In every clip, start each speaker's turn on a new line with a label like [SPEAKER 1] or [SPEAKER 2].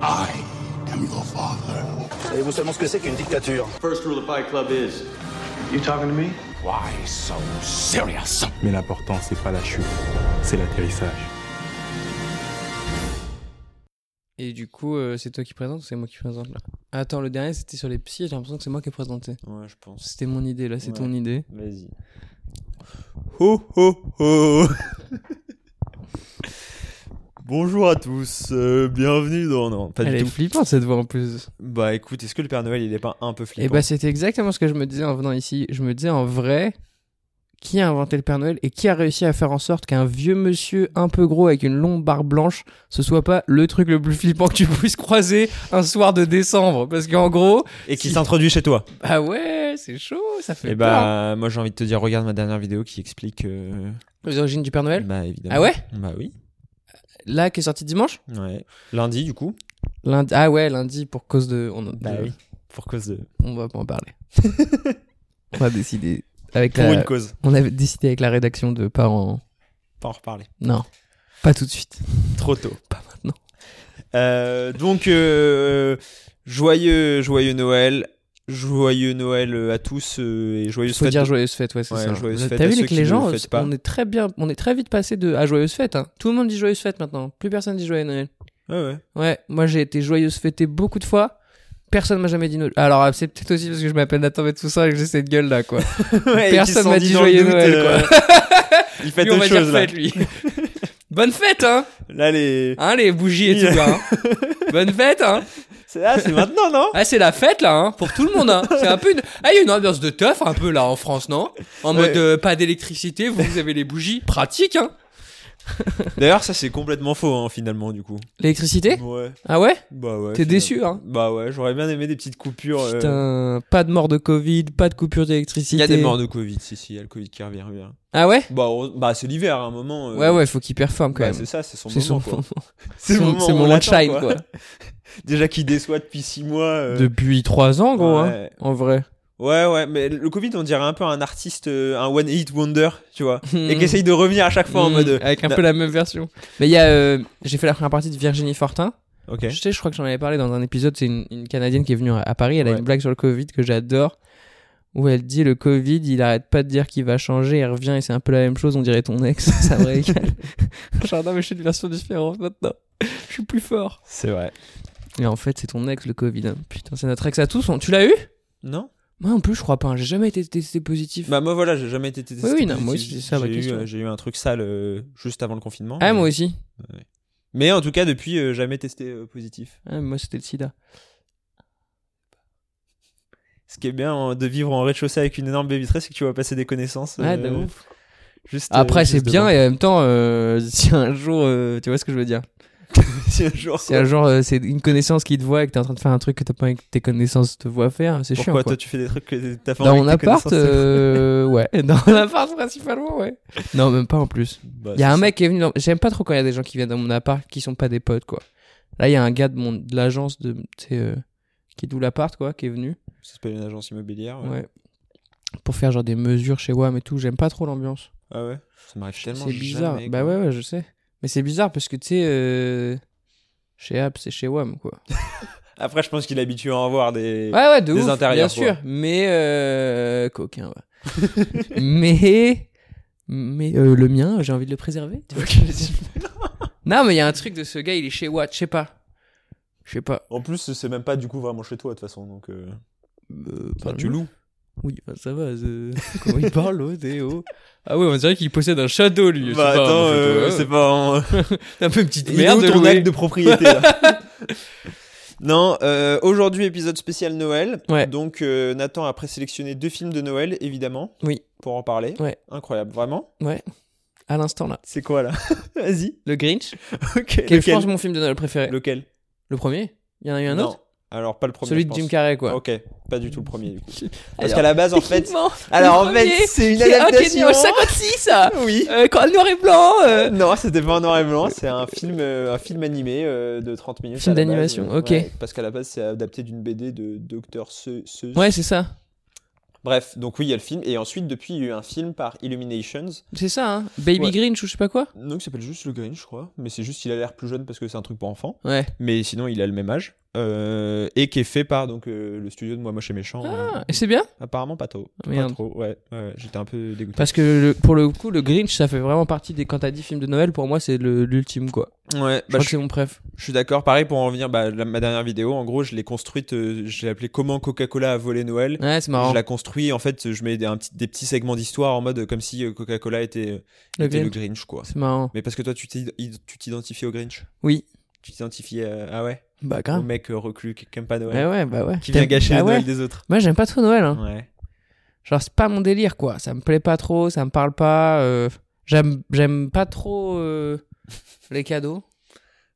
[SPEAKER 1] I am your father.
[SPEAKER 2] Savez-vous seulement ce que c'est qu'une dictature
[SPEAKER 3] First rule of Fight Club is You talking to me
[SPEAKER 1] Why so serious?
[SPEAKER 4] Mais l'important, c'est pas la chute, c'est l'atterrissage.
[SPEAKER 5] Et du coup, euh, c'est toi qui présente ou c'est moi qui présente là Attends, le dernier c'était sur les psys, j'ai l'impression que c'est moi qui ai présenté.
[SPEAKER 6] Ouais, je pense.
[SPEAKER 5] C'était mon idée, là c'est
[SPEAKER 6] Ouais.
[SPEAKER 5] ton idée.
[SPEAKER 6] Vas-y. Ho ho ho Bonjour à tous, euh, bienvenue dans... Non, pas
[SPEAKER 5] Elle
[SPEAKER 6] du
[SPEAKER 5] est
[SPEAKER 6] tout.
[SPEAKER 5] flippante cette voix en plus.
[SPEAKER 6] Bah écoute, est-ce que le Père Noël il est pas un peu
[SPEAKER 5] Et
[SPEAKER 6] flippant
[SPEAKER 5] bah c'était exactement ce que je me disais en venant ici. Je me disais en vrai, qui a inventé le Père Noël et qui a réussi à faire en sorte qu'un vieux monsieur un peu gros avec une longue barbe blanche, ce soit pas le truc le plus flippant que tu puisses croiser un soir de décembre Parce qu'en gros,
[SPEAKER 6] Et qui s'introduit chez toi
[SPEAKER 5] ah ouais, c'est chaud, ça fait
[SPEAKER 6] Et
[SPEAKER 5] peur.
[SPEAKER 6] bah moi j'ai envie de te dire, regarde ma dernière vidéo qui explique... euh,
[SPEAKER 5] Les origines du Père Noël
[SPEAKER 6] Bah évidemment.
[SPEAKER 5] Ah ouais
[SPEAKER 6] Bah oui.
[SPEAKER 5] Là qui est sorti dimanche
[SPEAKER 6] Ouais. Lundi du coup
[SPEAKER 5] Lundi, ah ouais, lundi pour cause de. On, de-
[SPEAKER 6] Pour cause de...
[SPEAKER 5] on va pas en parler. on va décider avec
[SPEAKER 6] Pour
[SPEAKER 5] la.
[SPEAKER 6] une cause.
[SPEAKER 5] On avait décidé avec la rédaction de pas en.
[SPEAKER 6] Pas en reparler.
[SPEAKER 5] Non, pas tout de suite.
[SPEAKER 6] Trop tôt.
[SPEAKER 5] Pas maintenant.
[SPEAKER 6] Euh, donc, euh, joyeux, joyeux Noël. Joyeux Noël euh, à tous euh, et joyeuses
[SPEAKER 5] Faut
[SPEAKER 6] fêtes.
[SPEAKER 5] dire joyeuse fête, ouais, c'est
[SPEAKER 6] Ouais,
[SPEAKER 5] ça.
[SPEAKER 6] joyeuse
[SPEAKER 5] Vous-
[SPEAKER 6] fête
[SPEAKER 5] T'as
[SPEAKER 6] à
[SPEAKER 5] vu
[SPEAKER 6] ceux
[SPEAKER 5] les,
[SPEAKER 6] qui
[SPEAKER 5] les
[SPEAKER 6] ne
[SPEAKER 5] gens,
[SPEAKER 6] le fêtent pas.
[SPEAKER 5] on est très bien, on est très vite passé de à joyeuse fête. hein. Tout le monde dit joyeuse fête maintenant. Plus personne dit joyeux Noël.
[SPEAKER 6] Ouais, ouais.
[SPEAKER 5] Ouais, moi j'ai été joyeuse fêtée beaucoup de fois. Personne m'a jamais dit Noël. Alors ah, c'est peut-être aussi parce que je m'appelle Nathan et tout ça et que j'ai cette gueule là quoi.
[SPEAKER 6] Ouais, et qui
[SPEAKER 5] Personne
[SPEAKER 6] s'en
[SPEAKER 5] m'a
[SPEAKER 6] dit
[SPEAKER 5] dit
[SPEAKER 6] dans le
[SPEAKER 5] joyeux
[SPEAKER 6] doute,
[SPEAKER 5] Noël,
[SPEAKER 6] euh, Il fait
[SPEAKER 5] Lui, on
[SPEAKER 6] autre
[SPEAKER 5] va
[SPEAKER 6] chose
[SPEAKER 5] dire
[SPEAKER 6] là.
[SPEAKER 5] fête lui. Bonne fête hein.
[SPEAKER 6] Là, les.
[SPEAKER 5] Hein, les bougies et tout, quoi, hein. Bonne fête, hein.
[SPEAKER 6] C'est ah, c'est maintenant, non
[SPEAKER 5] Ah, c'est la fête, là, hein, pour tout le monde, hein. C'est un peu une... Ah, il y a une ambiance de teuf, un peu, là, en France, non En
[SPEAKER 6] Ouais.
[SPEAKER 5] mode, euh, pas d'électricité, vous, vous avez les bougies. Pratique, hein.
[SPEAKER 6] D'ailleurs, ça c'est complètement faux hein, finalement du coup.
[SPEAKER 5] L'électricité
[SPEAKER 6] Ouais.
[SPEAKER 5] Ah ouais
[SPEAKER 6] Bah ouais.
[SPEAKER 5] T'es
[SPEAKER 6] finalement.
[SPEAKER 5] déçu, hein
[SPEAKER 6] Bah ouais, j'aurais bien aimé des petites coupures. euh.
[SPEAKER 5] Putain, pas de mort de Covid, pas de coupure
[SPEAKER 6] Il
[SPEAKER 5] d'électricité.
[SPEAKER 6] y a des morts de Covid, si, si, il y a le Covid qui revient. revient.
[SPEAKER 5] Ah ouais
[SPEAKER 6] Bah, on- bah c'est l'hiver à un moment. euh,
[SPEAKER 5] Ouais, ouais, faut qu'il performe, quand
[SPEAKER 6] bah,
[SPEAKER 5] même.
[SPEAKER 6] c'est ça, c'est son
[SPEAKER 5] C'est son
[SPEAKER 6] moment quoi.
[SPEAKER 5] moment.
[SPEAKER 6] C'est le
[SPEAKER 5] Son-
[SPEAKER 6] moment
[SPEAKER 5] c'est
[SPEAKER 6] où
[SPEAKER 5] mon
[SPEAKER 6] on
[SPEAKER 5] moment de
[SPEAKER 6] l'attend,
[SPEAKER 5] shine, quoi.
[SPEAKER 6] Déjà qui déçoit depuis 6 mois. euh.
[SPEAKER 5] Depuis trois ans, gros, hein.
[SPEAKER 6] Ouais.
[SPEAKER 5] En vrai.
[SPEAKER 6] Ouais, ouais, mais le Covid, on dirait un peu un artiste, euh, un one hit wonder, tu vois, et
[SPEAKER 5] Hmm.
[SPEAKER 6] qui essaye de revenir à chaque fois en
[SPEAKER 5] Hmm,
[SPEAKER 6] mode. euh,
[SPEAKER 5] Avec un
[SPEAKER 6] na-
[SPEAKER 5] peu la même version. Mais il y a, euh, j'ai fait la première partie de Virginie Fortin.
[SPEAKER 6] Ok.
[SPEAKER 5] Je sais, je crois que j'en avais parlé dans un épisode. C'est une, une Canadienne qui est venue à- à Paris. Elle a
[SPEAKER 6] Ouais.
[SPEAKER 5] une blague sur le Covid que j'adore. Où elle dit le Covid, il arrête pas de dire qu'il va changer, il revient et c'est un peu la même chose, on dirait ton ex, ça me régale. Genre, non, mais je suis une version différente maintenant. Je suis plus fort.
[SPEAKER 6] C'est vrai.
[SPEAKER 5] Et en fait, c'est ton ex le Covid. hein. Putain, c'est notre ex à tous. on- Tu l'as eu
[SPEAKER 6] Non
[SPEAKER 5] Moi non plus, je crois pas. hein. J'ai jamais été testé positif.
[SPEAKER 6] Bah, moi, voilà, j'ai jamais été testé.
[SPEAKER 5] Oui, oui, non, moi
[SPEAKER 6] positif.
[SPEAKER 5] aussi, c'est ça, ma
[SPEAKER 6] J'ai eu,
[SPEAKER 5] question.
[SPEAKER 6] euh, J'ai eu un truc sale euh, juste avant le confinement.
[SPEAKER 5] ah,
[SPEAKER 6] mais...
[SPEAKER 5] moi aussi.
[SPEAKER 6] Mais en tout cas, depuis, euh, jamais testé euh, positif.
[SPEAKER 5] Ah, moi, c'était le sida.
[SPEAKER 6] Ce qui est bien hein, de vivre en rez-de-chaussée avec une énorme baie vitrée, c'est que tu vas passer des connaissances.
[SPEAKER 5] Ouais,
[SPEAKER 6] euh,
[SPEAKER 5] Ah, de ouf.
[SPEAKER 6] Juste, euh,
[SPEAKER 5] Après,
[SPEAKER 6] juste
[SPEAKER 5] c'est bien
[SPEAKER 6] devant.
[SPEAKER 5] et en même temps, euh, si un jour, euh, tu vois ce que je veux dire.
[SPEAKER 6] si un jour.
[SPEAKER 5] C'est un genre, euh, c'est une connaissance qui te voit et que t'es en train de faire un truc que t'as pas envie que tes connaissances te voient faire, c'est chiant.
[SPEAKER 6] Pourquoi
[SPEAKER 5] Quoi.
[SPEAKER 6] toi, tu fais des trucs que t'as fait
[SPEAKER 5] Dans mon appart, euh, ouais. Dans mon appart principalement, ouais. Non, même pas en plus. Il y a un mec qui est venu. Dans... J'aime pas trop quand il y a des gens qui viennent dans mon appart qui sont pas des potes, quoi. Là, il y a un gars de mon de l'agence de, tu sais, euh, qui est d'où l'appart, quoi, qui est venu.
[SPEAKER 6] Ça s'appelle une agence immobilière.
[SPEAKER 5] Ouais.
[SPEAKER 6] ouais.
[SPEAKER 5] Pour faire genre des mesures chez WAM et tout, j'aime pas trop l'ambiance.
[SPEAKER 6] Ah ouais. Ça m'arrive tellement.
[SPEAKER 5] C'est bizarre.
[SPEAKER 6] jamais,
[SPEAKER 5] bah
[SPEAKER 6] quoi.
[SPEAKER 5] ouais, ouais, je sais. Mais c'est bizarre parce que tu sais, euh, chez App, c'est chez WAM, quoi.
[SPEAKER 6] Après, je pense qu'il est habitué à en voir des.
[SPEAKER 5] Ouais, ouais, de
[SPEAKER 6] des
[SPEAKER 5] ouf,
[SPEAKER 6] intérieurs,
[SPEAKER 5] bien
[SPEAKER 6] quoi.
[SPEAKER 5] sûr. Mais euh, coquin, ouais. mais mais euh, le mien, j'ai envie de le préserver. tu vois. non, mais il y a un truc de ce gars, il est chez Watt, je sais pas. Je sais pas.
[SPEAKER 6] En plus, c'est même pas du coup vraiment chez toi de toute façon, donc. euh,
[SPEAKER 5] Euh,
[SPEAKER 6] bah,
[SPEAKER 5] parle-moi.
[SPEAKER 6] tu loues.
[SPEAKER 5] Oui, bah, ça va. c'est- Comment il parle, oh, Théo Ah ouais, on dirait qu'il possède un château,
[SPEAKER 6] Bah
[SPEAKER 5] lui. c'est pas un
[SPEAKER 6] attends,
[SPEAKER 5] château,
[SPEAKER 6] euh,
[SPEAKER 5] ouais.
[SPEAKER 6] c'est pas. en-
[SPEAKER 5] un peu une petite
[SPEAKER 6] Il est où
[SPEAKER 5] merde.
[SPEAKER 6] ton
[SPEAKER 5] loué.
[SPEAKER 6] acte de propriété là Non, euh, aujourd'hui épisode spécial Noël.
[SPEAKER 5] Ouais.
[SPEAKER 6] Donc euh, Nathan a présélectionné deux films de Noël, évidemment.
[SPEAKER 5] Oui.
[SPEAKER 6] Pour en parler.
[SPEAKER 5] Ouais.
[SPEAKER 6] Incroyable, vraiment.
[SPEAKER 5] À l'instant là.
[SPEAKER 6] C'est quoi là Vas-y.
[SPEAKER 5] Le Grinch.
[SPEAKER 6] Ok.
[SPEAKER 5] Quel
[SPEAKER 6] lequel
[SPEAKER 5] est mon film de Noël préféré le...
[SPEAKER 6] Lequel
[SPEAKER 5] premier Il y en a eu un
[SPEAKER 6] Non.
[SPEAKER 5] autre
[SPEAKER 6] Alors pas le premier.
[SPEAKER 5] Celui
[SPEAKER 6] je
[SPEAKER 5] de
[SPEAKER 6] pense.
[SPEAKER 5] Jim Carrey, quoi.
[SPEAKER 6] Ok, pas du tout le premier du coup. Parce
[SPEAKER 5] Alors,
[SPEAKER 6] qu'à la base en fait.
[SPEAKER 5] techniquement,
[SPEAKER 6] Alors
[SPEAKER 5] le
[SPEAKER 6] en fait,
[SPEAKER 5] premier,
[SPEAKER 6] c'est une
[SPEAKER 5] qui est- ah, qui est né
[SPEAKER 6] adaptation. hein.
[SPEAKER 5] en 56, ça
[SPEAKER 6] Oui.
[SPEAKER 5] Euh, quand noir et blanc. euh.
[SPEAKER 6] Non, c'était pas en noir et blanc, c'est un film, euh, un film animé euh, de 30 minutes.
[SPEAKER 5] Film
[SPEAKER 6] à la base,
[SPEAKER 5] d'animation,
[SPEAKER 6] euh,
[SPEAKER 5] ok.
[SPEAKER 6] ouais, parce qu'à la base, c'est adapté d'une BD de Dr. Seuss.
[SPEAKER 5] Ouais, c'est ça.
[SPEAKER 6] Bref, donc oui, il y a le film. Et ensuite, depuis, il y a eu un film par Illuminations.
[SPEAKER 5] C'est ça, hein Baby
[SPEAKER 6] Ouais.
[SPEAKER 5] Grinch ou je sais pas quoi
[SPEAKER 6] Non, qui s'appelle juste le Grinch, je crois. Mais c'est juste qu'il a l'air plus jeune parce que c'est un truc pour enfants.
[SPEAKER 5] Ouais.
[SPEAKER 6] Mais sinon, il a le même âge. Euh, et qui est fait par donc, euh, le studio de Moi Moche et Méchant. euh,
[SPEAKER 5] Ah, et c'est bien
[SPEAKER 6] apparemment pas trop. Pas
[SPEAKER 5] Merde.
[SPEAKER 6] trop, ouais. ouais, ouais, J'étais un peu dégoûté.
[SPEAKER 5] Parce que le- pour le coup, le Grinch, ça fait vraiment partie des. Quand t'as dit film de Noël, pour moi, c'est le- l'ultime quoi.
[SPEAKER 6] Ouais,
[SPEAKER 5] Je
[SPEAKER 6] bah,
[SPEAKER 5] crois
[SPEAKER 6] je,
[SPEAKER 5] que c'est mon préf.
[SPEAKER 6] je suis d'accord. Pareil, pour en revenir, bah, la- ma dernière vidéo, en gros, je l'ai construite, euh, je l'ai appelée Comment Coca-Cola a volé Noël.
[SPEAKER 5] Ouais, c'est
[SPEAKER 6] Je
[SPEAKER 5] marrant.
[SPEAKER 6] la construis, en fait, je mets des, un petit- des petits segments d'histoire en mode euh, comme si euh, Coca-Cola était,
[SPEAKER 5] Le
[SPEAKER 6] était le
[SPEAKER 5] Grinch.
[SPEAKER 6] Grinch, quoi.
[SPEAKER 5] C'est marrant.
[SPEAKER 6] Mais parce que toi, tu t'id- id- tu t'identifies au Grinch
[SPEAKER 5] Oui.
[SPEAKER 6] Tu t'identifies à- ah ouais
[SPEAKER 5] Bah,
[SPEAKER 6] Au
[SPEAKER 5] grave.
[SPEAKER 6] mec euh, reclus qui aime pas Noël.
[SPEAKER 5] Bah ouais, bah ouais.
[SPEAKER 6] Qui vient
[SPEAKER 5] T'aimes-
[SPEAKER 6] gâcher
[SPEAKER 5] bah
[SPEAKER 6] le Noël
[SPEAKER 5] ouais.
[SPEAKER 6] des autres.
[SPEAKER 5] Moi, j'aime pas trop Noël. Hein.
[SPEAKER 6] Ouais.
[SPEAKER 5] Genre, c'est pas mon délire, quoi. Ça me plaît pas trop, ça me parle pas. euh, J'aime j'aime pas trop euh, les cadeaux.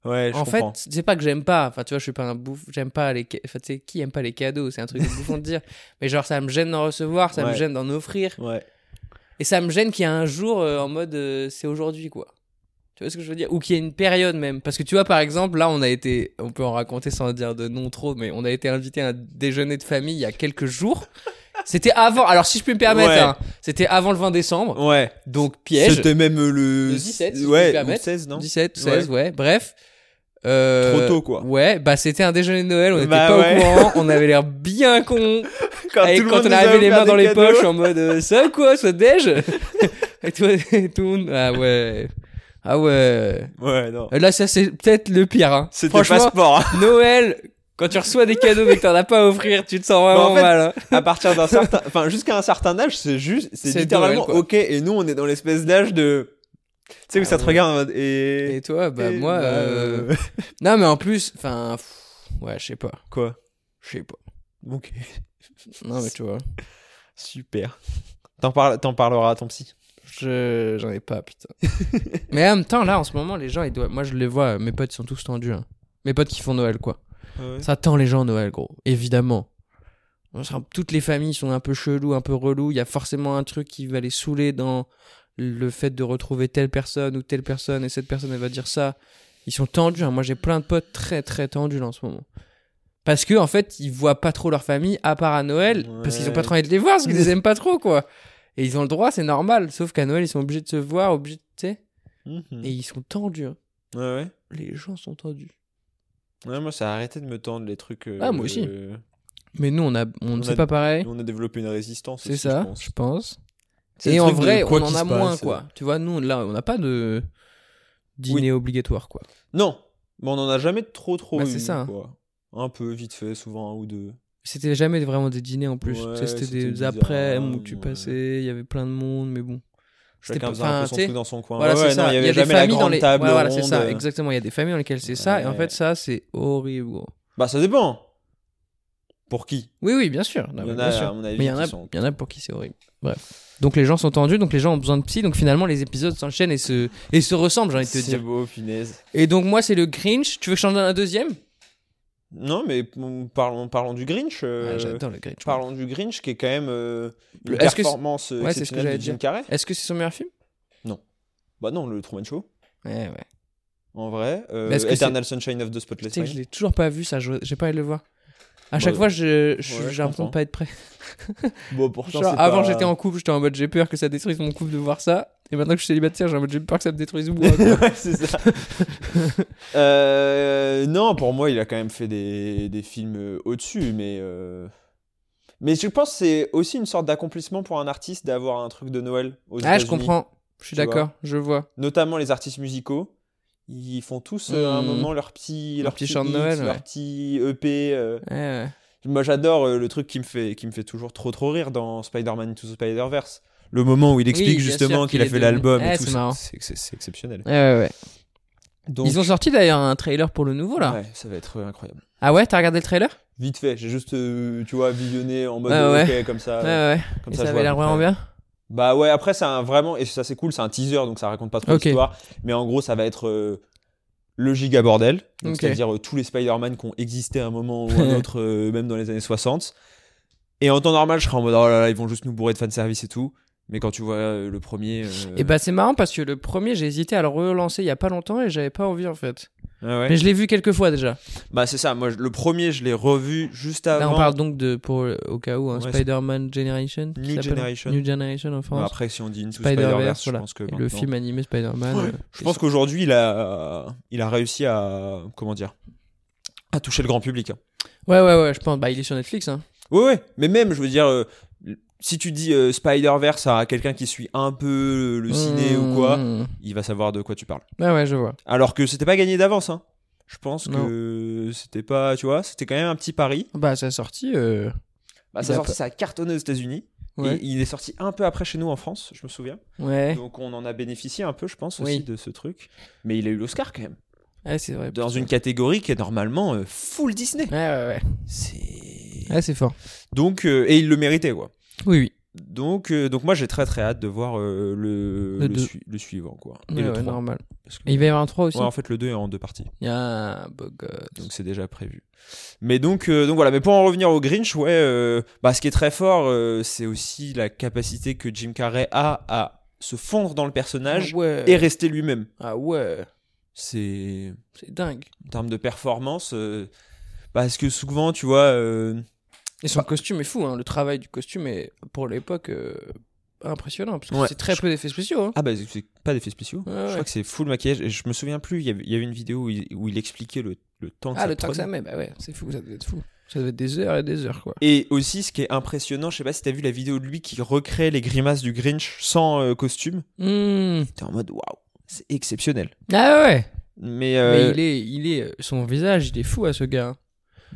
[SPEAKER 6] Ouais, je
[SPEAKER 5] En
[SPEAKER 6] comprends.
[SPEAKER 5] fait, c'est pas que j'aime pas. Enfin, tu vois, je suis pas un bouffe. J'aime pas les. ca- Enfin, tu sais, qui aime pas les cadeaux C'est un truc de bouffon de dire. Mais genre, ça me gêne d'en recevoir, ça me
[SPEAKER 6] Ouais.
[SPEAKER 5] gêne d'en offrir.
[SPEAKER 6] Ouais.
[SPEAKER 5] Et ça me gêne qu'il y ait un jour euh, en mode euh, c'est aujourd'hui, quoi. Tu vois ce que je veux dire Ou qu'il y ait une période même. Parce que tu vois, par exemple, là, on a été. On peut en raconter sans dire de non trop, mais on a été invité à un déjeuner de famille il y a quelques jours. C'était avant. Alors, si je peux me permettre,
[SPEAKER 6] Ouais.
[SPEAKER 5] hein, c'était avant le 20 décembre.
[SPEAKER 6] Ouais.
[SPEAKER 5] Donc, piège.
[SPEAKER 6] C'était même euh, le.
[SPEAKER 5] Le 17, si je puis me
[SPEAKER 6] ouais, ou le
[SPEAKER 5] permettre.
[SPEAKER 6] 16, non
[SPEAKER 5] 17, 16, ouais, bref. Euh,
[SPEAKER 6] Trop tôt, quoi.
[SPEAKER 5] Ouais, bah c'était un déjeuner de Noël, on n'était
[SPEAKER 6] Bah
[SPEAKER 5] pas
[SPEAKER 6] ouais.
[SPEAKER 5] au courant, on avait l'air bien con.
[SPEAKER 6] Quand,
[SPEAKER 5] et
[SPEAKER 6] tout le
[SPEAKER 5] quand
[SPEAKER 6] monde
[SPEAKER 5] on
[SPEAKER 6] nous
[SPEAKER 5] avait les
[SPEAKER 6] offert
[SPEAKER 5] mains dans
[SPEAKER 6] des
[SPEAKER 5] les
[SPEAKER 6] cadeaux.
[SPEAKER 5] poches en mode euh, ça ou quoi, soit déj Et tout, et tout le monde, ah ouais. Ah ouais.
[SPEAKER 6] Ouais, non.
[SPEAKER 5] Là ça c'est peut-être le pire hein.
[SPEAKER 6] C'était
[SPEAKER 5] Euh, Franchement,
[SPEAKER 6] passeport.
[SPEAKER 5] Noël, quand tu reçois des cadeaux mais que t'en as pas à offrir, tu te sens vraiment
[SPEAKER 6] Bah, en fait,
[SPEAKER 5] mal. hein.
[SPEAKER 6] à partir d'un certain. Enfin, jusqu'à un certain âge, c'est juste. C'est
[SPEAKER 5] C'est
[SPEAKER 6] littéralement
[SPEAKER 5] Noël, quoi.
[SPEAKER 6] ok. Et nous, on est dans l'espèce d'âge de. Tu sais, où
[SPEAKER 5] Ah
[SPEAKER 6] ça te
[SPEAKER 5] ouais.
[SPEAKER 6] regarde en mode,
[SPEAKER 5] Et
[SPEAKER 6] Et.
[SPEAKER 5] toi, bah
[SPEAKER 6] et-
[SPEAKER 5] moi
[SPEAKER 6] bah,
[SPEAKER 5] euh,
[SPEAKER 6] euh,
[SPEAKER 5] non mais en plus, enfin pff, ouais, je sais pas,
[SPEAKER 6] Quoi
[SPEAKER 5] je sais pas.
[SPEAKER 6] Ok.
[SPEAKER 5] Non mais tu vois,
[SPEAKER 6] Super. T'en parles- t'en parleras à ton psy.
[SPEAKER 5] Je j'en ai pas putain. mais en même temps là en ce moment les gens ils doivent moi je les vois mes potes ils sont tous tendus hein. Mes potes qui font Noël quoi.
[SPEAKER 6] Ah
[SPEAKER 5] Ça tend les gens Noël gros, évidemment. On sera- Toutes les familles sont un peu cheloues, un peu relou, il y a forcément un truc qui va les saouler dans le fait de retrouver telle personne ou telle personne et cette personne elle va dire ça. Ils sont tendus, hein. moi j'ai plein de potes très très tendus là en ce moment. Parce que en fait, ils voient pas trop leur famille à part à Noël parce qu'ils ont
[SPEAKER 6] Ouais.
[SPEAKER 5] pas trop envie de les voir parce qu'ils les aiment pas trop quoi. Et ils ont le droit, c'est normal, sauf qu'à Noël ils sont obligés de se voir, obligés, de- tu sais,
[SPEAKER 6] Mhm.
[SPEAKER 5] et ils sont tendus. hein.
[SPEAKER 6] Ouais, ouais.
[SPEAKER 5] Les gens sont tendus.
[SPEAKER 6] Ouais, moi, ça a arrêté de me tendre les trucs. euh,
[SPEAKER 5] Ah, moi aussi.
[SPEAKER 6] euh,
[SPEAKER 5] Mais nous on a on
[SPEAKER 6] On
[SPEAKER 5] ne
[SPEAKER 6] a-
[SPEAKER 5] sait pas pareil.
[SPEAKER 6] on a développé une résistance.
[SPEAKER 5] C'est
[SPEAKER 6] aussi,
[SPEAKER 5] ça,
[SPEAKER 6] je
[SPEAKER 5] je
[SPEAKER 6] pense.
[SPEAKER 5] pense.
[SPEAKER 6] C'est
[SPEAKER 5] Et
[SPEAKER 6] le
[SPEAKER 5] en
[SPEAKER 6] truc de
[SPEAKER 5] vrai,
[SPEAKER 6] quoi
[SPEAKER 5] on en
[SPEAKER 6] qu'il
[SPEAKER 5] a
[SPEAKER 6] se
[SPEAKER 5] moins,
[SPEAKER 6] passe, euh.
[SPEAKER 5] quoi. Tu vois, nous, là, on n'a pas de dîner obligatoire, quoi.
[SPEAKER 6] Non, mais on en a jamais trop trop
[SPEAKER 5] Bah,
[SPEAKER 6] eu.
[SPEAKER 5] c'est ça.
[SPEAKER 6] quoi. Un peu vite fait, souvent un ou deux.
[SPEAKER 5] C'était jamais vraiment des dîners en plus.
[SPEAKER 6] Ouais,
[SPEAKER 5] Tu sais, c'était
[SPEAKER 6] c'était
[SPEAKER 5] des
[SPEAKER 6] bizarre,
[SPEAKER 5] après où tu
[SPEAKER 6] ouais.
[SPEAKER 5] passais, il y avait plein de monde, mais bon. C'était
[SPEAKER 6] Chacun
[SPEAKER 5] pas-
[SPEAKER 6] faisait un peu
[SPEAKER 5] enfin,
[SPEAKER 6] son
[SPEAKER 5] tu sais,
[SPEAKER 6] truc dans son coin.
[SPEAKER 5] voilà,
[SPEAKER 6] Ouais,
[SPEAKER 5] c'est
[SPEAKER 6] ouais, non,
[SPEAKER 5] ça.
[SPEAKER 6] il y avait
[SPEAKER 5] a des
[SPEAKER 6] jamais la
[SPEAKER 5] familles dans
[SPEAKER 6] grande
[SPEAKER 5] les.
[SPEAKER 6] table euh,
[SPEAKER 5] Ouais, voilà, c'est
[SPEAKER 6] ronde.
[SPEAKER 5] ça, exactement. Il y a des familles dans lesquelles c'est ça, et en
[SPEAKER 6] Ouais.
[SPEAKER 5] fait, ça, c'est horrible. gros.
[SPEAKER 6] Bah, ça dépend. Pour qui
[SPEAKER 5] Oui, oui, bien sûr.
[SPEAKER 6] Il
[SPEAKER 5] Non,
[SPEAKER 6] y
[SPEAKER 5] mais
[SPEAKER 6] en
[SPEAKER 5] bien
[SPEAKER 6] a,
[SPEAKER 5] sûr.
[SPEAKER 6] à mon avis,
[SPEAKER 5] Mais il y, en
[SPEAKER 6] qui
[SPEAKER 5] a-
[SPEAKER 6] sont-
[SPEAKER 5] il y en a pour qui c'est horrible. Bref. Donc les gens sont tendus, donc les gens ont besoin de psy, donc finalement les épisodes s'enchaînent et se, et se ressemblent, j'ai envie de te
[SPEAKER 6] C'est
[SPEAKER 5] dire.
[SPEAKER 6] beau, punaise.
[SPEAKER 5] Et donc moi c'est le Grinch. Tu veux que je t'en donne un deuxième
[SPEAKER 6] Non, mais on- parlons, parlons du Grinch. euh,
[SPEAKER 5] Ouais, Ah, J'adore le Grinch.
[SPEAKER 6] parlons du Grinch qui est quand même euh, une
[SPEAKER 5] Le- est-ce que c'est-
[SPEAKER 6] performance euh,
[SPEAKER 5] Ouais, c'est ce que
[SPEAKER 6] exceptionnelle
[SPEAKER 5] j'allais
[SPEAKER 6] de Jim
[SPEAKER 5] dire.
[SPEAKER 6] Carrey.
[SPEAKER 5] Est-ce que c'est son meilleur film
[SPEAKER 6] Bah non, le Truman Show,
[SPEAKER 5] Ouais, ouais.
[SPEAKER 6] en vrai. Euh,
[SPEAKER 5] Mais est-ce que
[SPEAKER 6] Eternal Sunshine of the
[SPEAKER 5] Tu
[SPEAKER 6] Spotless
[SPEAKER 5] sais que je
[SPEAKER 6] Mind.
[SPEAKER 5] l'ai toujours pas vu, ça, je- j'ai pas envie de le voir. À chaque
[SPEAKER 6] Bah,
[SPEAKER 5] fois, je- je- j'ai
[SPEAKER 6] ouais, je
[SPEAKER 5] l'impression de
[SPEAKER 6] comprends.
[SPEAKER 5] pas être prêt.
[SPEAKER 6] Bon, pourtant,
[SPEAKER 5] Genre,
[SPEAKER 6] c'est
[SPEAKER 5] avant,
[SPEAKER 6] pas-
[SPEAKER 5] j'étais en couple, j'étais en mode j'ai peur que ça détruise mon couple de voir ça. Et maintenant que je suis célibataire, j'ai en mode j'ai peur que ça me détruise moi. quoi. Ah,
[SPEAKER 6] ouais, c'est ça. Euh, non, pour moi, il a quand même fait des, des films euh, au-dessus, mais. euh, Mais je pense que c'est aussi une sorte d'accomplissement pour un artiste d'avoir un truc de Noël aux
[SPEAKER 5] ah, je
[SPEAKER 6] États-Unis.
[SPEAKER 5] comprends. Je suis
[SPEAKER 6] Tu
[SPEAKER 5] d'accord, je vois.
[SPEAKER 6] Notamment les artistes musicaux. Ils font tous euh, à un
[SPEAKER 5] Hmm.
[SPEAKER 6] moment leur petit,
[SPEAKER 5] Leur
[SPEAKER 6] leur
[SPEAKER 5] petit
[SPEAKER 6] petit
[SPEAKER 5] chant de
[SPEAKER 6] hit,
[SPEAKER 5] Noël,
[SPEAKER 6] leur
[SPEAKER 5] ouais.
[SPEAKER 6] petit EP. euh.
[SPEAKER 5] Ouais, ouais.
[SPEAKER 6] Moi, j'adore euh, le truc qui me fait qui me fait toujours trop trop rire dans Spider-Man to the Spider-Verse. Le moment où il explique
[SPEAKER 5] bien sûr
[SPEAKER 6] justement
[SPEAKER 5] qu'il
[SPEAKER 6] qu'il a
[SPEAKER 5] est
[SPEAKER 6] fait
[SPEAKER 5] devenu-
[SPEAKER 6] l'album
[SPEAKER 5] Ouais,
[SPEAKER 6] et tout,
[SPEAKER 5] c'est marrant.
[SPEAKER 6] c'est c'est- c'est exceptionnel.
[SPEAKER 5] Ouais, ouais, ouais.
[SPEAKER 6] Donc,
[SPEAKER 5] Ils ont sorti d'ailleurs un trailer pour le nouveau là.
[SPEAKER 6] ouais, ça va être euh, incroyable.
[SPEAKER 5] Ah ouais, t'as regardé le trailer
[SPEAKER 6] Vite fait, j'ai juste, euh, tu vois, visionné en mode
[SPEAKER 5] Ouais,
[SPEAKER 6] euh,
[SPEAKER 5] Ah ouais.
[SPEAKER 6] ok, comme ça.
[SPEAKER 5] Ouais, ouais.
[SPEAKER 6] Comme
[SPEAKER 5] Et
[SPEAKER 6] ça,
[SPEAKER 5] ça
[SPEAKER 6] je vois
[SPEAKER 5] avait
[SPEAKER 6] à
[SPEAKER 5] l'air
[SPEAKER 6] peu près.
[SPEAKER 5] vraiment bien.
[SPEAKER 6] Bah ouais, après, c'est un vraiment, et ça c'est cool, c'est un teaser, donc ça raconte pas trop
[SPEAKER 5] Ok.
[SPEAKER 6] l'histoire. Mais en gros, ça va être euh, le giga bordel. Donc,
[SPEAKER 5] Ok.
[SPEAKER 6] C'est-à-dire euh, tous les Spider-Man qui ont existé à un moment ou un autre, euh, même dans les années 60. Et en temps normal, je serais en mode, oh là là, ils vont juste nous bourrer de fanservice et tout. Mais quand tu vois euh, le premier. euh,
[SPEAKER 5] Eh ben, Et bah, c'est marrant parce que le premier, j'ai hésité à le relancer il y a pas longtemps et j'avais pas envie en fait.
[SPEAKER 6] ouais. Ah ouais.
[SPEAKER 5] Mais je l'ai vu quelques fois déjà.
[SPEAKER 6] Bah c'est ça, moi je- le premier je l'ai revu juste avant.
[SPEAKER 5] Là, on parle donc de, pour, au cas où, hein,
[SPEAKER 6] Ouais,
[SPEAKER 5] Spider-Man Generation. qui
[SPEAKER 6] New
[SPEAKER 5] s'appelle
[SPEAKER 6] Generation.
[SPEAKER 5] New Generation en
[SPEAKER 6] Bon,
[SPEAKER 5] France.
[SPEAKER 6] après si on dit Into
[SPEAKER 5] Spider-Verse,
[SPEAKER 6] Spider-Verse,
[SPEAKER 5] voilà.
[SPEAKER 6] je pense que
[SPEAKER 5] Et le
[SPEAKER 6] maintenant-
[SPEAKER 5] film animé Spider-Man. euh,
[SPEAKER 6] Je pense qu'aujourd'hui il a il a réussi à comment dire à toucher le grand public. hein.
[SPEAKER 5] Ouais, ouais, ouais, je pense. Bah, il est sur Netflix. Hein.
[SPEAKER 6] Ouais ouais, mais même je veux dire euh, si tu dis euh, Spider-Verse à quelqu'un qui suit un peu le ciné ou quoi,
[SPEAKER 5] Mmh.
[SPEAKER 6] il va savoir de quoi tu parles.
[SPEAKER 5] Ouais, ouais, je vois.
[SPEAKER 6] Alors que c'était pas gagné d'avance hein. Je pense
[SPEAKER 5] Non.
[SPEAKER 6] que c'était pas, tu vois, c'était quand même un petit pari.
[SPEAKER 5] Bah, ça a sorti. euh,
[SPEAKER 6] Bah,
[SPEAKER 5] Il
[SPEAKER 6] ça
[SPEAKER 5] a
[SPEAKER 6] sorti,
[SPEAKER 5] pas-
[SPEAKER 6] ça a cartonné aux États-Unis.
[SPEAKER 5] Ouais.
[SPEAKER 6] Et il est sorti un peu après chez nous en France, je me souviens.
[SPEAKER 5] Ouais.
[SPEAKER 6] Donc on en a bénéficié un peu, je pense,
[SPEAKER 5] Oui.
[SPEAKER 6] aussi de ce truc. Mais il a eu l'Oscar quand même.
[SPEAKER 5] Ouais, c'est vrai.
[SPEAKER 6] Dans une catégorie qui est normalement euh, full Disney.
[SPEAKER 5] Ouais, ouais, ouais.
[SPEAKER 6] C'est.
[SPEAKER 5] Ouais, c'est fort.
[SPEAKER 6] Donc, euh, et il le méritait, quoi.
[SPEAKER 5] Oui, oui.
[SPEAKER 6] Donc, euh, donc moi j'ai très très hâte de voir euh, le,
[SPEAKER 5] Le
[SPEAKER 6] le,
[SPEAKER 5] deux.
[SPEAKER 6] sui- le suivant, quoi. Et
[SPEAKER 5] Ouais,
[SPEAKER 6] le
[SPEAKER 5] ouais,
[SPEAKER 6] trois.
[SPEAKER 5] normal.
[SPEAKER 6] Parce que-
[SPEAKER 5] Et il va y avoir un 3 aussi.
[SPEAKER 6] Ouais, en fait, le 2 est en deux parties.
[SPEAKER 5] Ah, beau gosse.
[SPEAKER 6] Donc c'est déjà prévu. Mais donc, euh, donc voilà, mais pour en revenir au Grinch, ouais, euh, bah, ce qui est très fort, euh, c'est aussi la capacité que Jim Carrey a à se fondre dans le personnage
[SPEAKER 5] Ah ouais.
[SPEAKER 6] et rester lui-même.
[SPEAKER 5] Ah ouais.
[SPEAKER 6] C'est
[SPEAKER 5] C'est dingue.
[SPEAKER 6] en termes de performance, euh, parce que souvent, tu vois, euh,
[SPEAKER 5] Et son costume est fou. Hein. Le travail du costume est, pour l'époque, euh, impressionnant. Parce que
[SPEAKER 6] Ouais.
[SPEAKER 5] c'est très peu d'effets spéciaux. Hein.
[SPEAKER 6] ah bah c'est pas d'effets spéciaux.
[SPEAKER 5] Ouais,
[SPEAKER 6] Je
[SPEAKER 5] ouais.
[SPEAKER 6] crois que c'est full maquillage. Et je me souviens plus. Il y avait, il y avait une vidéo où il, où il expliquait le, le temps que
[SPEAKER 5] Ah,
[SPEAKER 6] ça
[SPEAKER 5] le temps que
[SPEAKER 6] prenait.
[SPEAKER 5] ça met, bah ouais, c'est fou, ça devait être fou. Ça devait être des heures et des heures, quoi.
[SPEAKER 6] Et aussi, ce qui est impressionnant, je sais pas si t'as vu la vidéo de lui qui recrée les grimaces du Grinch sans euh, costume. T'es en mode waouh, c'est exceptionnel.
[SPEAKER 5] Mmh. Ah ouais, ouais.
[SPEAKER 6] Mais,
[SPEAKER 5] Mais
[SPEAKER 6] euh,
[SPEAKER 5] il est, il est, son visage, il est fou à ce gars. hein.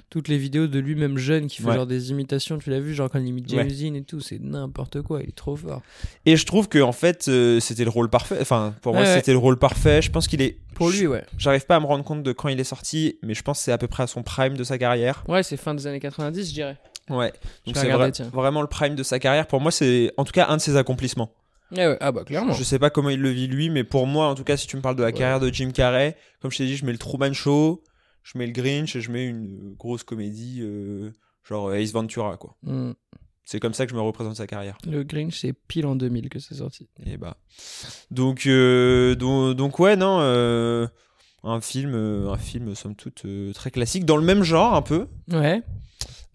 [SPEAKER 5] Toutes les vidéos de lui-même jeune qui fait
[SPEAKER 6] Ouais.
[SPEAKER 5] genre des imitations, tu l'as vu, genre quand il imite
[SPEAKER 6] Ouais.
[SPEAKER 5] James Dean et tout, c'est n'importe quoi, il est trop fort.
[SPEAKER 6] et je trouve que en fait euh, c'était le rôle parfait. Enfin pour moi
[SPEAKER 5] Ouais, ouais.
[SPEAKER 6] c'était le rôle parfait. Je pense qu'il est
[SPEAKER 5] Pour
[SPEAKER 6] je-
[SPEAKER 5] lui, ouais.
[SPEAKER 6] J'arrive pas à me rendre compte de quand il est sorti, mais je pense que c'est à peu près à son prime de sa carrière.
[SPEAKER 5] Ouais, c'est fin des années 90, je dirais.
[SPEAKER 6] Ouais. Donc
[SPEAKER 5] vais
[SPEAKER 6] c'est
[SPEAKER 5] regarder,
[SPEAKER 6] vra-
[SPEAKER 5] tiens.
[SPEAKER 6] vraiment le prime de sa carrière. Pour moi c'est en tout cas un de ses accomplissements.
[SPEAKER 5] Ah, ouais. ah bah clairement.
[SPEAKER 6] Je sais pas comment il le vit lui, mais pour moi en tout cas si tu me parles de la
[SPEAKER 5] Ouais.
[SPEAKER 6] carrière de Jim Carrey, comme je t'ai dit, je mets le Truman Show, je mets le Grinch et je mets une euh, grosse comédie euh, genre Ace Ventura quoi.
[SPEAKER 5] Hmm.
[SPEAKER 6] C'est comme ça que je me représente sa carrière.
[SPEAKER 5] Le Grinch, c'est pile en 2000 que c'est sorti.
[SPEAKER 6] Et bah. Donc, euh, donc, donc ouais, non. euh, un film, euh, un film, somme toute, euh, très classique, dans le même genre un peu.
[SPEAKER 5] Ouais.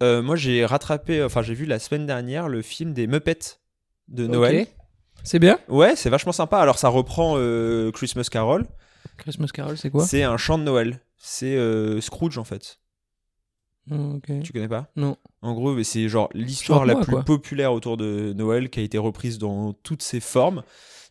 [SPEAKER 6] Euh, moi, j'ai rattrapé, enfin, j'ai vu la semaine dernière le film des Muppets de Noël.
[SPEAKER 5] Ok. C'est bien
[SPEAKER 6] Ouais, c'est vachement sympa. Alors, ça reprend euh, Christmas Carol.
[SPEAKER 5] Christmas Carol, c'est quoi
[SPEAKER 6] C'est un chant de Noël. C'est euh, Scrooge en fait.
[SPEAKER 5] Hmm, Ok.
[SPEAKER 6] Tu connais pas
[SPEAKER 5] Non.
[SPEAKER 6] En gros, mais c'est genre l'histoire la
[SPEAKER 5] Chante-moi,
[SPEAKER 6] plus
[SPEAKER 5] quoi.
[SPEAKER 6] populaire autour de Noël qui a été reprise dans toutes ses formes.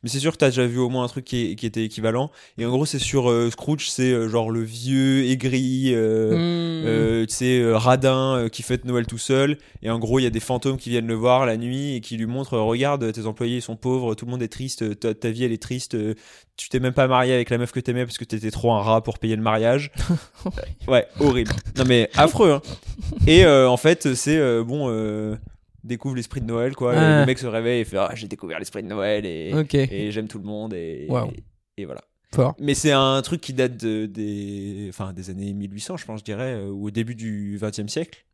[SPEAKER 6] Mais c'est sûr que t'as déjà vu au moins un truc qui, est- qui était équivalent. Et en gros, c'est sur euh, Scrooge, c'est euh, genre le vieux aigri, euh,
[SPEAKER 5] Hmm.
[SPEAKER 6] euh, tu sais, euh, radin euh, qui fête Noël tout seul. Et en gros, il y a des fantômes qui viennent le voir la nuit et qui lui montrent euh, Regarde, tes employés sont pauvres, tout le monde est triste, euh, ta, ta vie elle est triste, euh, tu t'es même pas marié avec la meuf que t'aimais parce que t'étais trop un rat pour payer le mariage. Ouais, horrible. Non mais affreux. hein. Et euh, en fait, c'est euh, bon, euh, découvre l'esprit de Noël quoi. Et
[SPEAKER 5] Ah.
[SPEAKER 6] Le mec se réveille et fait ah j'ai découvert l'esprit de Noël et,
[SPEAKER 5] Ok.
[SPEAKER 6] et j'aime tout le monde et,
[SPEAKER 5] Waouh.
[SPEAKER 6] et, et voilà.
[SPEAKER 5] Fort.
[SPEAKER 6] Mais c'est un truc qui date de- des enfin des années 1800 je pense je dirais euh, ou au début du 20e siècle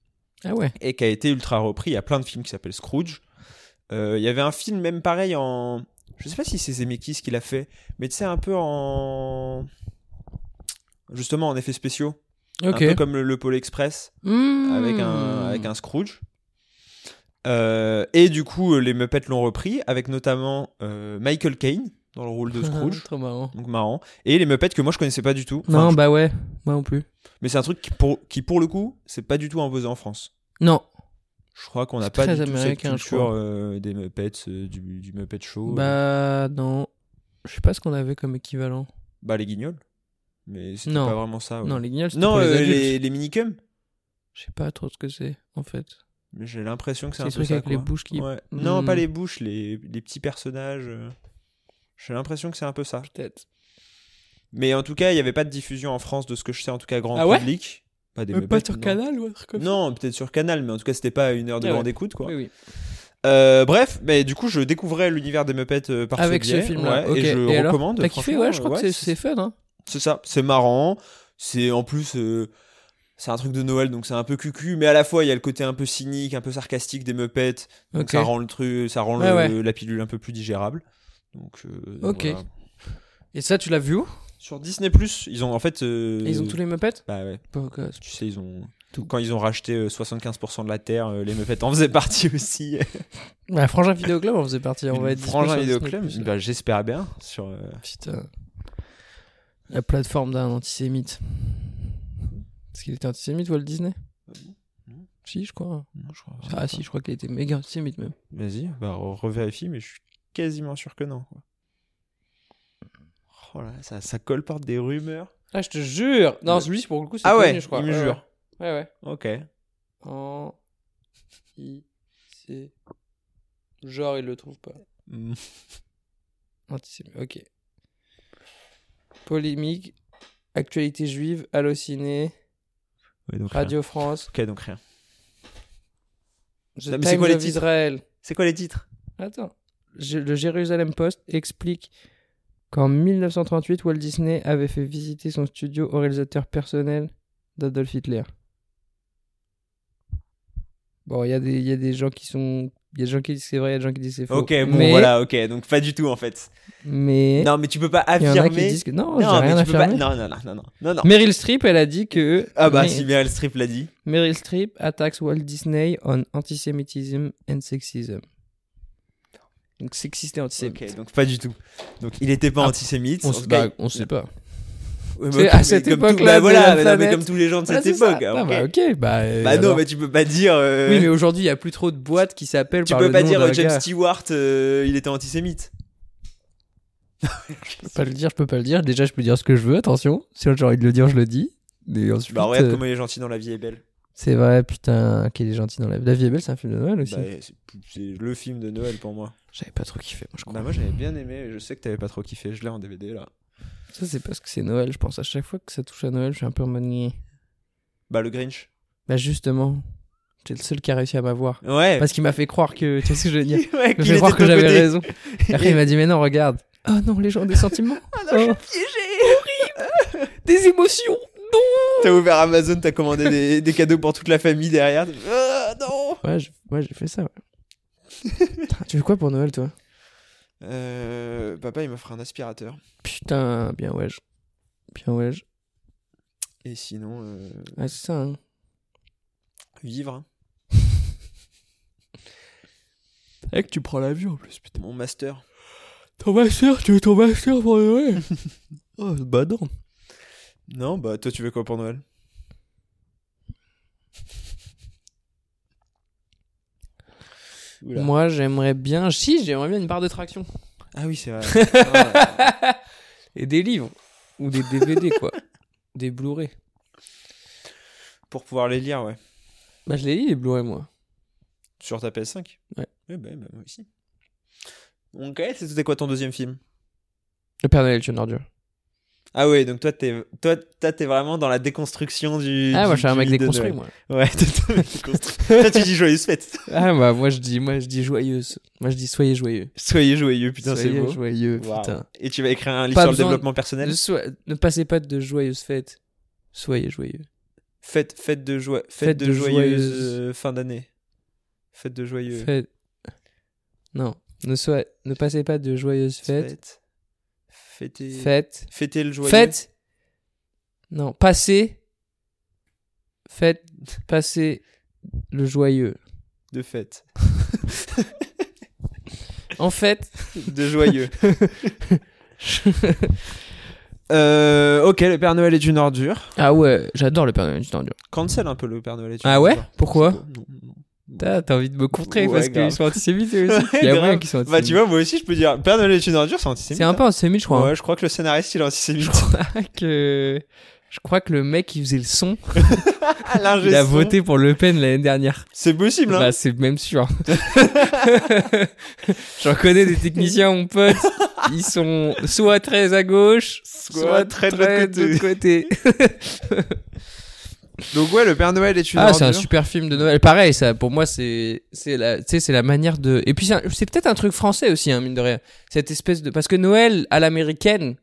[SPEAKER 5] Ah ouais.
[SPEAKER 6] et qui a été ultra repris. Il y a plein de films qui s'appellent Scrooge. Euh, Il y avait un film même pareil en je sais pas si c'est Zemeckis qui l'a fait mais tu sais un peu en justement en effets spéciaux
[SPEAKER 5] Ok.
[SPEAKER 6] un peu comme le, le Pôle Express
[SPEAKER 5] Hmm.
[SPEAKER 6] avec un, avec un Scrooge. Euh, et du coup, euh, les Muppets l'ont repris, avec notamment euh, Michael Caine dans le rôle de Scrooge.
[SPEAKER 5] Trop marrant.
[SPEAKER 6] Donc marrant. Et les Muppets que moi je connaissais pas du tout. Enfin,
[SPEAKER 5] Non,
[SPEAKER 6] je-
[SPEAKER 5] bah ouais, moi non plus.
[SPEAKER 6] Mais c'est un truc qui pour, qui, pour le coup, c'est pas du tout imposé en France.
[SPEAKER 5] Non,
[SPEAKER 6] Je crois qu'on n'a
[SPEAKER 5] C'est
[SPEAKER 6] pas
[SPEAKER 5] très
[SPEAKER 6] du tout cette
[SPEAKER 5] américain, je
[SPEAKER 6] culture
[SPEAKER 5] crois.
[SPEAKER 6] euh, des Muppets, euh, du, du Muppet Show. euh,
[SPEAKER 5] bah non. Je sais pas ce qu'on avait comme équivalent.
[SPEAKER 6] bah, les Guignols. Mais c'était
[SPEAKER 5] Non.
[SPEAKER 6] pas vraiment ça. ouais.
[SPEAKER 5] Non, les guignols, c'était
[SPEAKER 6] Non,
[SPEAKER 5] pour les
[SPEAKER 6] euh,
[SPEAKER 5] adultes.
[SPEAKER 6] les, les minicums.
[SPEAKER 5] Je sais pas trop ce que c'est, en fait.
[SPEAKER 6] Mais J'ai l'impression que c'est
[SPEAKER 5] C'est
[SPEAKER 6] un
[SPEAKER 5] les
[SPEAKER 6] peu
[SPEAKER 5] trucs
[SPEAKER 6] ça.
[SPEAKER 5] avec les
[SPEAKER 6] quoi.
[SPEAKER 5] bouches qui-
[SPEAKER 6] Ouais. Non,
[SPEAKER 5] Hmm.
[SPEAKER 6] pas les bouches, les, les petits personnages. euh. J'ai l'impression que c'est un peu ça.
[SPEAKER 5] Peut-être.
[SPEAKER 6] Mais en tout cas, il n'y avait pas de diffusion en France de ce que je sais, en tout cas grand
[SPEAKER 5] Ah ouais
[SPEAKER 6] public. Pas des
[SPEAKER 5] Même pas
[SPEAKER 6] Muppets,
[SPEAKER 5] sur
[SPEAKER 6] non.
[SPEAKER 5] Canal ou un truc comme ça
[SPEAKER 6] Non, peut-être sur Canal, mais en tout cas, c'était pas à une heure de
[SPEAKER 5] Ah ouais.
[SPEAKER 6] grande écoute, quoi.
[SPEAKER 5] Oui, oui.
[SPEAKER 6] Euh, bref, mais du coup, je découvrais l'univers des Muppets euh, par
[SPEAKER 5] Avec
[SPEAKER 6] ce biais,
[SPEAKER 5] ce film-là.
[SPEAKER 6] ouais,
[SPEAKER 5] ok.
[SPEAKER 6] et je
[SPEAKER 5] alors,
[SPEAKER 6] recommande.
[SPEAKER 5] T'as kiffé,
[SPEAKER 6] franchement,
[SPEAKER 5] ouais, je crois
[SPEAKER 6] euh,
[SPEAKER 5] que c'est-
[SPEAKER 6] c'est
[SPEAKER 5] c'est fun, hein.
[SPEAKER 6] c'est ça, c'est marrant. C'est en plus, euh, c'est un truc de Noël, donc c'est un peu cucu, mais à la fois, il y a le côté un peu cynique, un peu sarcastique des Muppets, donc
[SPEAKER 5] Ok.
[SPEAKER 6] ça rend le truc, ça rend le-
[SPEAKER 5] Ouais, ouais.
[SPEAKER 6] la pilule un peu plus digérable. Donc, euh, donc
[SPEAKER 5] Ok.
[SPEAKER 6] voilà.
[SPEAKER 5] Et ça, tu l'as vu où
[SPEAKER 6] Sur Disney Plus, ils ont en fait. euh,
[SPEAKER 5] Et ils ont tous les Muppets
[SPEAKER 6] Bah ouais.
[SPEAKER 5] Pourquoi
[SPEAKER 6] Tu sais, ils ont.
[SPEAKER 5] Tout.
[SPEAKER 6] Quand ils ont racheté euh, 75% de la terre, euh, les Muppets en faisaient partie aussi.
[SPEAKER 5] Bah, Frangin Vidéoclub, on faisait partie. On va
[SPEAKER 6] Une
[SPEAKER 5] être
[SPEAKER 6] Frangin
[SPEAKER 5] dispo sur
[SPEAKER 6] Vidéoclub,
[SPEAKER 5] Disney+.
[SPEAKER 6] bah, j'espère bien. Sur, euh,
[SPEAKER 5] Putain. La plateforme d'un antisémite. Est-ce qu'il était antisémite, Walt Disney
[SPEAKER 6] Ah Non.
[SPEAKER 5] Si, je crois.
[SPEAKER 6] non, je crois pas.
[SPEAKER 5] Ah, si, je crois qu'il était méga antisémite même.
[SPEAKER 6] Vas-y, bah, re- revérifie, mais je suis quasiment sûr que non. quoi. Oh là, là, ça, ça colporte des rumeurs.
[SPEAKER 5] Ah, je te jure Non,
[SPEAKER 6] Le-
[SPEAKER 5] celui-ci, pour le coup, c'est
[SPEAKER 6] Ah ouais,
[SPEAKER 5] connu, je crois.
[SPEAKER 6] il me
[SPEAKER 5] Ouais,
[SPEAKER 6] jure.
[SPEAKER 5] Ouais, ouais.
[SPEAKER 6] Ok.
[SPEAKER 5] En... I... C... Genre, il le trouve pas.
[SPEAKER 6] Mm.
[SPEAKER 5] Antisémite, ok. Polémique, actualité juive, Allociné,
[SPEAKER 6] Ouais, donc rien.
[SPEAKER 5] Radio France,
[SPEAKER 6] Ok, donc rien.
[SPEAKER 5] The
[SPEAKER 6] Non, mais c'est
[SPEAKER 5] Times
[SPEAKER 6] quoi les
[SPEAKER 5] of
[SPEAKER 6] titres
[SPEAKER 5] Israel.
[SPEAKER 6] C'est quoi les titres
[SPEAKER 5] Attends. Je- Le Jérusalem Post explique qu'en 1938, Walt Disney avait fait visiter son studio au réalisateur personnel d'Adolf Hitler. Bon, il y, a des- il y a des gens qui sont. Il y a des gens qui disent que c'est vrai, il y a des gens qui disent que c'est faux.
[SPEAKER 6] Ok, bon
[SPEAKER 5] Mais-
[SPEAKER 6] voilà, ok, donc pas du tout en fait.
[SPEAKER 5] Mais.
[SPEAKER 6] Non, mais tu peux pas
[SPEAKER 5] il y en
[SPEAKER 6] affirmer.
[SPEAKER 5] a qui disent que. Non, j'ai
[SPEAKER 6] Non,
[SPEAKER 5] rien
[SPEAKER 6] mais tu peux pas...
[SPEAKER 5] affirmé.
[SPEAKER 6] non, non, non, non, non, non, non.
[SPEAKER 5] Meryl Streep, elle a dit que.
[SPEAKER 6] Ah bah
[SPEAKER 5] Mais-
[SPEAKER 6] si Meryl Streep l'a dit.
[SPEAKER 5] Meryl Streep attacks Walt Disney on antisémitisme and sexism. Donc sexiste et antisémite.
[SPEAKER 6] Ok, donc pas du tout. Donc il était pas
[SPEAKER 5] Ah,
[SPEAKER 6] antisémite.
[SPEAKER 5] On,
[SPEAKER 6] en
[SPEAKER 5] se-
[SPEAKER 6] tout cas,
[SPEAKER 5] bah, on sait pas.
[SPEAKER 6] Ouais, mais
[SPEAKER 5] C'est
[SPEAKER 6] ok,
[SPEAKER 5] à
[SPEAKER 6] mais
[SPEAKER 5] cette
[SPEAKER 6] comme tout- bah,
[SPEAKER 5] époque-là de la
[SPEAKER 6] voilà, mais non, mais
[SPEAKER 5] planète.
[SPEAKER 6] comme tous les gens de
[SPEAKER 5] Voilà,
[SPEAKER 6] cette
[SPEAKER 5] c'est ça.
[SPEAKER 6] époque. hein,
[SPEAKER 5] Non,
[SPEAKER 6] ok.
[SPEAKER 5] bah, ok, bah. euh,
[SPEAKER 6] Bah non,
[SPEAKER 5] alors.
[SPEAKER 6] mais tu peux pas dire. euh,
[SPEAKER 5] Oui, mais aujourd'hui, il n'y a plus trop de boîtes qui s'appellent
[SPEAKER 6] tu
[SPEAKER 5] par
[SPEAKER 6] peux
[SPEAKER 5] le
[SPEAKER 6] pas
[SPEAKER 5] nom
[SPEAKER 6] dire
[SPEAKER 5] d'un
[SPEAKER 6] euh, James
[SPEAKER 5] gars.
[SPEAKER 6] Stewart, euh, il était antisémite.
[SPEAKER 5] Je peux pas le dire, je peux pas le dire. Déjà, je peux dire ce que je veux, attention. Si j'ai envie de le dire, je le dis. Et ensuite,
[SPEAKER 6] Bah regarde
[SPEAKER 5] euh,
[SPEAKER 6] comment il est gentil dans La vie est belle.
[SPEAKER 5] c'est vrai, putain, qu'il est gentil dans la vie. La vie est belle, c'est un film de Noël aussi.
[SPEAKER 6] Bah, c'est c'est le film de Noël pour moi.
[SPEAKER 5] J'avais pas trop kiffé, moi, je crois.
[SPEAKER 6] Bah, moi j'avais bien aimé, je sais que t'avais pas trop kiffé, je l'ai en DVD là.
[SPEAKER 5] Ça, c'est parce que c'est Noël, je pense. À chaque fois que ça touche à Noël, je suis un peu manié.
[SPEAKER 6] Bah le Grinch.
[SPEAKER 5] Bah, justement, t'es le seul qui a réussi à m'avoir.
[SPEAKER 6] Ouais.
[SPEAKER 5] Parce qu'il m'a fait croire que. Tu vois ce que je veux dire
[SPEAKER 6] Ouais,
[SPEAKER 5] Je
[SPEAKER 6] qu'il
[SPEAKER 5] vais
[SPEAKER 6] était
[SPEAKER 5] croire
[SPEAKER 6] de
[SPEAKER 5] que
[SPEAKER 6] ton
[SPEAKER 5] j'avais
[SPEAKER 6] côté.
[SPEAKER 5] raison. Et Après, il m'a dit, mais non, regarde. Oh non, les gens ont des sentiments. Ah non, je suis piégé. Oh. Horrible. Des émotions.
[SPEAKER 6] T'as ouvert Amazon, t'as commandé des, des cadeaux pour toute la famille derrière. Ah non
[SPEAKER 5] Ouais, je- ouais, j'ai fait ça. ouais. Putain, tu veux quoi pour Noël, toi
[SPEAKER 6] Euh, Papa, il m'offre un aspirateur.
[SPEAKER 5] Putain, bien ouais. je- Bien ouais. je-
[SPEAKER 6] Et sinon, euh,
[SPEAKER 5] Ouais, c'est ça. hein.
[SPEAKER 6] vivre. hein.
[SPEAKER 5] Eh, que tu prends l'avion en plus, putain.
[SPEAKER 6] Mon master.
[SPEAKER 5] Ton master, tu veux ton master pour Noël Oh, bah non.
[SPEAKER 6] Non, bah toi, tu veux quoi pour Noël Oula.
[SPEAKER 5] Moi, j'aimerais bien. Si, j'aimerais bien une barre de traction.
[SPEAKER 6] Ah oui, c'est vrai. Ah,
[SPEAKER 5] Et des livres. Ou des DVD, quoi. Des Blu-ray.
[SPEAKER 6] pour pouvoir les lire, ouais.
[SPEAKER 5] Bah, je les lis, les Blu-ray, moi.
[SPEAKER 6] Sur ta PS5
[SPEAKER 5] Ouais.
[SPEAKER 6] Eh ben, bah, moi aussi. Ok, c'était quoi ton deuxième film
[SPEAKER 5] Le Père Noël, tu es une ordure.
[SPEAKER 6] Ah ouais, donc toi, t'es toi, toi, t'es vraiment dans la déconstruction du.
[SPEAKER 5] Ah,
[SPEAKER 6] du-
[SPEAKER 5] moi, je suis un
[SPEAKER 6] du
[SPEAKER 5] mec
[SPEAKER 6] mythe de
[SPEAKER 5] déconstruit,
[SPEAKER 6] Noël.
[SPEAKER 5] moi.
[SPEAKER 6] Ouais, t'es un mec déconstruit. Toi, tu dis joyeuse fête.
[SPEAKER 5] Ah bah moi je dis moi je dis joyeuse. Moi je dis soyez joyeux.
[SPEAKER 6] Soyez joyeux, putain, c'est
[SPEAKER 5] soyez
[SPEAKER 6] beau.
[SPEAKER 5] joyeux,
[SPEAKER 6] Waouh.
[SPEAKER 5] putain.
[SPEAKER 6] Et tu vas écrire un livre
[SPEAKER 5] Pas
[SPEAKER 6] sur le
[SPEAKER 5] besoin de-
[SPEAKER 6] développement
[SPEAKER 5] Ne,
[SPEAKER 6] personnel.
[SPEAKER 5] sois- ne passez pas de joyeuses fêtes. Soyez joyeux.
[SPEAKER 6] Fête, fête de joie, fête,
[SPEAKER 5] Fête
[SPEAKER 6] de,
[SPEAKER 5] de
[SPEAKER 6] joyeuse
[SPEAKER 5] joyeuse.
[SPEAKER 6] euh, fin d'année. Fête de joyeux.
[SPEAKER 5] Faites- Non, ne sois ne passez pas de joyeuses fêtes.
[SPEAKER 6] Fête. Fêtez.
[SPEAKER 5] Fêtes.
[SPEAKER 6] Fêtez le joyeux.
[SPEAKER 5] Fêtes. Non, passez. Faites passez le joyeux.
[SPEAKER 6] De fête.
[SPEAKER 5] En fait,
[SPEAKER 6] De joyeux. Euh, ok, le Père Noël est une ordure.
[SPEAKER 5] ah ouais, j'adore le Père Noël, je t'en jure.
[SPEAKER 6] Cancel un peu le Père Noël est une
[SPEAKER 5] Ah ouais
[SPEAKER 6] ordure.
[SPEAKER 5] Pourquoi
[SPEAKER 6] Non, non.
[SPEAKER 5] T'as t'as envie de me contrer
[SPEAKER 6] Ouais,
[SPEAKER 5] parce que
[SPEAKER 6] grave.
[SPEAKER 5] qu'ils sont antisémites eux aussi. Il y a
[SPEAKER 6] Ouais,
[SPEAKER 5] moyen
[SPEAKER 6] grave.
[SPEAKER 5] qu'ils sont antisémites.
[SPEAKER 6] Bah tu vois, moi aussi je peux dire Père Noël est une ordure, c'est antisémite.
[SPEAKER 5] c'est un peu antisémite je crois. hein.
[SPEAKER 6] Ouais, je crois que le scénariste il est antisémite.
[SPEAKER 5] Je crois que je crois que le mec qui faisait le son,
[SPEAKER 6] Ah, L'ingé
[SPEAKER 5] il a
[SPEAKER 6] son.
[SPEAKER 5] voté pour Le Pen l'année dernière.
[SPEAKER 6] C'est possible, hein.
[SPEAKER 5] Bah, c'est même sûr. J'en connais des techniciens, mon pote. Ils sont soit très à gauche, soit, très,
[SPEAKER 6] très de l'autre
[SPEAKER 5] de l'autre côté.
[SPEAKER 6] Donc ouais, le Père Noël est une
[SPEAKER 5] Ah,
[SPEAKER 6] ordure.
[SPEAKER 5] c'est un super film de Noël. Pareil, ça, pour moi, c'est, c'est la, tu sais, c'est la manière de. Et puis, c'est un- c'est peut-être un truc français aussi, hein, mine de rien. Cette espèce de. Parce que Noël, à l'américaine,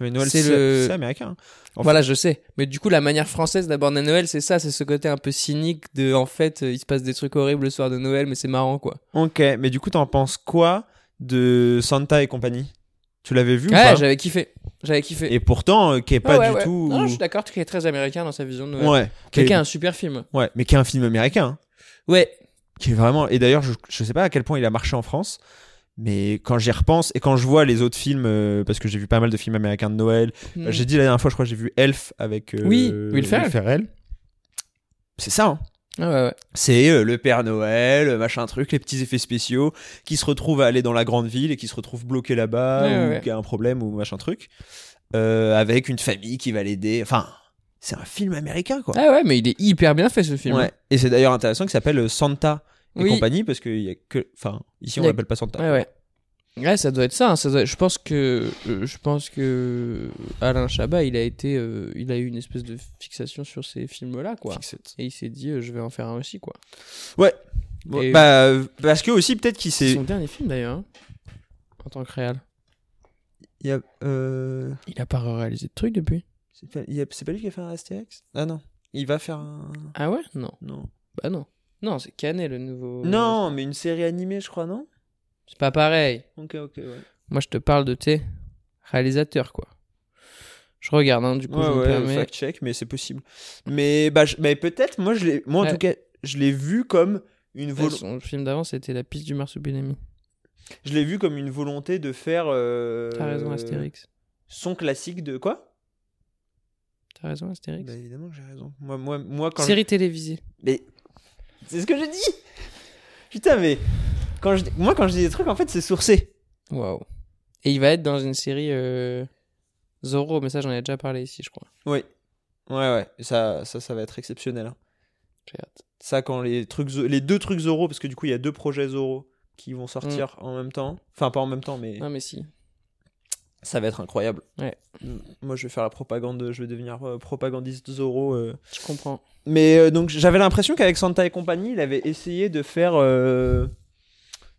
[SPEAKER 6] Mais Noël,
[SPEAKER 5] C'est
[SPEAKER 6] c'est
[SPEAKER 5] le-
[SPEAKER 6] c'est américain. hein. Enfin-
[SPEAKER 5] Voilà, je sais. Mais du coup, la manière française d'aborder Noël, c'est ça, c'est ce côté un peu cynique de, en fait, euh, il se passe des trucs horribles le soir de Noël, mais c'est marrant, quoi.
[SPEAKER 6] Ok, mais du coup, t'en penses quoi de Santa et compagnie Tu l'avais vu ou
[SPEAKER 5] Ouais,
[SPEAKER 6] pas
[SPEAKER 5] j'avais kiffé. J'avais kiffé.
[SPEAKER 6] Et pourtant, euh, qui est pas
[SPEAKER 5] Ah Ouais,
[SPEAKER 6] du
[SPEAKER 5] ouais.
[SPEAKER 6] tout.
[SPEAKER 5] Non, non, je suis d'accord qu'il est très américain dans sa vision de Noël.
[SPEAKER 6] ouais, qui est-
[SPEAKER 5] Quelqu'un a un super film.
[SPEAKER 6] ouais, mais qui est un film américain. hein,
[SPEAKER 5] Ouais.
[SPEAKER 6] qui est vraiment. Et d'ailleurs, je, je sais pas à quel point il a marché en France. Mais quand j'y repense et quand je vois les autres films, euh, parce que j'ai vu pas mal de films américains de Noël, Euh,
[SPEAKER 5] Hmm.
[SPEAKER 6] J'ai dit la dernière fois, je crois, que j'ai vu Elf avec euh,
[SPEAKER 5] Mm. Oui, Will Ferrell.
[SPEAKER 6] C'est ça. hein.
[SPEAKER 5] Ah ouais, ouais.
[SPEAKER 6] C'est euh, le Père Noël, euh, machin truc, les petits effets spéciaux, qui se retrouvent à aller dans la grande ville et qui se retrouvent bloqués là-bas,
[SPEAKER 5] Ouais,
[SPEAKER 6] ou
[SPEAKER 5] ouais, ouais.
[SPEAKER 6] qui a un problème ou machin truc, Euh, avec une famille qui va l'aider. Enfin, c'est un film américain, quoi.
[SPEAKER 5] Ah ouais, mais il est hyper bien fait ce film.
[SPEAKER 6] Ouais. Et c'est d'ailleurs intéressant qu'il s'appelle euh, Santa et
[SPEAKER 5] Oui.
[SPEAKER 6] compagnie parce qu'il y a que, enfin, ici on
[SPEAKER 5] Il y a-
[SPEAKER 6] l'appelle pas Santa.
[SPEAKER 5] Ouais, ouais. Ouais, ça doit être ça. hein, ça doit- Je pense que euh, je pense que Alain Chabat, il a été, euh, il a eu une espèce de fixation sur ces films-là, quoi.
[SPEAKER 6] Fixette.
[SPEAKER 5] Et il s'est dit, euh, je vais en faire un aussi, quoi.
[SPEAKER 6] Bon,
[SPEAKER 5] Et-
[SPEAKER 6] bah, euh, parce que aussi peut-être qu'il
[SPEAKER 5] C'est
[SPEAKER 6] s'est.
[SPEAKER 5] son dernier film d'ailleurs, hein, en tant que réal.
[SPEAKER 6] il y a, euh,
[SPEAKER 5] Il a pas réalisé de trucs depuis.
[SPEAKER 6] C'est pas, il y a- c'est pas lui qui a fait un Astérix Ah non. Il va faire un.
[SPEAKER 5] Ah ouais Non.
[SPEAKER 6] Non.
[SPEAKER 5] Bah non. Non, c'est Canet le nouveau.
[SPEAKER 6] Non, mais une série animée, je crois, non
[SPEAKER 5] C'est pas pareil.
[SPEAKER 6] Ok, ok, ouais.
[SPEAKER 5] Moi, je te parle de tes réalisateurs, quoi. Je regarde, hein, du coup, je
[SPEAKER 6] Ouais,
[SPEAKER 5] me
[SPEAKER 6] ouais,
[SPEAKER 5] permets.
[SPEAKER 6] fact-check, mais c'est possible. Mais, bah, je- mais peut-être, moi, je l'ai, moi en
[SPEAKER 5] Ouais.
[SPEAKER 6] tout cas, je l'ai vu comme une
[SPEAKER 5] Ouais,
[SPEAKER 6] volonté.
[SPEAKER 5] Bah, Son film d'avant, c'était La piste du marsupilami.
[SPEAKER 6] Je l'ai vu comme une volonté de faire. euh,
[SPEAKER 5] T'as raison, Astérix.
[SPEAKER 6] Son classique de quoi
[SPEAKER 5] T'as raison, Astérix.
[SPEAKER 6] Bah, évidemment, que j'ai raison. Moi, moi, moi quand. je-
[SPEAKER 5] Série télévisée.
[SPEAKER 6] Mais c'est ce que j'ai dit. Putain, mais quand je... moi, quand je dis des trucs, en fait, c'est sourcé.
[SPEAKER 5] Waouh. Et il va être dans une série euh, Zorro, mais ça, j'en ai déjà parlé ici, je crois.
[SPEAKER 6] Oui. Ouais, ouais. Ça, ça, ça va être exceptionnel. hein.
[SPEAKER 5] J'ai hâte.
[SPEAKER 6] ça quand les trucs Zo- les deux trucs Zoro parce que du coup il y a deux projets Zoro qui vont
[SPEAKER 5] Mm.
[SPEAKER 6] sortir en même temps enfin pas en même temps mais
[SPEAKER 5] Non, mais si.
[SPEAKER 6] ça va être incroyable
[SPEAKER 5] Ouais.
[SPEAKER 6] Mm. moi je vais faire la propagande de- je vais devenir euh, propagandiste Zoro euh.
[SPEAKER 5] Je comprends.
[SPEAKER 6] mais euh, donc j'avais l'impression qu'avec Santa et compagnie il avait essayé de faire euh,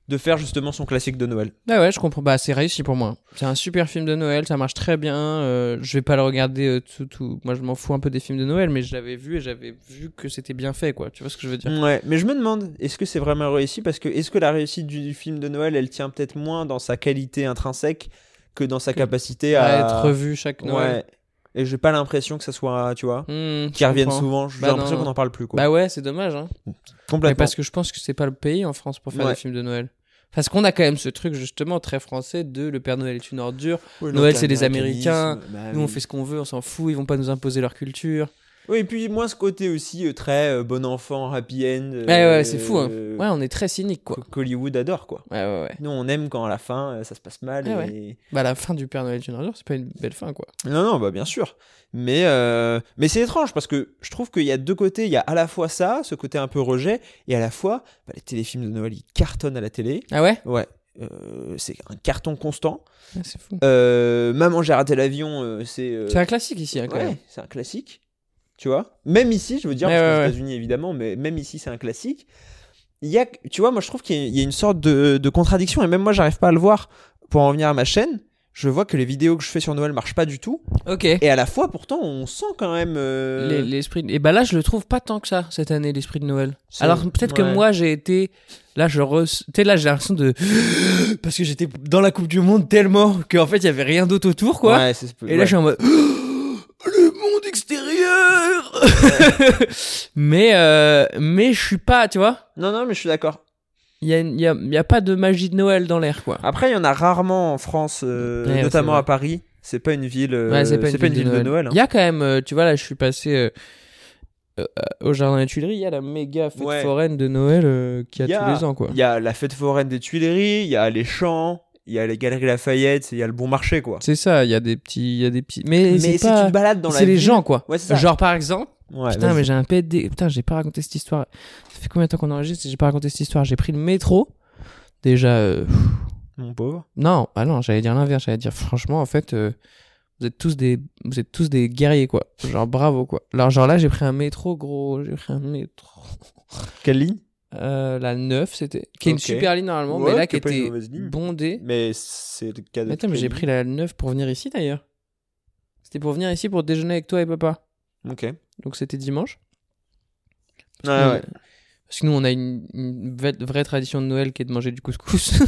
[SPEAKER 6] de faire justement son classique de Noël
[SPEAKER 5] Bah ouais, je comprends. Bah, c'est réussi pour moi. C'est un super film de Noël, ça marche très bien. euh, je vais pas le regarder euh, tout, tout. Moi, je m'en fous un peu des films de Noël, mais je l'avais vu et j'avais vu que c'était bien fait, quoi. Tu vois ce que je veux dire
[SPEAKER 6] ouais mais je me demande est-ce que c'est vraiment réussi parce que est-ce que la réussite du, du film de Noël elle tient peut-être moins dans sa qualité intrinsèque que dans sa
[SPEAKER 5] Que-
[SPEAKER 6] capacité à,
[SPEAKER 5] À être revu chaque Noël.
[SPEAKER 6] Ah. ouais et j'ai pas l'impression que ça soit tu vois
[SPEAKER 5] Hmm,
[SPEAKER 6] qui
[SPEAKER 5] je
[SPEAKER 6] reviennent
[SPEAKER 5] comprends.
[SPEAKER 6] souvent. J'ai
[SPEAKER 5] Bah
[SPEAKER 6] l'impression
[SPEAKER 5] non,
[SPEAKER 6] qu'on
[SPEAKER 5] non.
[SPEAKER 6] n'en parle plus. Quoi.
[SPEAKER 5] Bah ouais, c'est dommage, hein. Mais
[SPEAKER 6] Complètement.
[SPEAKER 5] parce que je pense que c'est pas le pays en France pour faire
[SPEAKER 6] Ouais.
[SPEAKER 5] des films de Noël. Parce qu'on a quand même ce truc justement très français de le Père Noël est une ordure.
[SPEAKER 6] Oui,
[SPEAKER 5] Noël,
[SPEAKER 6] donc,
[SPEAKER 5] c'est les
[SPEAKER 6] l'américanisme,
[SPEAKER 5] Américains,
[SPEAKER 6] bah
[SPEAKER 5] Nous on
[SPEAKER 6] oui.
[SPEAKER 5] fait ce qu'on veut, on s'en fout, ils vont pas nous imposer leur culture.
[SPEAKER 6] Oui, et puis moins ce côté aussi euh, très euh, bon enfant, happy end. euh,
[SPEAKER 5] Ouais ouais, c'est fou. Hein.
[SPEAKER 6] euh,
[SPEAKER 5] Ouais, on est très cynique quoi.
[SPEAKER 6] que- qu'Hollywood adore, quoi.
[SPEAKER 5] Ouais ouais ouais.
[SPEAKER 6] Nous, on aime quand à la fin euh, ça se passe mal.
[SPEAKER 5] Ah
[SPEAKER 6] et-
[SPEAKER 5] Bah la fin du Père Noël est une ordure, c'est pas une belle fin quoi.
[SPEAKER 6] Non, non, bah bien sûr. Mais, euh, mais c'est étrange parce que je trouve qu'il y a deux côtés. Il y a à la fois ça, ce côté un peu rejet, et à la fois bah, les téléfilms de Noël ils cartonnent à la télé.
[SPEAKER 5] Ah ouais,
[SPEAKER 6] Ouais, euh, c'est un carton constant.
[SPEAKER 5] Ouais, C'est fou.
[SPEAKER 6] Euh, Maman, j'ai raté l'avion, euh, c'est. euh,
[SPEAKER 5] C'est un classique ici hein, quand
[SPEAKER 6] Ouais,
[SPEAKER 5] même.
[SPEAKER 6] c'est un classique. Tu vois Même ici, je veux dire,
[SPEAKER 5] Ouais,
[SPEAKER 6] parce qu'aux
[SPEAKER 5] ouais, ouais.
[SPEAKER 6] États-Unis évidemment, mais même ici, c'est un classique. Il y a, tu vois, moi je trouve qu'il y a- il y a une sorte de, de contradiction, et même moi, j'arrive pas à le voir pour en venir à ma chaîne. Je vois que les vidéos que je fais sur Noël marchent pas du tout,
[SPEAKER 5] Ok.
[SPEAKER 6] et à la fois, pourtant, on sent quand même. euh,
[SPEAKER 5] Les- L'esprit. de- Et bah là, je le trouve pas tant que ça cette année, l'esprit de Noël.
[SPEAKER 6] c'est-
[SPEAKER 5] Alors peut-être que
[SPEAKER 6] ouais.
[SPEAKER 5] moi j'ai été là je re... tu sais là j'ai l'impression de parce que j'étais dans la Coupe du monde tellement qu'en fait il y avait rien d'autre autour quoi.
[SPEAKER 6] Ouais, c'est-
[SPEAKER 5] Et là
[SPEAKER 6] ouais.
[SPEAKER 5] je suis en mode le monde extérieur. mais euh, mais je suis pas, tu vois.
[SPEAKER 6] Non, non, mais je suis d'accord.
[SPEAKER 5] Il y a, une- il y, a, il y a pas de magie de Noël dans l'air quoi.
[SPEAKER 6] Après, il y en a rarement en France, euh,
[SPEAKER 5] Ouais, ouais, c'est
[SPEAKER 6] notamment
[SPEAKER 5] vrai.
[SPEAKER 6] à Paris. C'est pas une ville. euh,
[SPEAKER 5] Ouais, c'est pas, une ville
[SPEAKER 6] de Noël. hein.
[SPEAKER 5] Il y a quand même, euh, tu vois là je suis passé euh, euh, au jardin des Tuileries, il y a la méga fête
[SPEAKER 6] Ouais.
[SPEAKER 5] foraine de Noël euh, qu'il y
[SPEAKER 6] Il y
[SPEAKER 5] a,
[SPEAKER 6] a-
[SPEAKER 5] tous les ans quoi.
[SPEAKER 6] Il y a la fête foraine des Tuileries, il y a les champs, il y a les galeries Lafayette, il y a le bon marché, quoi.
[SPEAKER 5] C'est ça, il y a des petits, il y a des petits. Mais,
[SPEAKER 6] Mais
[SPEAKER 5] c'est
[SPEAKER 6] si
[SPEAKER 5] pas.
[SPEAKER 6] tu te balades dans la
[SPEAKER 5] C'est les
[SPEAKER 6] ville-
[SPEAKER 5] gens quoi.
[SPEAKER 6] Ouais, c'est ça.
[SPEAKER 5] Genre par exemple.
[SPEAKER 6] Ouais,
[SPEAKER 5] Putain,
[SPEAKER 6] vas-y.
[SPEAKER 5] mais j'ai un PDD. Putain, j'ai pas raconté cette histoire. Ça fait combien de temps qu'on enregistre et j'ai pas raconté cette histoire J'ai pris le métro. Déjà, euh, pff,
[SPEAKER 6] Mon pauvre.
[SPEAKER 5] non, bah non, j'allais dire l'inverse. J'allais dire, franchement, en fait, euh, vous êtes tous des, vous êtes tous des guerriers, quoi. Genre, bravo, quoi. Alors, genre là, j'ai pris un métro, gros. J'ai pris un métro.
[SPEAKER 6] Quelle ligne
[SPEAKER 5] Euh, la 9, c'était. Qui est
[SPEAKER 6] Ok.
[SPEAKER 5] une super ligne normalement,
[SPEAKER 6] Ouais,
[SPEAKER 5] mais là,
[SPEAKER 6] qui
[SPEAKER 5] qui
[SPEAKER 6] est pas une
[SPEAKER 5] était
[SPEAKER 6] mauvaise ligne.
[SPEAKER 5] bondée.
[SPEAKER 6] Mais c'est le cas de.
[SPEAKER 5] Mais attends, mais
[SPEAKER 6] toutes
[SPEAKER 5] j'ai
[SPEAKER 6] les
[SPEAKER 5] pris la 9 pour venir ici d'ailleurs. C'était pour venir ici pour déjeuner avec toi et papa.
[SPEAKER 6] lignes. Ok. Ouais,
[SPEAKER 5] Donc, c'était dimanche.
[SPEAKER 6] Ah ouais.
[SPEAKER 5] Ouais. Parce que nous, on a une, une vraie, vraie tradition de Noël qui est de manger du couscous.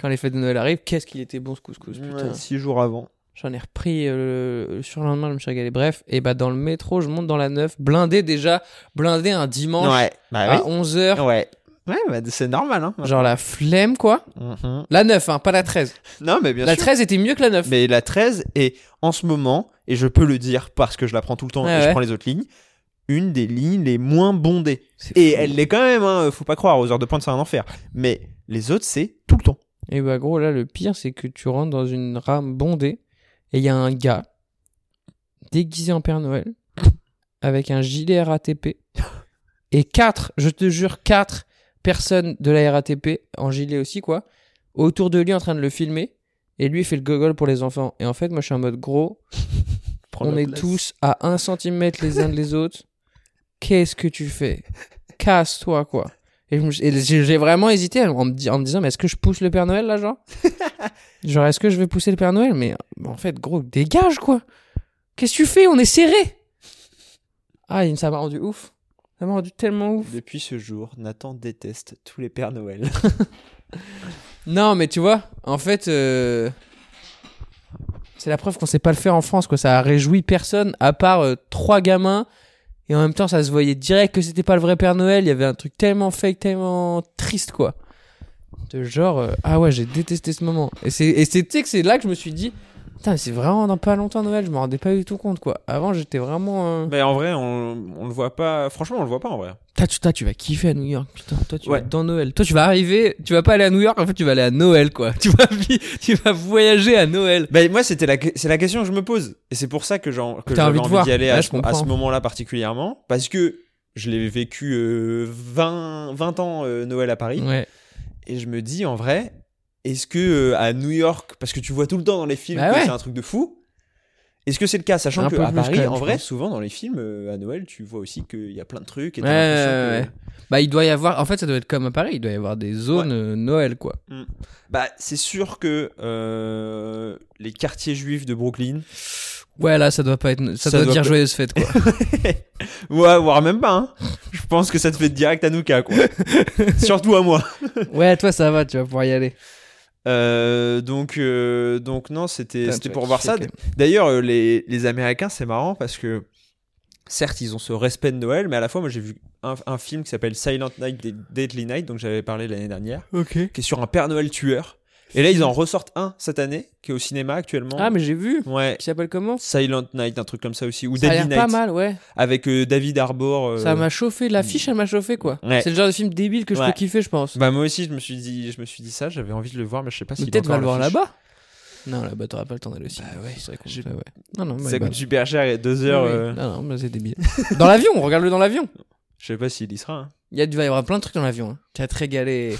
[SPEAKER 5] Quand les fêtes de Noël arrivent, qu'est-ce qu'il était bon ce couscous,
[SPEAKER 6] Ouais,
[SPEAKER 5] putain.
[SPEAKER 6] six jours avant.
[SPEAKER 5] J'en ai repris euh, le- le surlendemain, je me suis régalé. Bref, et bah dans le métro, je monte dans la 9, blindé déjà, blindé un dimanche
[SPEAKER 6] Ouais,
[SPEAKER 5] à
[SPEAKER 6] bah oui.
[SPEAKER 5] 11h.
[SPEAKER 6] Ouais. Ouais, bah c'est normal, hein.
[SPEAKER 5] Genre la flemme, quoi.
[SPEAKER 6] Mhm.
[SPEAKER 5] La 9, hein, pas la 13.
[SPEAKER 6] Non, mais bien
[SPEAKER 5] la
[SPEAKER 6] sûr.
[SPEAKER 5] 13 était mieux que la 9.
[SPEAKER 6] Mais la 13 est en ce moment, et je peux le dire parce que je la prends tout le temps
[SPEAKER 5] Ouais,
[SPEAKER 6] et je
[SPEAKER 5] ouais.
[SPEAKER 6] prends les autres lignes, une des lignes les moins bondées.
[SPEAKER 5] C'est
[SPEAKER 6] Et
[SPEAKER 5] fou.
[SPEAKER 6] elle l'est quand même, hein, faut pas croire, aux heures de pointe c'est un enfer. Mais les autres c'est tout le temps.
[SPEAKER 5] Et bah gros, là, le pire, c'est que tu rentres dans une rame bondée et il y a un gars déguisé en Père Noël avec un gilet RATP et quatre, je te jure, quatre personnes de la RATP en gilet aussi, quoi, autour de lui en train de le filmer. Et lui, il fait le gogol pour les enfants. Et en fait, moi, je suis en mode gros,
[SPEAKER 6] Prends
[SPEAKER 5] on
[SPEAKER 6] la
[SPEAKER 5] est
[SPEAKER 6] place.
[SPEAKER 5] tous à 1 cm les uns des autres. Qu'est-ce que tu fais Casse-toi, quoi. Et je me- et j'ai j'ai vraiment hésité en me, di- en me disant, mais est-ce que je pousse le Père Noël, là, genre Genre, est-ce que je vais pousser le Père Noël Mais mais en fait, gros, dégage, quoi. Qu'est-ce que tu fais On est serré. Ah, il- ça m'a rendu ouf. Ça m'a rendu tellement ouf.
[SPEAKER 6] Depuis ce jour, Nathan déteste tous les Pères Noël.
[SPEAKER 5] Non, mais tu vois, en fait, euh, c'est la preuve qu'on sait pas le faire en France, quoi. Ça a réjoui personne, à part euh, trois gamins. Et en même temps, ça se voyait direct que c'était pas le vrai Père Noël. Il y avait un truc tellement fake, tellement triste, quoi. De genre, euh, ah ouais, j'ai détesté ce moment. Et c'est, et c'est, tu sais que c'est là que je me suis dit, putain, mais c'est vraiment dans pas longtemps Noël. Je me rendais pas du tout compte, quoi. Avant, j'étais vraiment. euh,
[SPEAKER 6] Mais en vrai, on, on le voit pas. Franchement, on le voit pas en vrai.
[SPEAKER 5] Putain, tu, toi, tu vas kiffer à New York. Putain, toi, tu vas
[SPEAKER 6] Ouais.
[SPEAKER 5] être dans Noël. Toi, tu vas arriver, tu vas pas aller à New York, en fait, tu vas aller à Noël, quoi. Tu vas, vi- tu vas voyager à Noël.
[SPEAKER 6] Bah, moi, c'était la, que- c'est la question que je me pose. Et c'est pour ça que j'ai que
[SPEAKER 5] T'as
[SPEAKER 6] j'avais
[SPEAKER 5] envie de
[SPEAKER 6] envie,
[SPEAKER 5] voir.
[SPEAKER 6] d'y aller
[SPEAKER 5] Ouais,
[SPEAKER 6] à, ce-
[SPEAKER 5] je
[SPEAKER 6] à
[SPEAKER 5] comprends.
[SPEAKER 6] ce moment-là particulièrement. Parce que je l'ai vécu euh, 20, 20 ans euh, Noël à Paris.
[SPEAKER 5] Ouais.
[SPEAKER 6] Et je me dis, en vrai, est-ce que euh, à New York, parce que tu vois tout le temps dans les films
[SPEAKER 5] Bah
[SPEAKER 6] que
[SPEAKER 5] ouais.
[SPEAKER 6] c'est un truc de fou, est-ce que c'est le cas Sachant
[SPEAKER 5] Un
[SPEAKER 6] que
[SPEAKER 5] peu
[SPEAKER 6] à
[SPEAKER 5] plus
[SPEAKER 6] Paris,
[SPEAKER 5] quand même,
[SPEAKER 6] en
[SPEAKER 5] je
[SPEAKER 6] vrai,
[SPEAKER 5] pense.
[SPEAKER 6] souvent dans les films, euh, à Noël, tu vois aussi qu'il y a plein de trucs. Et t'as
[SPEAKER 5] Ouais,
[SPEAKER 6] l'impression que-
[SPEAKER 5] ouais, ouais. Bah, il doit y avoir, en fait, ça doit être comme à Paris, il doit y avoir des zones euh, Noël, quoi.
[SPEAKER 6] Bah, c'est sûr que euh, les quartiers juifs de Brooklyn,
[SPEAKER 5] Ouais, là, ça doit pas être, ça,
[SPEAKER 6] Ça
[SPEAKER 5] doit,
[SPEAKER 6] doit
[SPEAKER 5] dire
[SPEAKER 6] pas-
[SPEAKER 5] joyeuse fête, quoi.
[SPEAKER 6] Ouais, voire même pas. hein. Je pense que ça te fait direct à Nouka, quoi. Surtout à moi.
[SPEAKER 5] ouais, toi, ça va, tu vas pouvoir y aller.
[SPEAKER 6] Euh, donc, euh, donc non, c'était,
[SPEAKER 5] Putain,
[SPEAKER 6] c'était
[SPEAKER 5] tu
[SPEAKER 6] pour
[SPEAKER 5] vas
[SPEAKER 6] voir ça.
[SPEAKER 5] kiffer, quand
[SPEAKER 6] D'ailleurs, euh, les, les Américains, c'est marrant parce que certes, ils ont ce respect de Noël, mais à la fois, moi, j'ai vu un, un film qui s'appelle Silent Night, Dead- Deadly Night, dont j'avais parlé l'année dernière,
[SPEAKER 5] Ok.
[SPEAKER 6] qui est sur un Père Noël tueur. Et là, ils en ressortent un cette année, qui est au cinéma actuellement.
[SPEAKER 5] Ah, mais j'ai vu.
[SPEAKER 6] Ouais.
[SPEAKER 5] Qui s'appelle comment
[SPEAKER 6] Silent Night, un truc comme ça aussi, ou
[SPEAKER 5] Ça a
[SPEAKER 6] Deadly
[SPEAKER 5] l'air pas
[SPEAKER 6] Night,
[SPEAKER 5] mal, ouais.
[SPEAKER 6] avec euh, David Harbour. euh,
[SPEAKER 5] Ça m'a chauffé, l'affiche, elle m'a chauffé, quoi.
[SPEAKER 6] Ouais.
[SPEAKER 5] C'est le genre de film débile que je
[SPEAKER 6] Ouais.
[SPEAKER 5] peux kiffer, je pense.
[SPEAKER 6] Bah moi aussi je me suis dit je me suis dit ça, j'avais envie de le voir mais je sais pas si
[SPEAKER 5] Mais Peut-être va le voir là-bas. Non, là-bas, t'auras pas le temps d'aller aussi. Bah ouais, c'est
[SPEAKER 6] J'ai-
[SPEAKER 5] ouais. Non, non,
[SPEAKER 6] Ça
[SPEAKER 5] bah,
[SPEAKER 6] coûte super cher et deux
[SPEAKER 5] Oui,
[SPEAKER 6] heures.
[SPEAKER 5] oui.
[SPEAKER 6] euh,
[SPEAKER 5] Non, non, mais c'est débile. dans l'avion, on regarde-le dans l'avion.
[SPEAKER 6] Je sais pas s'il y sera. hein.
[SPEAKER 5] Il y a, il va y avoir plein de trucs dans l'avion. hein. Tu vas te régaler.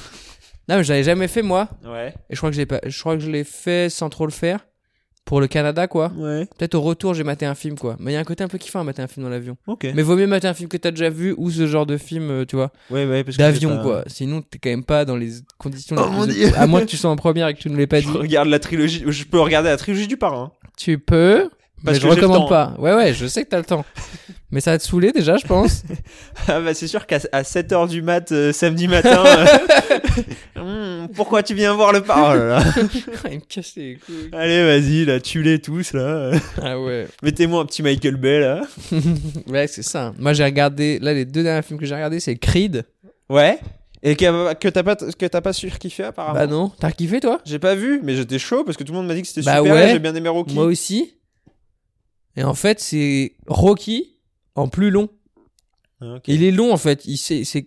[SPEAKER 5] Non, mais je l'avais jamais fait, moi.
[SPEAKER 6] Ouais.
[SPEAKER 5] Et je crois que j'ai pas, je crois que je l'ai fait sans trop le faire. Pour le Canada, quoi.
[SPEAKER 6] Ouais.
[SPEAKER 5] Peut-être au retour, j'ai maté un film, quoi. Mais il y a un côté un peu kiffant à mater un film dans l'avion.
[SPEAKER 6] Ok.
[SPEAKER 5] Mais vaut mieux mater un film que t'as déjà vu ou ce genre de film, euh, tu vois,
[SPEAKER 6] Ouais, ouais, parce que
[SPEAKER 5] d'avion,
[SPEAKER 6] c'est pas-
[SPEAKER 5] quoi. Sinon, t'es quand même pas dans les conditions. les
[SPEAKER 6] Oh
[SPEAKER 5] plus
[SPEAKER 6] mon
[SPEAKER 5] op-
[SPEAKER 6] Dieu.
[SPEAKER 5] À moins que tu sois en première et que tu ne l'aies pas
[SPEAKER 6] Je
[SPEAKER 5] dit.
[SPEAKER 6] regarde la trilogie. Je peux regarder la trilogie du parrain.
[SPEAKER 5] Tu peux,
[SPEAKER 6] Parce
[SPEAKER 5] mais
[SPEAKER 6] que
[SPEAKER 5] je
[SPEAKER 6] j'ai le temps.
[SPEAKER 5] recommande pas. Ouais, ouais, je sais que t'as le temps. mais ça va te saouler déjà, je pense.
[SPEAKER 6] Ah bah c'est sûr qu'à 7h du mat euh, samedi matin. euh, hmm, pourquoi tu viens voir le parrain Oh là là.
[SPEAKER 5] il me casse les couilles.
[SPEAKER 6] Allez, vas-y, là, tue-les tous là.
[SPEAKER 5] Ah ouais.
[SPEAKER 6] Mettez-moi un petit Michael Bay là.
[SPEAKER 5] Ouais, c'est ça. Moi, j'ai regardé. Là, les deux derniers films que j'ai regardés, c'est Creed.
[SPEAKER 6] Ouais. Et que, que t'as pas que t'as pas surkiffé apparemment.
[SPEAKER 5] Bah non. T'as kiffé, toi
[SPEAKER 6] J'ai pas vu, mais j'étais chaud parce que tout le monde m'a dit que c'était
[SPEAKER 5] Bah
[SPEAKER 6] super.
[SPEAKER 5] ouais.
[SPEAKER 6] J'ai bien aimé Rocky.
[SPEAKER 5] Moi aussi. Et en fait, c'est Rocky en plus long.
[SPEAKER 6] Ah, ok.
[SPEAKER 5] Il est long, en fait. Il, c'est, c'est-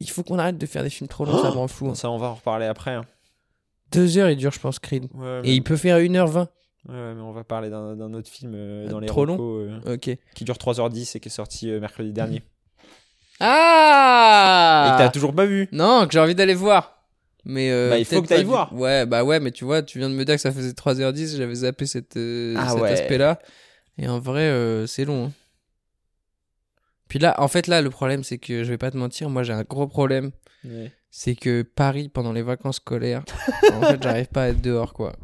[SPEAKER 5] il faut qu'on arrête de faire des films trop longs, ça me rend fou. hein.
[SPEAKER 6] Ça, on va en reparler après. hein.
[SPEAKER 5] Deux heures, il dure, je pense, Creed.
[SPEAKER 6] Ouais, mais-
[SPEAKER 5] Et il peut faire 1h20.
[SPEAKER 6] Ouais, ouais, mais on va parler d'un d'un autre film euh,
[SPEAKER 5] Ah,
[SPEAKER 6] dans les
[SPEAKER 5] trop long.
[SPEAKER 6] recos, euh,
[SPEAKER 5] Ok.
[SPEAKER 6] qui dure 3h10 et qui est sorti euh, mercredi dernier. Et que t'as
[SPEAKER 5] Ah
[SPEAKER 6] toujours pas vu.
[SPEAKER 5] Non, que j'ai envie d'aller voir. Mais euh,
[SPEAKER 6] Bah, il faut
[SPEAKER 5] peut-être
[SPEAKER 6] que t'ailles
[SPEAKER 5] pas du-
[SPEAKER 6] voir.
[SPEAKER 5] Ouais, bah ouais, mais tu vois, tu viens de me dire que ça faisait 3h10, j'avais zappé cette, euh,
[SPEAKER 6] Ah
[SPEAKER 5] cet
[SPEAKER 6] ouais.
[SPEAKER 5] aspect-là. Et en vrai, euh, c'est long. hein. Puis là, en fait, là, le problème, c'est que je vais pas te mentir, moi j'ai un gros problème. C'est que Paris, pendant les vacances scolaires, en fait, j'arrive pas à être dehors, quoi.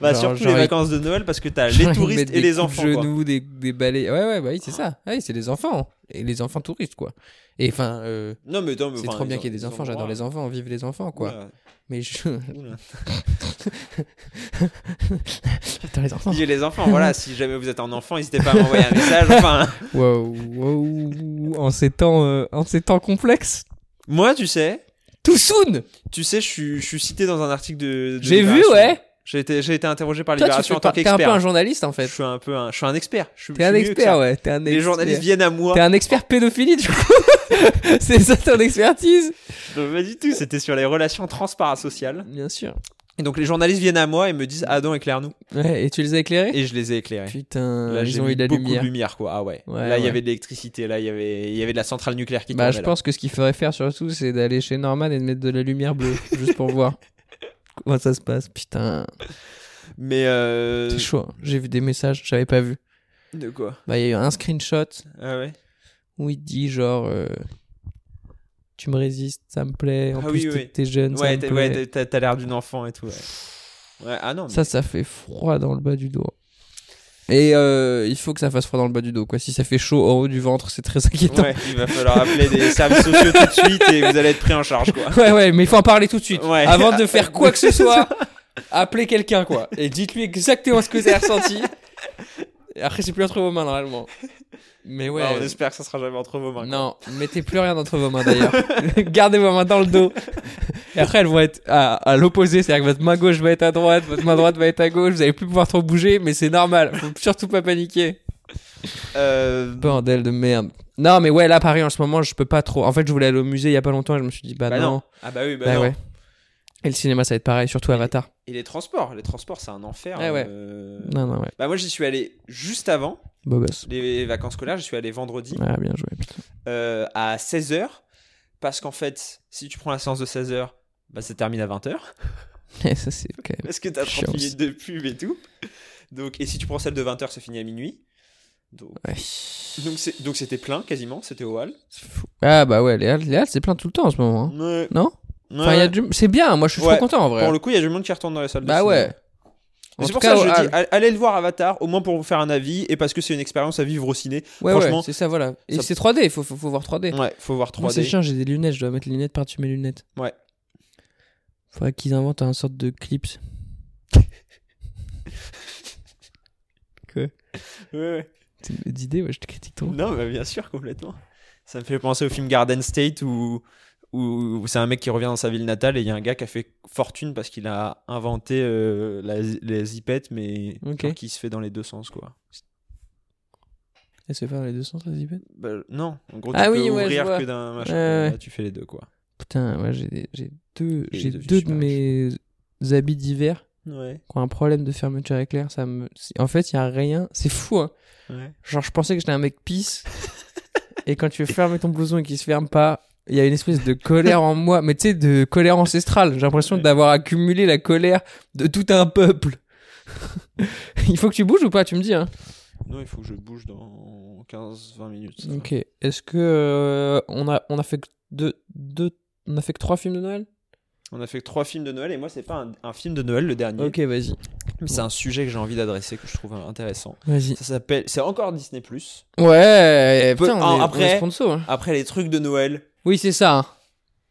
[SPEAKER 6] Bah,
[SPEAKER 5] Genre-
[SPEAKER 6] surtout
[SPEAKER 5] genre,
[SPEAKER 6] les
[SPEAKER 5] ils-
[SPEAKER 6] vacances de Noël parce que t'as
[SPEAKER 5] Genre,
[SPEAKER 6] Ah, les
[SPEAKER 5] ils
[SPEAKER 6] touristes
[SPEAKER 5] mettent
[SPEAKER 6] et
[SPEAKER 5] des
[SPEAKER 6] les enfants. quoi.
[SPEAKER 5] genoux, des, des balais. Ouais, ouais, bah oui, c'est ça. Ouais, c'est les enfants. hein. Et les enfants touristes, quoi. Et enfin, euh,
[SPEAKER 6] Non, mais attends, mais
[SPEAKER 5] c'est
[SPEAKER 6] enfin,
[SPEAKER 5] trop bien
[SPEAKER 6] ils
[SPEAKER 5] qu'il y ait des
[SPEAKER 6] ont-
[SPEAKER 5] enfants.
[SPEAKER 6] ils ont le
[SPEAKER 5] J'adore
[SPEAKER 6] droit.
[SPEAKER 5] les enfants. Vive les enfants, quoi. Mais je.
[SPEAKER 6] Oula, oula.
[SPEAKER 5] J'adore les enfants.
[SPEAKER 6] Vive les enfants, voilà. Si jamais vous êtes un enfant, n'hésitez pas à m'envoyer un message. Enfin,
[SPEAKER 5] Waouh, waouh. En ces temps, euh, en ces temps complexes.
[SPEAKER 6] moi, tu sais,
[SPEAKER 5] Too soon
[SPEAKER 6] tu sais, je suis, je suis cité dans un article de. de
[SPEAKER 5] J'ai vu,
[SPEAKER 6] Libération.
[SPEAKER 5] ouais.
[SPEAKER 6] J'ai été, j'ai été interrogé par
[SPEAKER 5] Toi, tu
[SPEAKER 6] Libération
[SPEAKER 5] fais
[SPEAKER 6] en tant
[SPEAKER 5] pas- t'es un peu
[SPEAKER 6] qu'expert.
[SPEAKER 5] un journaliste, en
[SPEAKER 6] Je
[SPEAKER 5] fait.
[SPEAKER 6] suis un peu un, je suis un expert. Je suis-
[SPEAKER 5] T'es
[SPEAKER 6] je
[SPEAKER 5] un
[SPEAKER 6] suis mieux que
[SPEAKER 5] expert,
[SPEAKER 6] ça.
[SPEAKER 5] ouais. T'es un
[SPEAKER 6] Les
[SPEAKER 5] expert.
[SPEAKER 6] journalistes viennent à moi.
[SPEAKER 5] T'es un expert pédophilie, du coup. c'est ça ton expertise
[SPEAKER 6] Non, Pas du tout. C'était sur les relations transparasociales.
[SPEAKER 5] Bien sûr.
[SPEAKER 6] Et donc les journalistes viennent à moi et me disent Adam éclaire-nous.
[SPEAKER 5] Ouais, et tu les as éclairés
[SPEAKER 6] Et je les ai éclairés.
[SPEAKER 5] Putain,
[SPEAKER 6] Là, j'ai
[SPEAKER 5] ils ont
[SPEAKER 6] mis
[SPEAKER 5] eu de Euh, la
[SPEAKER 6] beaucoup
[SPEAKER 5] lumière.
[SPEAKER 6] de lumière, quoi. Ah ouais.
[SPEAKER 5] Ouais,
[SPEAKER 6] là, il y
[SPEAKER 5] ouais.
[SPEAKER 6] avait de l'électricité. Là, il y avait, il y avait de la centrale nucléaire qui
[SPEAKER 5] Bah,
[SPEAKER 6] tournait,
[SPEAKER 5] je
[SPEAKER 6] là.
[SPEAKER 5] pense que ce qu'il faudrait faire surtout, c'est d'aller chez Norman et de mettre de la lumière bleue, juste pour voir comment ça se passe. Putain,
[SPEAKER 6] Mais euh...
[SPEAKER 5] c'est chaud. hein. J'ai vu des messages, j'avais pas vu.
[SPEAKER 6] de quoi
[SPEAKER 5] Bah, il y a eu un screenshot
[SPEAKER 6] Ah ouais.
[SPEAKER 5] où il dit genre. euh, Tu me résistes, ça me plaît. En
[SPEAKER 6] Ah
[SPEAKER 5] plus,
[SPEAKER 6] oui,
[SPEAKER 5] t'es-
[SPEAKER 6] oui.
[SPEAKER 5] t'es jeune, ça
[SPEAKER 6] Ouais,
[SPEAKER 5] me
[SPEAKER 6] t'as,
[SPEAKER 5] plaît.
[SPEAKER 6] ouais, t'as- t'as- t'as l'air d'une enfant et tout. ouais. Ouais, Ah non. mais-
[SPEAKER 5] Ça, ça fait froid dans le bas du dos. Et euh, il faut que ça fasse froid dans le bas du dos. Quoi. Si ça fait chaud en haut du ventre, c'est très inquiétant.
[SPEAKER 6] Ouais, il va falloir appeler des services sociaux tout de suite et vous allez être pris en charge, quoi.
[SPEAKER 5] Ouais, ouais, mais il faut en parler tout de suite.
[SPEAKER 6] Ouais.
[SPEAKER 5] Avant de faire quoi que ce soit, appelez quelqu'un, quoi. Et dites-lui exactement ce que vous avez ressenti. Et après, c'est plus entre vos mains, normalement. Mais ouais.
[SPEAKER 6] Bah, on espère que ça sera jamais hein. entre vos mains. quoi.
[SPEAKER 5] non, mettez plus rien entre vos mains, d'ailleurs. Gardez vos mains dans le dos. Et après, elles vont être à, à l'opposé. C'est-à-dire que votre main gauche va être à droite, votre main droite va être à gauche. Vous allez plus pouvoir trop bouger, mais c'est normal. Faut surtout pas paniquer.
[SPEAKER 6] Euh,
[SPEAKER 5] Bordel de merde. Non, mais ouais, là, Paris, en ce moment, je peux pas trop. En fait, je voulais aller au musée il y a pas longtemps et je me suis dit, bah,
[SPEAKER 6] bah
[SPEAKER 5] non.
[SPEAKER 6] non. Ah bah oui, bah,
[SPEAKER 5] Bah
[SPEAKER 6] non.
[SPEAKER 5] ouais. Et le cinéma, ça va être pareil, surtout Avatar.
[SPEAKER 6] Et les transports, les transports, c'est un enfer.
[SPEAKER 5] Ah, Ouais, ouais.
[SPEAKER 6] euh.
[SPEAKER 5] Non, non, ouais.
[SPEAKER 6] Bah moi, j'y suis allé juste avant
[SPEAKER 5] Beau gosse.
[SPEAKER 6] les vacances scolaires. J'y suis allé vendredi.
[SPEAKER 5] Ah, bien joué, putain.
[SPEAKER 6] euh, à 16h. Parce qu'en fait, si tu prends la séance de 16h, bah, ça termine à 20h.
[SPEAKER 5] Eh, ça, c'est quand même.
[SPEAKER 6] Parce que t'as 30
[SPEAKER 5] Chiant,
[SPEAKER 6] minutes de pub et tout. Donc, et si tu prends celle de 20h, ça finit à minuit. Donc,
[SPEAKER 5] Ouais. C'est
[SPEAKER 6] donc, c'est- donc c'était plein quasiment, c'était au hall.
[SPEAKER 5] fou. Ah, bah ouais, les Halles, les Halles, c'est plein tout le temps en ce moment. hein.
[SPEAKER 6] Ouais.
[SPEAKER 5] Non
[SPEAKER 6] Ouais.
[SPEAKER 5] Enfin, il y a du... C'est bien, moi, je suis
[SPEAKER 6] Ouais.
[SPEAKER 5] trop content en vrai.
[SPEAKER 6] Pour le coup, il y a du monde qui retourne dans les salles de
[SPEAKER 5] Bah
[SPEAKER 6] cinéma.
[SPEAKER 5] ouais.
[SPEAKER 6] Mais C'est
[SPEAKER 5] En tout
[SPEAKER 6] pour
[SPEAKER 5] cas,
[SPEAKER 6] ça que je
[SPEAKER 5] au Halles.
[SPEAKER 6] dis, allez le voir Avatar, au moins pour vous faire un avis et parce que c'est une expérience à vivre au ciné.
[SPEAKER 5] ah, Ouais,
[SPEAKER 6] franchement,
[SPEAKER 5] ouais, c'est ça, voilà. Et
[SPEAKER 6] ça-
[SPEAKER 5] c'est 3D, il faut, faut, faut voir 3D.
[SPEAKER 6] Ouais, faut voir
[SPEAKER 5] Moi, c'est
[SPEAKER 6] 3D.
[SPEAKER 5] chiant, j'ai des lunettes, je dois mettre les lunettes par-dessus mes lunettes.
[SPEAKER 6] Ouais.
[SPEAKER 5] Faudrait qu'ils inventent un sorte de clips.
[SPEAKER 6] Ouais, ouais.
[SPEAKER 5] C'est une idée, ouais, je te critique trop.
[SPEAKER 6] Non, bah, bien sûr, complètement. Ça me fait penser au film Garden State où, où c'est un mec qui revient dans sa ville natale et il y a un gars qui a fait fortune parce qu'il a inventé euh, la- les zipettes, mais
[SPEAKER 5] Ok.
[SPEAKER 6] genre qui se fait dans les deux sens, quoi.
[SPEAKER 5] Elle se fait dans les deux sens, la zipette
[SPEAKER 6] Bah, non, en gros, tu
[SPEAKER 5] Ah
[SPEAKER 6] peux
[SPEAKER 5] oui, ouais, je
[SPEAKER 6] ouvrir
[SPEAKER 5] vois.
[SPEAKER 6] que d'un machin.
[SPEAKER 5] Ouais, ouais.
[SPEAKER 6] Là, tu fais les deux, quoi.
[SPEAKER 5] Putain, ouais, j'ai des- j'ai deux,
[SPEAKER 6] Et
[SPEAKER 5] j'ai
[SPEAKER 6] devenu
[SPEAKER 5] deux de
[SPEAKER 6] super
[SPEAKER 5] mes habits d'hiver
[SPEAKER 6] Ouais.
[SPEAKER 5] qui ont un problème de fermeture éclair. Ça me... c'est- En fait, il y a rien. C'est fou, hein.
[SPEAKER 6] ouais.
[SPEAKER 5] Genre, je pensais que j'étais un mec pisse. et quand tu veux fermer ton blouson et qu'il se ferme pas, il y a une espèce de colère en moi. Mais tu sais, de colère ancestrale. J'ai l'impression
[SPEAKER 6] Ouais.
[SPEAKER 5] d'avoir accumulé la colère de tout un peuple. il faut que tu bouges ou pas Tu me dis, hein.
[SPEAKER 6] Non, il faut que je bouge dans 15-20 minutes.
[SPEAKER 5] Ok. Est-ce que euh, on a on a fait que deux deux on a fait que trois films de Noël
[SPEAKER 6] On a fait que trois films de Noël et moi, c'est pas un, un film de Noël, le dernier.
[SPEAKER 5] Ok, vas-y.
[SPEAKER 6] Mais C'est un sujet que j'ai envie d'adresser, que je trouve euh, intéressant.
[SPEAKER 5] Vas-y.
[SPEAKER 6] Ça s'appelle. C'est encore Disney. Plus
[SPEAKER 5] Ouais.
[SPEAKER 6] Peu-
[SPEAKER 5] Putain, on
[SPEAKER 6] Ah,
[SPEAKER 5] est, on
[SPEAKER 6] après-
[SPEAKER 5] est sponsor, hein.
[SPEAKER 6] Après les trucs de Noël,
[SPEAKER 5] Oui, c'est ça. hein.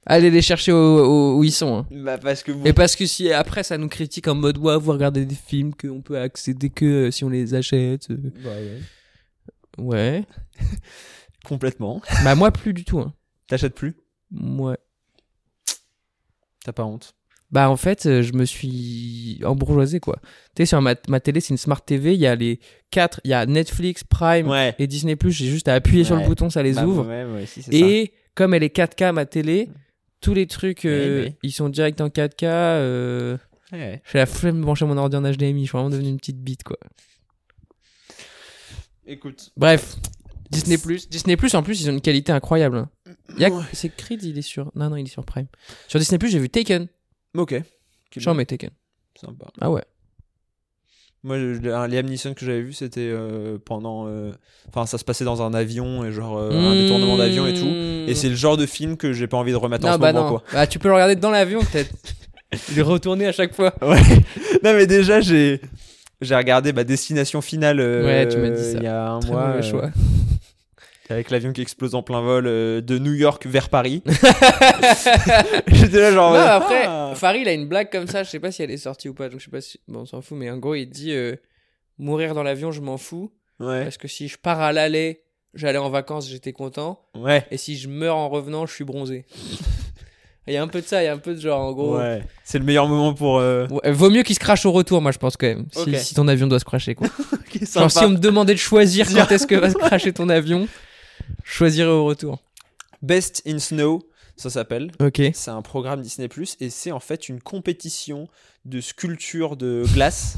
[SPEAKER 5] Allez les chercher au- au- où ils sont. hein.
[SPEAKER 6] bah, parce que vous.
[SPEAKER 5] Et parce que si après ça nous critique en mode ouais, vous regardez des films qu'on peut accéder que euh, si on les achète. euh. Ouais.
[SPEAKER 6] Complètement.
[SPEAKER 5] bah moi plus du tout. Hein.
[SPEAKER 6] T'achètes plus
[SPEAKER 5] Ouais.
[SPEAKER 6] T'as pas honte
[SPEAKER 5] Bah en fait, euh, je me suis embourgeoisé quoi. Tu sais sur ma, ma télé, c'est une smart TV, il y a les quatre, il y a Netflix, Prime,
[SPEAKER 6] Ouais. Bah,
[SPEAKER 5] et Disney Plus, j'ai juste à appuyer sur le
[SPEAKER 6] Ouais.
[SPEAKER 5] bouton, ça les ouvre. et comme elle est 4K ma télé, tous les trucs euh,
[SPEAKER 6] Eh ben.
[SPEAKER 5] ils sont direct en 4K. Euh, j'ai la flemme de brancher mon ordi en HDMI, je suis vraiment devenu une petite bite quoi.
[SPEAKER 6] Écoute.
[SPEAKER 5] Bref, Disney Plus, Disney Plus en plus ils ont une qualité incroyable. hein. Il y a-
[SPEAKER 6] Ouais.
[SPEAKER 5] c'est Creed, il est sur non non, il est sur Prime. Sur Disney Plus, j'ai vu Taken.
[SPEAKER 6] Ok.
[SPEAKER 5] J'en mets Taken.
[SPEAKER 6] Sympa.
[SPEAKER 5] Ah ouais.
[SPEAKER 6] Moi, je- un Liam Neeson que j'avais vu, c'était euh, pendant. euh, Enfin, ça se passait dans un avion et genre euh,
[SPEAKER 5] Mmh.
[SPEAKER 6] un détournement d'avion et tout. Et c'est le genre de film que j'ai pas envie de remettre en
[SPEAKER 5] Hmm. non,
[SPEAKER 6] ce
[SPEAKER 5] bah
[SPEAKER 6] moment,
[SPEAKER 5] non. Bah, tu peux le regarder dans l'avion peut-être. Le retourner à chaque fois.
[SPEAKER 6] quoi. Ouais. non, mais déjà, j'ai. J'ai regardé ma destination finale euh,
[SPEAKER 5] Ouais, tu m'as dit ça.
[SPEAKER 6] il y a un
[SPEAKER 5] Très
[SPEAKER 6] mois
[SPEAKER 5] mauvais
[SPEAKER 6] euh,
[SPEAKER 5] choix.
[SPEAKER 6] avec l'avion qui explose en plein vol euh, de New York vers Paris. J'étais là genre
[SPEAKER 5] Non,
[SPEAKER 6] euh,
[SPEAKER 5] après,
[SPEAKER 6] ah.
[SPEAKER 5] Farid, il a une blague comme ça, je sais pas si elle est sortie ou pas, donc je sais pas si. Bon, on s'en fout, mais en gros, il dit euh, Mourir dans l'avion, je m'en fous,
[SPEAKER 6] ouais
[SPEAKER 5] parce que si je pars à l'aller, j'allais en vacances, j'étais content,
[SPEAKER 6] ouais
[SPEAKER 5] et si je meurs en revenant, je suis bronzé. Il y a un peu de ça, il y a un peu de genre, en gros.
[SPEAKER 6] ouais. C'est le meilleur moment pour euh,
[SPEAKER 5] Ouais, vaut mieux qu'il se crache au retour, moi je pense quand même. Si,
[SPEAKER 6] Ok.
[SPEAKER 5] si ton avion doit se cracher, quoi.
[SPEAKER 6] Ok, sympa.
[SPEAKER 5] Genre, si on me demandait de choisir quand est-ce que va se cracher ton avion, je choisirais au retour.
[SPEAKER 6] Best in Snow, ça s'appelle.
[SPEAKER 5] Ok.
[SPEAKER 6] C'est un programme Disney Plus et c'est en fait une compétition de sculpture de glace.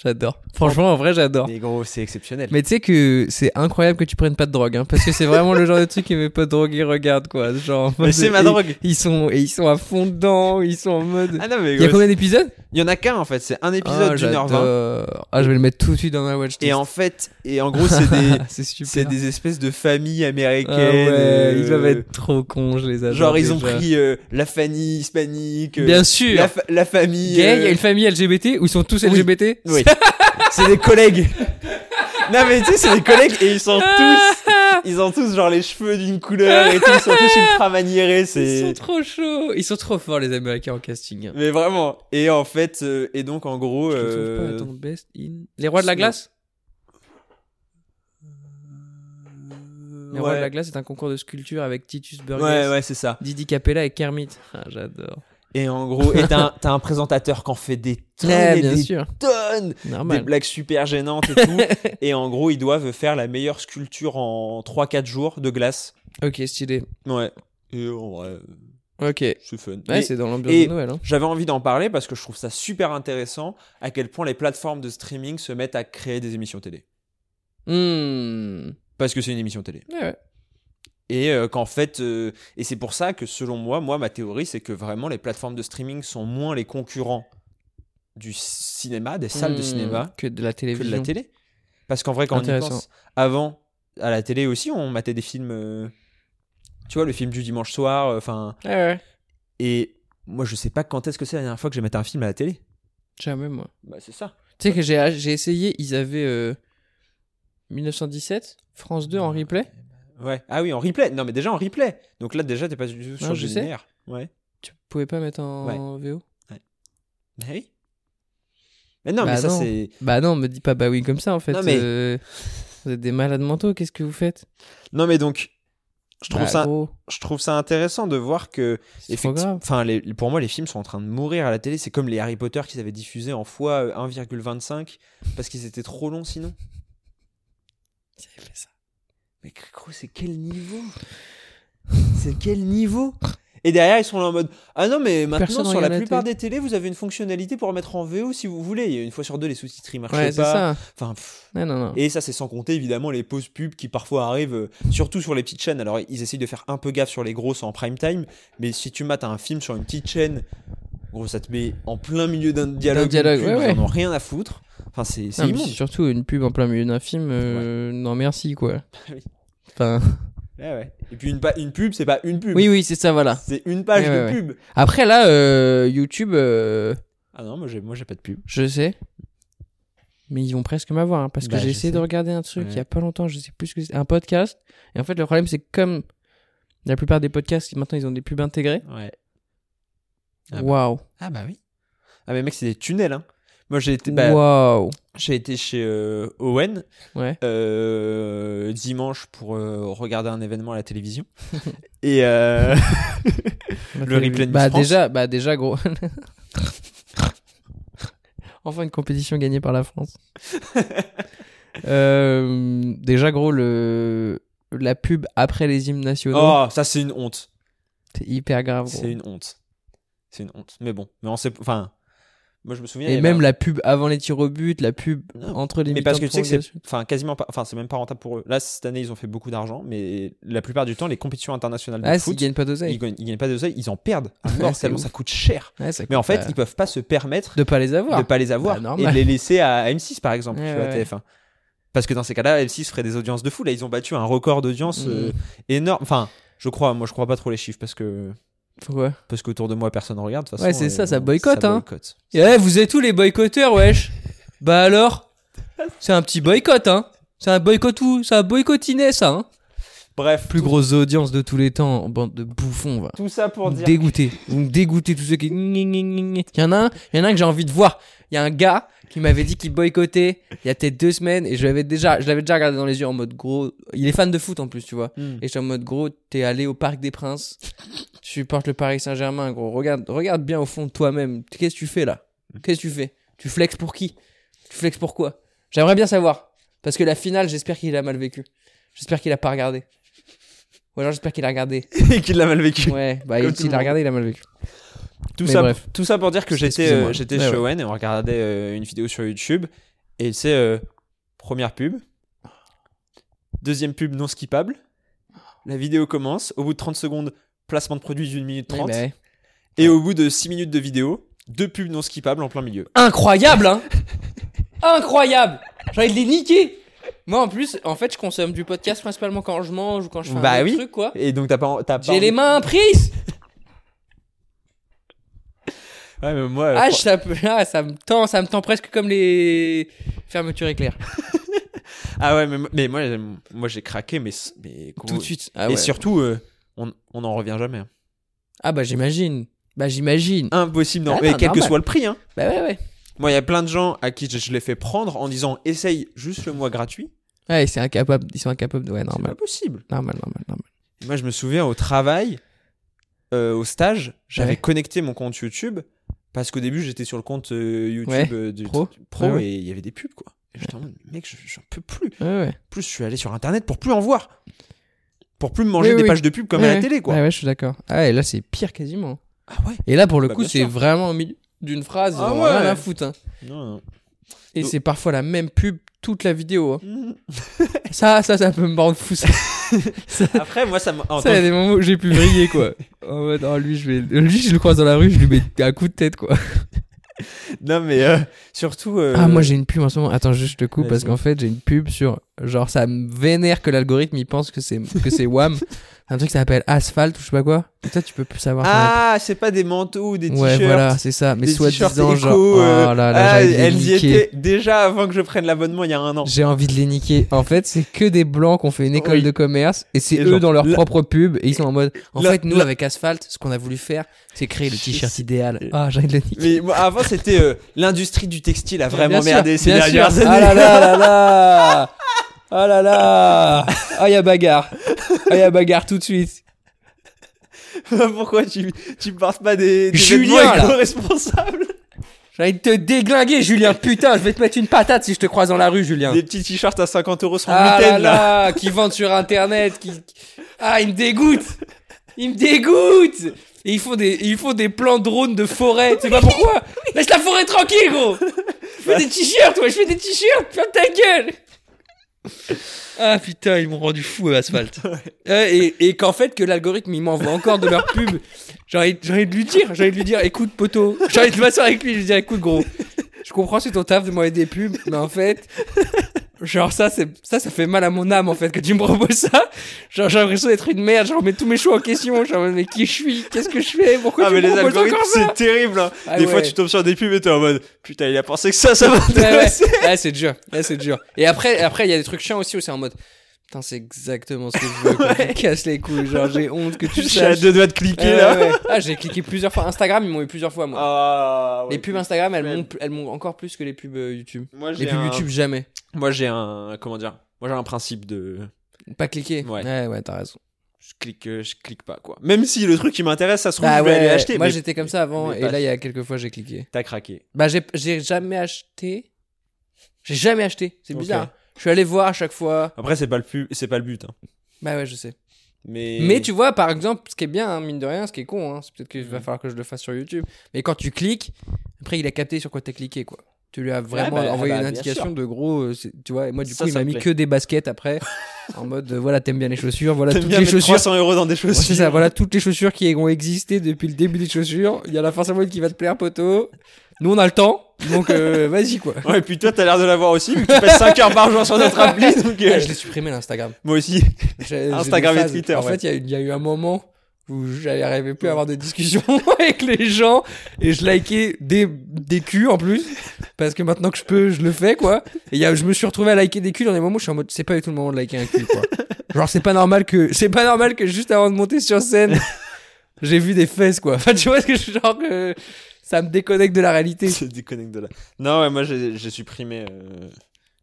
[SPEAKER 5] J'adore. Franchement, en vrai, j'adore.
[SPEAKER 6] Mais gros, c'est exceptionnel.
[SPEAKER 5] Mais tu sais que c'est incroyable que tu prennes pas de drogue, hein, parce que c'est vraiment le genre de truc que mes potes drogués regardent, quoi. Genre, en
[SPEAKER 6] Mais
[SPEAKER 5] mode-
[SPEAKER 6] c'est ma
[SPEAKER 5] et-
[SPEAKER 6] drogue.
[SPEAKER 5] Ils sont, et ils sont à fond dedans, ils sont en mode.
[SPEAKER 6] Ah non mais
[SPEAKER 5] Il y a
[SPEAKER 6] gros,
[SPEAKER 5] combien d'épisodes
[SPEAKER 6] il y en a qu'un en fait, c'est un épisode
[SPEAKER 5] Ah,
[SPEAKER 6] d'une heure vingt.
[SPEAKER 5] j'adore. Ah, je vais le mettre tout de suite dans ma watchlist.
[SPEAKER 6] Et en fait, et en gros, c'est des
[SPEAKER 5] c'est super.
[SPEAKER 6] c'est des espèces de familles américaines.
[SPEAKER 5] Ah ouais,
[SPEAKER 6] euh,
[SPEAKER 5] ils doivent être trop cons, je les adore.
[SPEAKER 6] Genre ils ont
[SPEAKER 5] déjà.
[SPEAKER 6] pris euh, la famille hispanique, euh,
[SPEAKER 5] Bien sûr.
[SPEAKER 6] la, fa- la famille
[SPEAKER 5] Gay, il y a
[SPEAKER 6] euh,
[SPEAKER 5] une famille LGBT où ils sont tous
[SPEAKER 6] oui.
[SPEAKER 5] LGBT
[SPEAKER 6] Oui. c'est des collègues. non mais tu sais, c'est des collègues et ils sont tous, ils ont tous genre les cheveux d'une couleur et tout, ils sont tous ultra maniérés.
[SPEAKER 5] Ils
[SPEAKER 6] C'est
[SPEAKER 5] sont trop chauds. Ils sont trop forts, les Américains en casting. hein.
[SPEAKER 6] mais vraiment. Et en fait, euh, et donc en gros,
[SPEAKER 5] Je le trouve
[SPEAKER 6] euh,
[SPEAKER 5] pas, attends, Best in- Les Rois de la
[SPEAKER 6] Snow.
[SPEAKER 5] Glace Les Rois de
[SPEAKER 6] ouais,
[SPEAKER 5] la Glace est un concours de sculpture avec Titus Burgess,
[SPEAKER 6] ouais, ouais, c'est ça.
[SPEAKER 5] Didi Capella et Kermit. Ah, j'adore.
[SPEAKER 6] Et en gros, et t'as un, t'as un présentateur qui en fait des tonnes, et
[SPEAKER 5] bien
[SPEAKER 6] des
[SPEAKER 5] sûr.
[SPEAKER 6] tonnes, des
[SPEAKER 5] Normal.
[SPEAKER 6] blagues super gênantes et tout. et en gros, ils doivent faire la meilleure sculpture en 3-4 jours de glace.
[SPEAKER 5] Ok, stylé.
[SPEAKER 6] Ouais. Et en vrai,
[SPEAKER 5] Ok. Ouais,
[SPEAKER 6] c'est fun. Mais-
[SPEAKER 5] c'est dans l'ambiance
[SPEAKER 6] et-
[SPEAKER 5] de Noël. hein.
[SPEAKER 6] J'avais envie d'en parler parce que je trouve ça super intéressant à quel point les plateformes de streaming se mettent à créer des émissions télé.
[SPEAKER 5] Hmm.
[SPEAKER 6] Parce que c'est une émission télé.
[SPEAKER 5] Ouais, ouais.
[SPEAKER 6] Et euh, qu'en fait, euh, et c'est pour ça que selon moi, moi, ma théorie, c'est que vraiment les plateformes de streaming sont moins les concurrents du cinéma, des salles de
[SPEAKER 5] Hmm.
[SPEAKER 6] cinéma,
[SPEAKER 5] Que de la
[SPEAKER 6] que
[SPEAKER 5] télévision.
[SPEAKER 6] de la télé. Parce qu'en vrai, quand on y
[SPEAKER 5] Intéressant.
[SPEAKER 6] pense, avant, à la télé aussi, on matait des films. euh, tu vois, le film du dimanche soir, euh, enfin.
[SPEAKER 5] Ouais, ouais.
[SPEAKER 6] et moi, je sais pas quand est-ce que c'est la dernière fois que j'ai maté un film à la télé.
[SPEAKER 5] Jamais, moi.
[SPEAKER 6] Bah, c'est ça.
[SPEAKER 5] Tu sais que j'ai j'ai essayé, ils avaient euh, 1917, France 2 en
[SPEAKER 6] Bah,
[SPEAKER 5] replay.
[SPEAKER 6] Ouais. Ah oui, en replay. Non, mais déjà en replay. Donc là, déjà, t'es pas du tout sur
[SPEAKER 5] je
[SPEAKER 6] le
[SPEAKER 5] sais.
[SPEAKER 6] linéaire. Ouais.
[SPEAKER 5] Tu pouvais pas mettre en VO
[SPEAKER 6] Bah oui. Mais non,
[SPEAKER 5] Bah
[SPEAKER 6] mais ça,
[SPEAKER 5] non.
[SPEAKER 6] c'est.
[SPEAKER 5] Bah non, me dis pas bah oui comme ça en fait.
[SPEAKER 6] Non, mais-
[SPEAKER 5] euh, vous êtes des malades mentaux, qu'est-ce que vous faites
[SPEAKER 6] Non, mais donc, je trouve,
[SPEAKER 5] Bah,
[SPEAKER 6] ça,
[SPEAKER 5] gros,
[SPEAKER 6] je trouve ça intéressant de voir que.
[SPEAKER 5] c'est trop
[SPEAKER 6] effecti-
[SPEAKER 5] grave.
[SPEAKER 6] Enfin, les- pour moi, les films sont en train de mourir à la télé. C'est comme les Harry Potter qu'ils avaient diffusés en fois euh, 1,25 parce qu'ils étaient trop longs sinon.
[SPEAKER 5] Ils avaient fait ça.
[SPEAKER 6] Mais gros, c'est quel niveau C'est quel niveau Et derrière, ils sont là en mode Ah non, mais maintenant,
[SPEAKER 5] Personne
[SPEAKER 6] sur la
[SPEAKER 5] regarde la
[SPEAKER 6] plupart des télés, vous avez une fonctionnalité pour mettre en VO si vous voulez. Et une fois sur deux, les sous-titres ils marchaient
[SPEAKER 5] Ouais, c'est
[SPEAKER 6] pas.
[SPEAKER 5] ça.
[SPEAKER 6] Enfin, pff.
[SPEAKER 5] Non, non, non.
[SPEAKER 6] Et ça, c'est sans compter évidemment les pauses pubs qui parfois arrivent, euh, surtout sur les petites chaînes. Alors, ils essayent de faire un peu gaffe sur les grosses en prime time, mais si tu mates un film sur une petite chaîne, gros, ça te met en plein milieu d'un dialogue. une
[SPEAKER 5] dialogue,
[SPEAKER 6] pub,
[SPEAKER 5] ouais, ouais.
[SPEAKER 6] Ils en ont rien à foutre. Enfin, c'est c'est
[SPEAKER 5] Non, mais
[SPEAKER 6] immonde.
[SPEAKER 5] c'est surtout une pub en plein milieu d'un film, euh, non merci quoi.
[SPEAKER 6] Oui.
[SPEAKER 5] Enfin,
[SPEAKER 6] Ouais, Eh ouais. Et puis, une, pa- une pub, c'est pas une pub.
[SPEAKER 5] oui, oui, c'est ça, voilà.
[SPEAKER 6] C'est une page
[SPEAKER 5] Ouais,
[SPEAKER 6] de
[SPEAKER 5] ouais, ouais.
[SPEAKER 6] pub.
[SPEAKER 5] Après là, euh, YouTube, euh,
[SPEAKER 6] Ah non, moi j'ai, moi j'ai pas de pub.
[SPEAKER 5] je sais. Mais ils vont presque m'avoir, hein, parce que
[SPEAKER 6] Bah,
[SPEAKER 5] j'ai
[SPEAKER 6] je
[SPEAKER 5] essayé
[SPEAKER 6] sais.
[SPEAKER 5] de regarder un truc
[SPEAKER 6] Ouais.
[SPEAKER 5] il y a pas longtemps, je sais plus ce que c'est, un podcast. Et en fait, le problème, c'est que comme la plupart des podcasts, maintenant, ils ont des pubs intégrées.
[SPEAKER 6] Ouais. Ah bah.
[SPEAKER 5] Waouh.
[SPEAKER 6] Ah bah oui. Ah mais mec, c'est des tunnels. Hein. Moi j'ai été, bah,
[SPEAKER 5] Waouh.
[SPEAKER 6] j'ai été chez euh, Owen
[SPEAKER 5] Ouais.
[SPEAKER 6] euh, dimanche pour euh, regarder un événement à la télévision. Et euh, Le replay de
[SPEAKER 5] bah
[SPEAKER 6] Miss France.
[SPEAKER 5] déjà, bah déjà, gros. enfin, une compétition gagnée par la France. Euh, déjà, gros, le la pub après les hymnes nationaux,
[SPEAKER 6] oh, ça c'est une honte.
[SPEAKER 5] c'est hyper grave. Gros.
[SPEAKER 6] C'est une honte. C'est une honte. Mais bon, mais on sait, enfin, moi je me souviens. il y
[SPEAKER 5] Et
[SPEAKER 6] avait
[SPEAKER 5] même
[SPEAKER 6] un-
[SPEAKER 5] la pub avant les tirs au but, la pub
[SPEAKER 6] hein. Non,
[SPEAKER 5] entre les.
[SPEAKER 6] Mais parce que
[SPEAKER 5] mi-temps
[SPEAKER 6] tu
[SPEAKER 5] de
[SPEAKER 6] sais que c'est,
[SPEAKER 5] prolongation.
[SPEAKER 6] enfin, quasiment pas, enfin, c'est même pas rentable pour eux. Là cette année ils ont fait beaucoup d'argent, mais la plupart du temps les compétitions internationales de
[SPEAKER 5] Ah, s'ils
[SPEAKER 6] foot,
[SPEAKER 5] gagnent pas
[SPEAKER 6] ils
[SPEAKER 5] d'oseille.
[SPEAKER 6] gagnent, ils gagnent pas de ça, ils en perdent. à
[SPEAKER 5] Ouais,
[SPEAKER 6] mort,
[SPEAKER 5] c'est
[SPEAKER 6] tellement
[SPEAKER 5] ouf.
[SPEAKER 6] ça coûte cher.
[SPEAKER 5] Ouais, ça
[SPEAKER 6] Mais en
[SPEAKER 5] coûte,
[SPEAKER 6] fait,
[SPEAKER 5] euh,
[SPEAKER 6] ils peuvent pas se permettre
[SPEAKER 5] de pas les avoir.
[SPEAKER 6] de pas les avoir
[SPEAKER 5] Bah,
[SPEAKER 6] et de
[SPEAKER 5] normal.
[SPEAKER 6] les laisser à M6 par exemple,
[SPEAKER 5] Ouais,
[SPEAKER 6] tu vois,
[SPEAKER 5] ouais, ouais.
[SPEAKER 6] TF1. Parce que dans ces cas-là, M6 ferait des audiences de fou.
[SPEAKER 5] Mm.
[SPEAKER 6] Là, ils ont battu un record d'audience euh, énorme. Enfin, je crois, moi je crois pas trop les chiffres parce que
[SPEAKER 5] Pourquoi
[SPEAKER 6] Parce qu'autour de moi, personne regarde. de toute
[SPEAKER 5] Ouais,
[SPEAKER 6] façon,
[SPEAKER 5] c'est
[SPEAKER 6] et
[SPEAKER 5] ça, ça
[SPEAKER 6] on-
[SPEAKER 5] boycotte, hein.
[SPEAKER 6] boycotte.
[SPEAKER 5] Eh, vous êtes tous les boycotteurs, wesh Bah alors C'est un petit boycott, hein C'est un boycott où Ça a boycottiné, ça, hein
[SPEAKER 6] Bref,
[SPEAKER 5] Plus grosse audience de tous les temps, bande de bouffons, va.
[SPEAKER 6] tout ça pour dire.
[SPEAKER 5] Dégoûté. Vous me dégoûtez tous ceux qui. Il y en a un, il y en a un que j'ai envie de voir. Il y a un gars qui m'avait dit qu'il boycottait il y a peut-être deux semaines et je l'avais déjà, je l'avais déjà regardé dans les yeux en mode gros. Il est fan de foot en plus, tu vois.
[SPEAKER 6] Hmm.
[SPEAKER 5] Et j'étais en mode gros, t'es allé au Parc des Princes, tu supportes le Paris Saint-Germain, gros. Regarde, regarde bien au fond de toi-même. Qu'est-ce que tu fais là Qu'est-ce que tu fais Tu flexes pour qui Tu flexes pour quoi J'aimerais bien savoir. Parce que la finale, j'espère qu'il a mal vécu. J'espère qu'il a pas regardé. Ou alors j'espère qu'il a regardé.
[SPEAKER 6] Et qu'il l'a mal vécu.
[SPEAKER 5] Ouais, bah
[SPEAKER 6] Comme tout
[SPEAKER 5] il-
[SPEAKER 6] le
[SPEAKER 5] s'il a
[SPEAKER 6] monde.
[SPEAKER 5] regardé, il a mal vécu.
[SPEAKER 6] Tout,
[SPEAKER 5] Mais
[SPEAKER 6] ça,
[SPEAKER 5] bref.
[SPEAKER 6] tout ça pour dire que j'étais
[SPEAKER 5] Excusez-moi.
[SPEAKER 6] euh, j'étais
[SPEAKER 5] Ouais,
[SPEAKER 6] chez
[SPEAKER 5] ouais.
[SPEAKER 6] Owen et on regardait euh, une vidéo sur YouTube. Et c'est euh, première pub, deuxième pub non skippable. La vidéo commence. Au bout de 30 secondes, placement de produit d'une minute 30.
[SPEAKER 5] Ouais, bah ouais.
[SPEAKER 6] Et au bout de 6 minutes de vidéo, deux pubs non skippables en plein milieu.
[SPEAKER 5] Incroyable, hein Incroyable J'ai envie de les niquer Moi en plus, en fait, je consomme du podcast principalement quand je mange ou quand je fais
[SPEAKER 6] Bah
[SPEAKER 5] un autre
[SPEAKER 6] oui.
[SPEAKER 5] truc, quoi.
[SPEAKER 6] Et bah donc t'as pas. t'as pas
[SPEAKER 5] J'ai
[SPEAKER 6] envie-
[SPEAKER 5] les mains prises
[SPEAKER 6] Ouais, mais moi. euh,
[SPEAKER 5] Ah, je- ça, peut- ah, ça me tend, ça me tend presque comme les fermetures éclair.
[SPEAKER 6] Ah ouais, mais, mais moi, euh, moi j'ai craqué, mais, mais
[SPEAKER 5] Tout de suite. Ah,
[SPEAKER 6] et
[SPEAKER 5] ouais.
[SPEAKER 6] surtout, euh, on on n'en revient jamais. hein.
[SPEAKER 5] ah bah j'imagine. Bah j'imagine.
[SPEAKER 6] Impossible, non.
[SPEAKER 5] Ah,
[SPEAKER 6] mais
[SPEAKER 5] non,
[SPEAKER 6] quel que
[SPEAKER 5] normal.
[SPEAKER 6] soit le prix. Hein.
[SPEAKER 5] Bah ouais, ouais.
[SPEAKER 6] Moi, il y a plein de gens à qui je, je l'ai fait prendre en disant essaye juste le mois gratuit.
[SPEAKER 5] Ouais, c'est incapable, ils sont incapables de... Ouais,
[SPEAKER 6] C'est pas
[SPEAKER 5] normal.
[SPEAKER 6] possible.
[SPEAKER 5] Normal, normal, normal.
[SPEAKER 6] Moi, je me souviens au travail, euh, au stage, j'avais
[SPEAKER 5] Ouais.
[SPEAKER 6] connecté mon compte YouTube parce qu'au début, j'étais sur le compte euh, YouTube
[SPEAKER 5] Ouais,
[SPEAKER 6] euh, du
[SPEAKER 5] pro.
[SPEAKER 6] du pro
[SPEAKER 5] Ouais, ouais.
[SPEAKER 6] et il y avait des pubs quoi. Et J'étais en mode, mec, je- j'en peux plus.
[SPEAKER 5] Ouais, ouais.
[SPEAKER 6] En plus, je suis allé sur internet pour plus en voir. Pour plus me manger
[SPEAKER 5] Oui,
[SPEAKER 6] des
[SPEAKER 5] oui.
[SPEAKER 6] pages de pub comme
[SPEAKER 5] Ouais,
[SPEAKER 6] à la
[SPEAKER 5] ouais.
[SPEAKER 6] télé quoi.
[SPEAKER 5] Ouais, ouais, je suis d'accord. Ah ouais, là c'est pire quasiment.
[SPEAKER 6] Ah ouais
[SPEAKER 5] Et là, pour le
[SPEAKER 6] Bah,
[SPEAKER 5] coup,
[SPEAKER 6] bien
[SPEAKER 5] c'est
[SPEAKER 6] sûr.
[SPEAKER 5] vraiment au milieu d'une phrase, ils
[SPEAKER 6] Ah
[SPEAKER 5] en ont
[SPEAKER 6] ouais.
[SPEAKER 5] rien à foutre. hein.
[SPEAKER 6] Non, non.
[SPEAKER 5] Et
[SPEAKER 6] Donc-
[SPEAKER 5] c'est parfois la même pub toute la vidéo. hein.
[SPEAKER 6] Mhm.
[SPEAKER 5] Ça, ça, ça peut me rendre fou. Ça,
[SPEAKER 6] Après, moi, ça m'a. en
[SPEAKER 5] Ça,
[SPEAKER 6] tant
[SPEAKER 5] il y
[SPEAKER 6] que-
[SPEAKER 5] a des moments où j'ai pu briller, quoi. En mode, oh, lui, je vais... lui, je le croise dans la rue, je lui mets un coup de tête, quoi.
[SPEAKER 6] Non, mais euh, surtout. euh,
[SPEAKER 5] Ah, moi, j'ai une pub en ce moment. Attends, juste je te coupe
[SPEAKER 6] Vas-y.
[SPEAKER 5] parce qu'en fait, j'ai une pub sur. Genre, ça me vénère que l'algorithme il pense que c'est que c'est Wham. un truc qui s'appelle Asphalt ou je sais pas quoi. Et toi, tu peux plus savoir. ça.
[SPEAKER 6] Ah, c'est pas des manteaux ou des
[SPEAKER 5] ouais,
[SPEAKER 6] t-shirts.
[SPEAKER 5] voilà, c'est ça. Mais
[SPEAKER 6] des
[SPEAKER 5] soi-disant,
[SPEAKER 6] t-shirts
[SPEAKER 5] genre.
[SPEAKER 6] éco, euh,
[SPEAKER 5] oh là là,
[SPEAKER 6] ah,
[SPEAKER 5] j'ai envie de les
[SPEAKER 6] elles y
[SPEAKER 5] niquer.
[SPEAKER 6] étaient déjà avant que je prenne l'abonnement il y a un an.
[SPEAKER 5] J'ai envie de les niquer. En fait, c'est que des blancs qui ont fait une école
[SPEAKER 6] Oui.
[SPEAKER 5] de commerce et c'est
[SPEAKER 6] Et
[SPEAKER 5] eux
[SPEAKER 6] genre,
[SPEAKER 5] dans leur
[SPEAKER 6] la-
[SPEAKER 5] propre pub et ils sont en mode. En
[SPEAKER 6] la-
[SPEAKER 5] fait, nous,
[SPEAKER 6] la-
[SPEAKER 5] avec Asphalt, ce qu'on a voulu faire, c'est créer le
[SPEAKER 6] Je
[SPEAKER 5] t-shirt
[SPEAKER 6] sais.
[SPEAKER 5] idéal. Ah, j'ai envie de les niquer.
[SPEAKER 6] Mais moi, avant, c'était euh, l'industrie du textile a vraiment
[SPEAKER 5] Bien sûr,
[SPEAKER 6] merdé ces
[SPEAKER 5] bien
[SPEAKER 6] dernières
[SPEAKER 5] sûr.
[SPEAKER 6] années.
[SPEAKER 5] Ah là là là là Ah là là Ah, y a bagarre Ah, y a bagarre tout de suite
[SPEAKER 6] Pourquoi tu, tu me parles pas des, des
[SPEAKER 5] Julien, là.
[SPEAKER 6] vêtements responsables
[SPEAKER 5] J'ai envie de te déglinguer, Julien Putain, je vais te mettre une patate si je te croise dans la rue, Julien
[SPEAKER 6] Des petits t-shirts à 50 euros sur
[SPEAKER 5] Ah là
[SPEAKER 6] gluten, là.
[SPEAKER 5] là Qui vendent sur internet qui... Ah, ils me dégoûtent Ils me dégoûtent Et ils font des, ils font des plans drones de forêt, tu sais pas pourquoi Laisse la forêt tranquille, gros Je fais des t-shirts, ouais, je fais des t-shirts, ferme ta gueule Ah putain, ils m'ont rendu fou, euh, Asphalt
[SPEAKER 6] Ah,
[SPEAKER 5] Euh, Et, et qu'en fait, que l'algorithme, il m'envoie encore de leur pub J'ai envie, j'ai envie de lui dire, j'ai envie de lui dire, écoute, poteau J'ai envie de m'asseoir avec lui, je lui dire, écoute, gros je comprends c'est ton taf de m'envoyer des pubs, mais en fait, Genre ça, c'est ça, ça fait mal à mon âme en fait que tu me proposes ça. Genre j'ai l'impression d'être une merde. Genre remets tous mes choix en question. Genre mais qui je suis, qu'est-ce que je fais, pourquoi
[SPEAKER 6] Ah,
[SPEAKER 5] tu
[SPEAKER 6] mais
[SPEAKER 5] me
[SPEAKER 6] les
[SPEAKER 5] proposes
[SPEAKER 6] algorithmes,
[SPEAKER 5] encore ça
[SPEAKER 6] c'est terrible. hein.
[SPEAKER 5] Ah
[SPEAKER 6] des fois,
[SPEAKER 5] ouais.
[SPEAKER 6] tu tombes sur des pubs et t'es en mode Putain, il a pensé que ça, ça
[SPEAKER 5] Ouais, ouais.
[SPEAKER 6] m'intéressait.
[SPEAKER 5] Ouais, c'est dur, Ouais, c'est dur. Et après, après il y a des trucs chiants aussi où c'est en mode, putain c'est exactement ce que je veux. quoi. Tu casses les couilles. Genre j'ai honte que tu
[SPEAKER 6] J'ai à
[SPEAKER 5] saches.
[SPEAKER 6] deux doigts de cliquer,
[SPEAKER 5] Ouais,
[SPEAKER 6] là.
[SPEAKER 5] ouais, ouais. Ah j'ai cliqué plusieurs fois Instagram, ils m'ont eu plusieurs fois moi.
[SPEAKER 6] Ah, ouais.
[SPEAKER 5] les pubs Instagram, elles
[SPEAKER 6] flemme.
[SPEAKER 5] m'ont, elles m'ont encore plus que les pubs euh, YouTube.
[SPEAKER 6] Moi,
[SPEAKER 5] Les
[SPEAKER 6] j'ai
[SPEAKER 5] pubs
[SPEAKER 6] un...
[SPEAKER 5] YouTube jamais.
[SPEAKER 6] Moi, j'ai un. Comment dire Moi, j'ai un principe de.
[SPEAKER 5] Pas cliquer.
[SPEAKER 6] Ouais.
[SPEAKER 5] ouais, ouais t'as raison.
[SPEAKER 6] Je clique, euh, je clique pas, quoi. Même si le truc qui m'intéresse, ça se trouve,
[SPEAKER 5] Bah
[SPEAKER 6] je vais aller
[SPEAKER 5] ouais,
[SPEAKER 6] acheter.
[SPEAKER 5] moi
[SPEAKER 6] mais
[SPEAKER 5] j'étais comme ça avant
[SPEAKER 6] mais
[SPEAKER 5] et
[SPEAKER 6] pas-
[SPEAKER 5] là il y a quelques fois j'ai cliqué.
[SPEAKER 6] T'as craqué.
[SPEAKER 5] Bah j'ai, j'ai jamais acheté. J'ai jamais acheté. C'est
[SPEAKER 6] Ok.
[SPEAKER 5] bizarre. hein. Je suis allé voir à chaque fois.
[SPEAKER 6] Après, c'est pas le, pu- c'est pas le but. hein.
[SPEAKER 5] Bah ouais, je sais.
[SPEAKER 6] Mais...
[SPEAKER 5] Mais tu vois, par exemple, ce qui est bien, hein, mine de rien, ce qui est con, hein, c'est peut-être qu'il va falloir que je le fasse sur YouTube. Mais quand tu cliques, après il a capté sur quoi t'as cliqué, quoi. Tu lui as vraiment
[SPEAKER 6] bah,
[SPEAKER 5] envoyé
[SPEAKER 6] ah bah, bien
[SPEAKER 5] une indication
[SPEAKER 6] sûr.
[SPEAKER 5] de gros. euh, c'est- tu vois, et moi du
[SPEAKER 6] Ça,
[SPEAKER 5] coup il
[SPEAKER 6] ça
[SPEAKER 5] m'a
[SPEAKER 6] me
[SPEAKER 5] mis
[SPEAKER 6] plaît.
[SPEAKER 5] que des baskets après. en mode, euh, voilà, t'aimes bien les chaussures, voilà
[SPEAKER 6] T'aimes
[SPEAKER 5] toutes
[SPEAKER 6] bien
[SPEAKER 5] les
[SPEAKER 6] mettre
[SPEAKER 5] chaussures.
[SPEAKER 6] 300 euros dans des
[SPEAKER 5] Ouais,
[SPEAKER 6] chaussures.
[SPEAKER 5] c'est ça, voilà toutes les chaussures qui ont existé depuis le début des chaussures. Il y en a forcément une qui va te plaire, poteau. Nous on a le temps, donc euh, vas-y quoi.
[SPEAKER 6] Ouais, et puis toi, t'as l'air de l'avoir aussi, vu que tu passes 5 heures par jour sur notre appli. donc, euh,
[SPEAKER 5] Ah, je l'ai supprimé l'Instagram.
[SPEAKER 6] Moi aussi.
[SPEAKER 5] J'ai- j'ai
[SPEAKER 6] Instagram
[SPEAKER 5] des
[SPEAKER 6] et
[SPEAKER 5] phases.
[SPEAKER 6] Twitter,
[SPEAKER 5] En
[SPEAKER 6] ouais.
[SPEAKER 5] fait, il y a eu- il y, a eu un moment où où j'arrivais plus à avoir de discussions avec les gens et je likais des, des culs en plus parce que maintenant que je peux, je le fais quoi. Et il y a, je me suis retrouvé à liker des culs dans des moments où je suis en mode c'est pas du tout le moment de liker un cul quoi. Genre c'est pas normal que c'est pas normal que juste avant de monter sur scène, j'ai vu des fesses quoi. Enfin tu vois ce que je genre que ça me déconnecte de la réalité.
[SPEAKER 6] Je déconnecte de là. Non, ouais, moi j'ai j'ai supprimé. euh,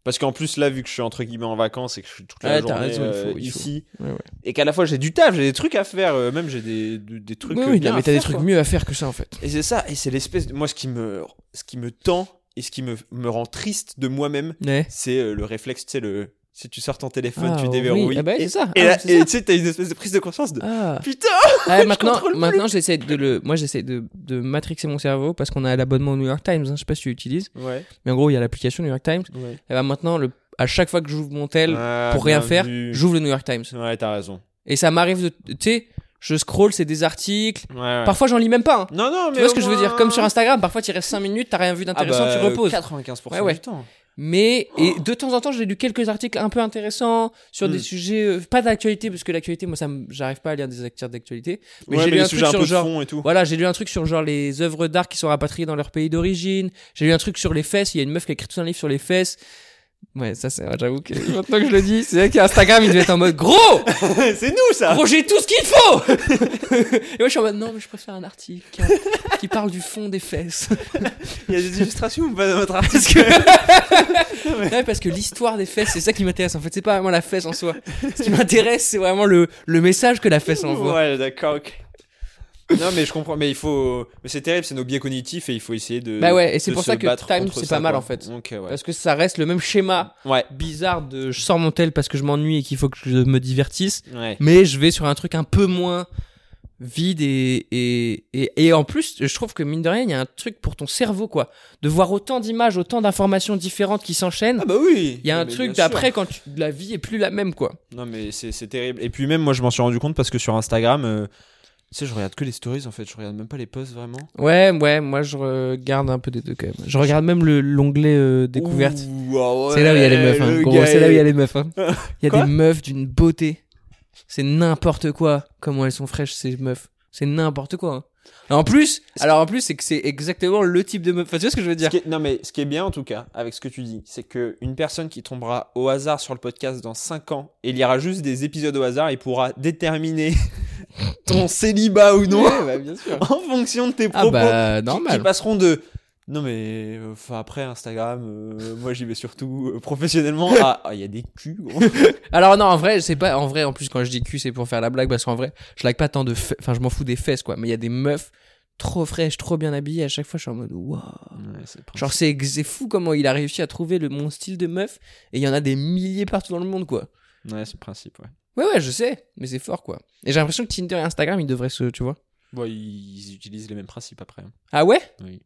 [SPEAKER 6] Parce qu'en plus, là, vu que je suis entre guillemets en vacances et que je suis toute la
[SPEAKER 5] Ouais, t'as
[SPEAKER 6] journée
[SPEAKER 5] raison, il
[SPEAKER 6] euh,
[SPEAKER 5] faut- il faut.
[SPEAKER 6] ici,
[SPEAKER 5] Ouais, ouais.
[SPEAKER 6] et qu'à la fois j'ai du taf, j'ai des trucs à faire, euh, même j'ai des, de- des trucs. euh,
[SPEAKER 5] Oui, oui,
[SPEAKER 6] bien
[SPEAKER 5] non, mais
[SPEAKER 6] à
[SPEAKER 5] t'as des
[SPEAKER 6] faire,
[SPEAKER 5] trucs
[SPEAKER 6] quoi.
[SPEAKER 5] mieux à faire que ça en fait.
[SPEAKER 6] Et c'est ça, et c'est l'espèce. De... Moi, ce qui me, ce qui me tend et ce qui me, me rend triste de moi-même,
[SPEAKER 5] Ouais.
[SPEAKER 6] c'est euh, le réflexe, tu sais, le. Si tu sors ton téléphone,
[SPEAKER 5] Ah,
[SPEAKER 6] tu
[SPEAKER 5] oui.
[SPEAKER 6] déverrouilles.
[SPEAKER 5] Ah bah oui,
[SPEAKER 6] et
[SPEAKER 5] c'est ça.
[SPEAKER 6] et
[SPEAKER 5] Ah,
[SPEAKER 6] là-
[SPEAKER 5] c'est
[SPEAKER 6] et
[SPEAKER 5] ça.
[SPEAKER 6] tu sais, t'as une espèce de prise de conscience de.
[SPEAKER 5] Ah.
[SPEAKER 6] Putain
[SPEAKER 5] Ouais, maintenant,
[SPEAKER 6] contrôle plus.
[SPEAKER 5] maintenant j'essaie de le, moi j'essaie de, de matrixer mon cerveau parce qu'on a l'abonnement au New York Times. hein, je sais pas si tu l'utilises,
[SPEAKER 6] Ouais.
[SPEAKER 5] mais en gros il y a l'application New York Times.
[SPEAKER 6] ouais.
[SPEAKER 5] Et bah maintenant, le, à chaque fois que j'ouvre mon tel
[SPEAKER 6] Ah,
[SPEAKER 5] pour rien faire, j'ouvre le New York Times.
[SPEAKER 6] Ouais, t'as raison.
[SPEAKER 5] Et ça m'arrive de, tu sais, je scroll, c'est des articles.
[SPEAKER 6] Ouais, ouais.
[SPEAKER 5] Parfois j'en lis même pas. hein.
[SPEAKER 6] Non, non, mais.
[SPEAKER 5] Tu vois
[SPEAKER 6] au
[SPEAKER 5] ce que je veux dire
[SPEAKER 6] moins-
[SPEAKER 5] Comme sur Instagram, parfois tu restes 5 minutes, t'as rien vu d'intéressant,
[SPEAKER 6] Ah bah,
[SPEAKER 5] tu reposes.
[SPEAKER 6] 95%
[SPEAKER 5] Ouais, ouais.
[SPEAKER 6] du temps. Oh.
[SPEAKER 5] Mais et de temps en temps, j'ai lu quelques articles un peu intéressants sur des
[SPEAKER 6] Hmm.
[SPEAKER 5] sujets euh, pas d'actualité parce que l'actualité, moi, ça, me- j'arrive pas à lire des acteurs d'actualité. Mais
[SPEAKER 6] Ouais,
[SPEAKER 5] j'ai lu
[SPEAKER 6] les
[SPEAKER 5] un truc
[SPEAKER 6] sujets un
[SPEAKER 5] sur
[SPEAKER 6] peu de
[SPEAKER 5] genre,
[SPEAKER 6] fond et tout.
[SPEAKER 5] voilà, j'ai lu un truc sur genre les œuvres d'art qui sont rapatriées dans leur pays d'origine. J'ai lu un truc sur les fesses. Il y a une meuf qui a écrit tout un livre sur les fesses. Ouais, ça c'est, j'avoue que maintenant que je le dis, c'est vrai qu'Instagram il devait être en mode gros,
[SPEAKER 6] c'est nous ça.
[SPEAKER 5] gros j'ai tout ce qu'il faut. Et moi je suis en mode non mais je préfère un article qui, qui parle du fond des fesses.
[SPEAKER 6] Il y a des illustrations ou pas dans votre
[SPEAKER 5] Parce
[SPEAKER 6] article
[SPEAKER 5] que... Ouais, parce que l'histoire des fesses, c'est ça qui m'intéresse. En fait, c'est pas vraiment la fesse en soi. Ce qui m'intéresse, c'est vraiment le, le message que la fesse envoie.
[SPEAKER 6] Ouais, d'accord. ok. non, mais je comprends. Mais il faut. Mais c'est terrible, c'est nos biais cognitifs et il faut essayer de.
[SPEAKER 5] Bah ouais, et c'est
[SPEAKER 6] de
[SPEAKER 5] pour
[SPEAKER 6] se
[SPEAKER 5] ça que
[SPEAKER 6] battre
[SPEAKER 5] Time,
[SPEAKER 6] contre
[SPEAKER 5] c'est
[SPEAKER 6] ça,
[SPEAKER 5] pas mal,
[SPEAKER 6] quoi.
[SPEAKER 5] en fait.
[SPEAKER 6] Donc, euh, ouais.
[SPEAKER 5] Parce que ça reste le même schéma
[SPEAKER 6] Ouais.
[SPEAKER 5] bizarre de je sors mon tel parce que je m'ennuie et qu'il faut que je me divertisse,
[SPEAKER 6] Ouais.
[SPEAKER 5] mais je vais sur un truc un peu moins vide et, et, et, et en plus, je trouve que mine de rien, il y a un truc pour ton cerveau, quoi. De voir autant d'images, autant d'informations différentes qui s'enchaînent.
[SPEAKER 6] Ah bah oui.
[SPEAKER 5] il y a un
[SPEAKER 6] Mais
[SPEAKER 5] truc
[SPEAKER 6] bien sûr.
[SPEAKER 5] d'après quand tu- la vie est plus la même quoi.
[SPEAKER 6] Non, mais c'est c'est terrible. Et puis même, moi, je m'en suis rendu compte parce que sur Instagram. euh, Tu sais, je regarde que les stories en fait, je regarde même pas les posts vraiment.
[SPEAKER 5] Ouais, ouais, moi je regarde un peu des deux quand même. Je regarde même le- l'onglet euh, découverte.
[SPEAKER 6] Ouh, ah ouais,
[SPEAKER 5] c'est là où il y a les meufs, hein,
[SPEAKER 6] le
[SPEAKER 5] gros,
[SPEAKER 6] gars
[SPEAKER 5] c'est là où il y a
[SPEAKER 6] est-
[SPEAKER 5] les meufs. hein. Il y a
[SPEAKER 6] Quoi
[SPEAKER 5] des meufs d'une beauté. C'est n'importe quoi, comment elles sont fraîches ces meufs. C'est n'importe quoi. hein. En plus, alors en plus, c'est que c'est exactement le type de meuf. Enfin, tu vois ce que je veux
[SPEAKER 6] Ce
[SPEAKER 5] dire
[SPEAKER 6] qui est- non mais ce qui est bien en tout cas avec ce que tu dis, c'est que une personne qui tombera au hasard sur le podcast dans 5 ans et lira juste des épisodes au hasard, il pourra déterminer ton célibat ou non
[SPEAKER 5] bien sûr.
[SPEAKER 6] en fonction de tes
[SPEAKER 5] Ah
[SPEAKER 6] propos
[SPEAKER 5] bah,
[SPEAKER 6] qui- qui,
[SPEAKER 5] normal.
[SPEAKER 6] passeront de non mais euh, enfin après Instagram, euh, moi j'y vais surtout euh, professionnellement. Ah ah, il y a des culs. gros.
[SPEAKER 5] Alors non, en vrai, c'est pas en vrai. En plus, quand je dis cul, c'est pour faire la blague parce qu'en vrai, je like pas tant de, fe- enfin, je m'en fous des fesses quoi. Mais il y a des meufs trop fraîches, trop bien habillées. À chaque fois, je suis en mode waouh. Genre c'est ex- c'est fou comment il a réussi à trouver le mon style de meuf et il y en a des milliers partout dans le monde quoi.
[SPEAKER 6] Ouais c'est le principe. Ouais.
[SPEAKER 5] Ouais ouais je sais mais c'est fort quoi. Et j'ai l'impression que Tinder et Instagram ils devraient se tu vois.
[SPEAKER 6] Bon, ils utilisent les mêmes principes après. hein.
[SPEAKER 5] Ah ouais
[SPEAKER 6] Oui.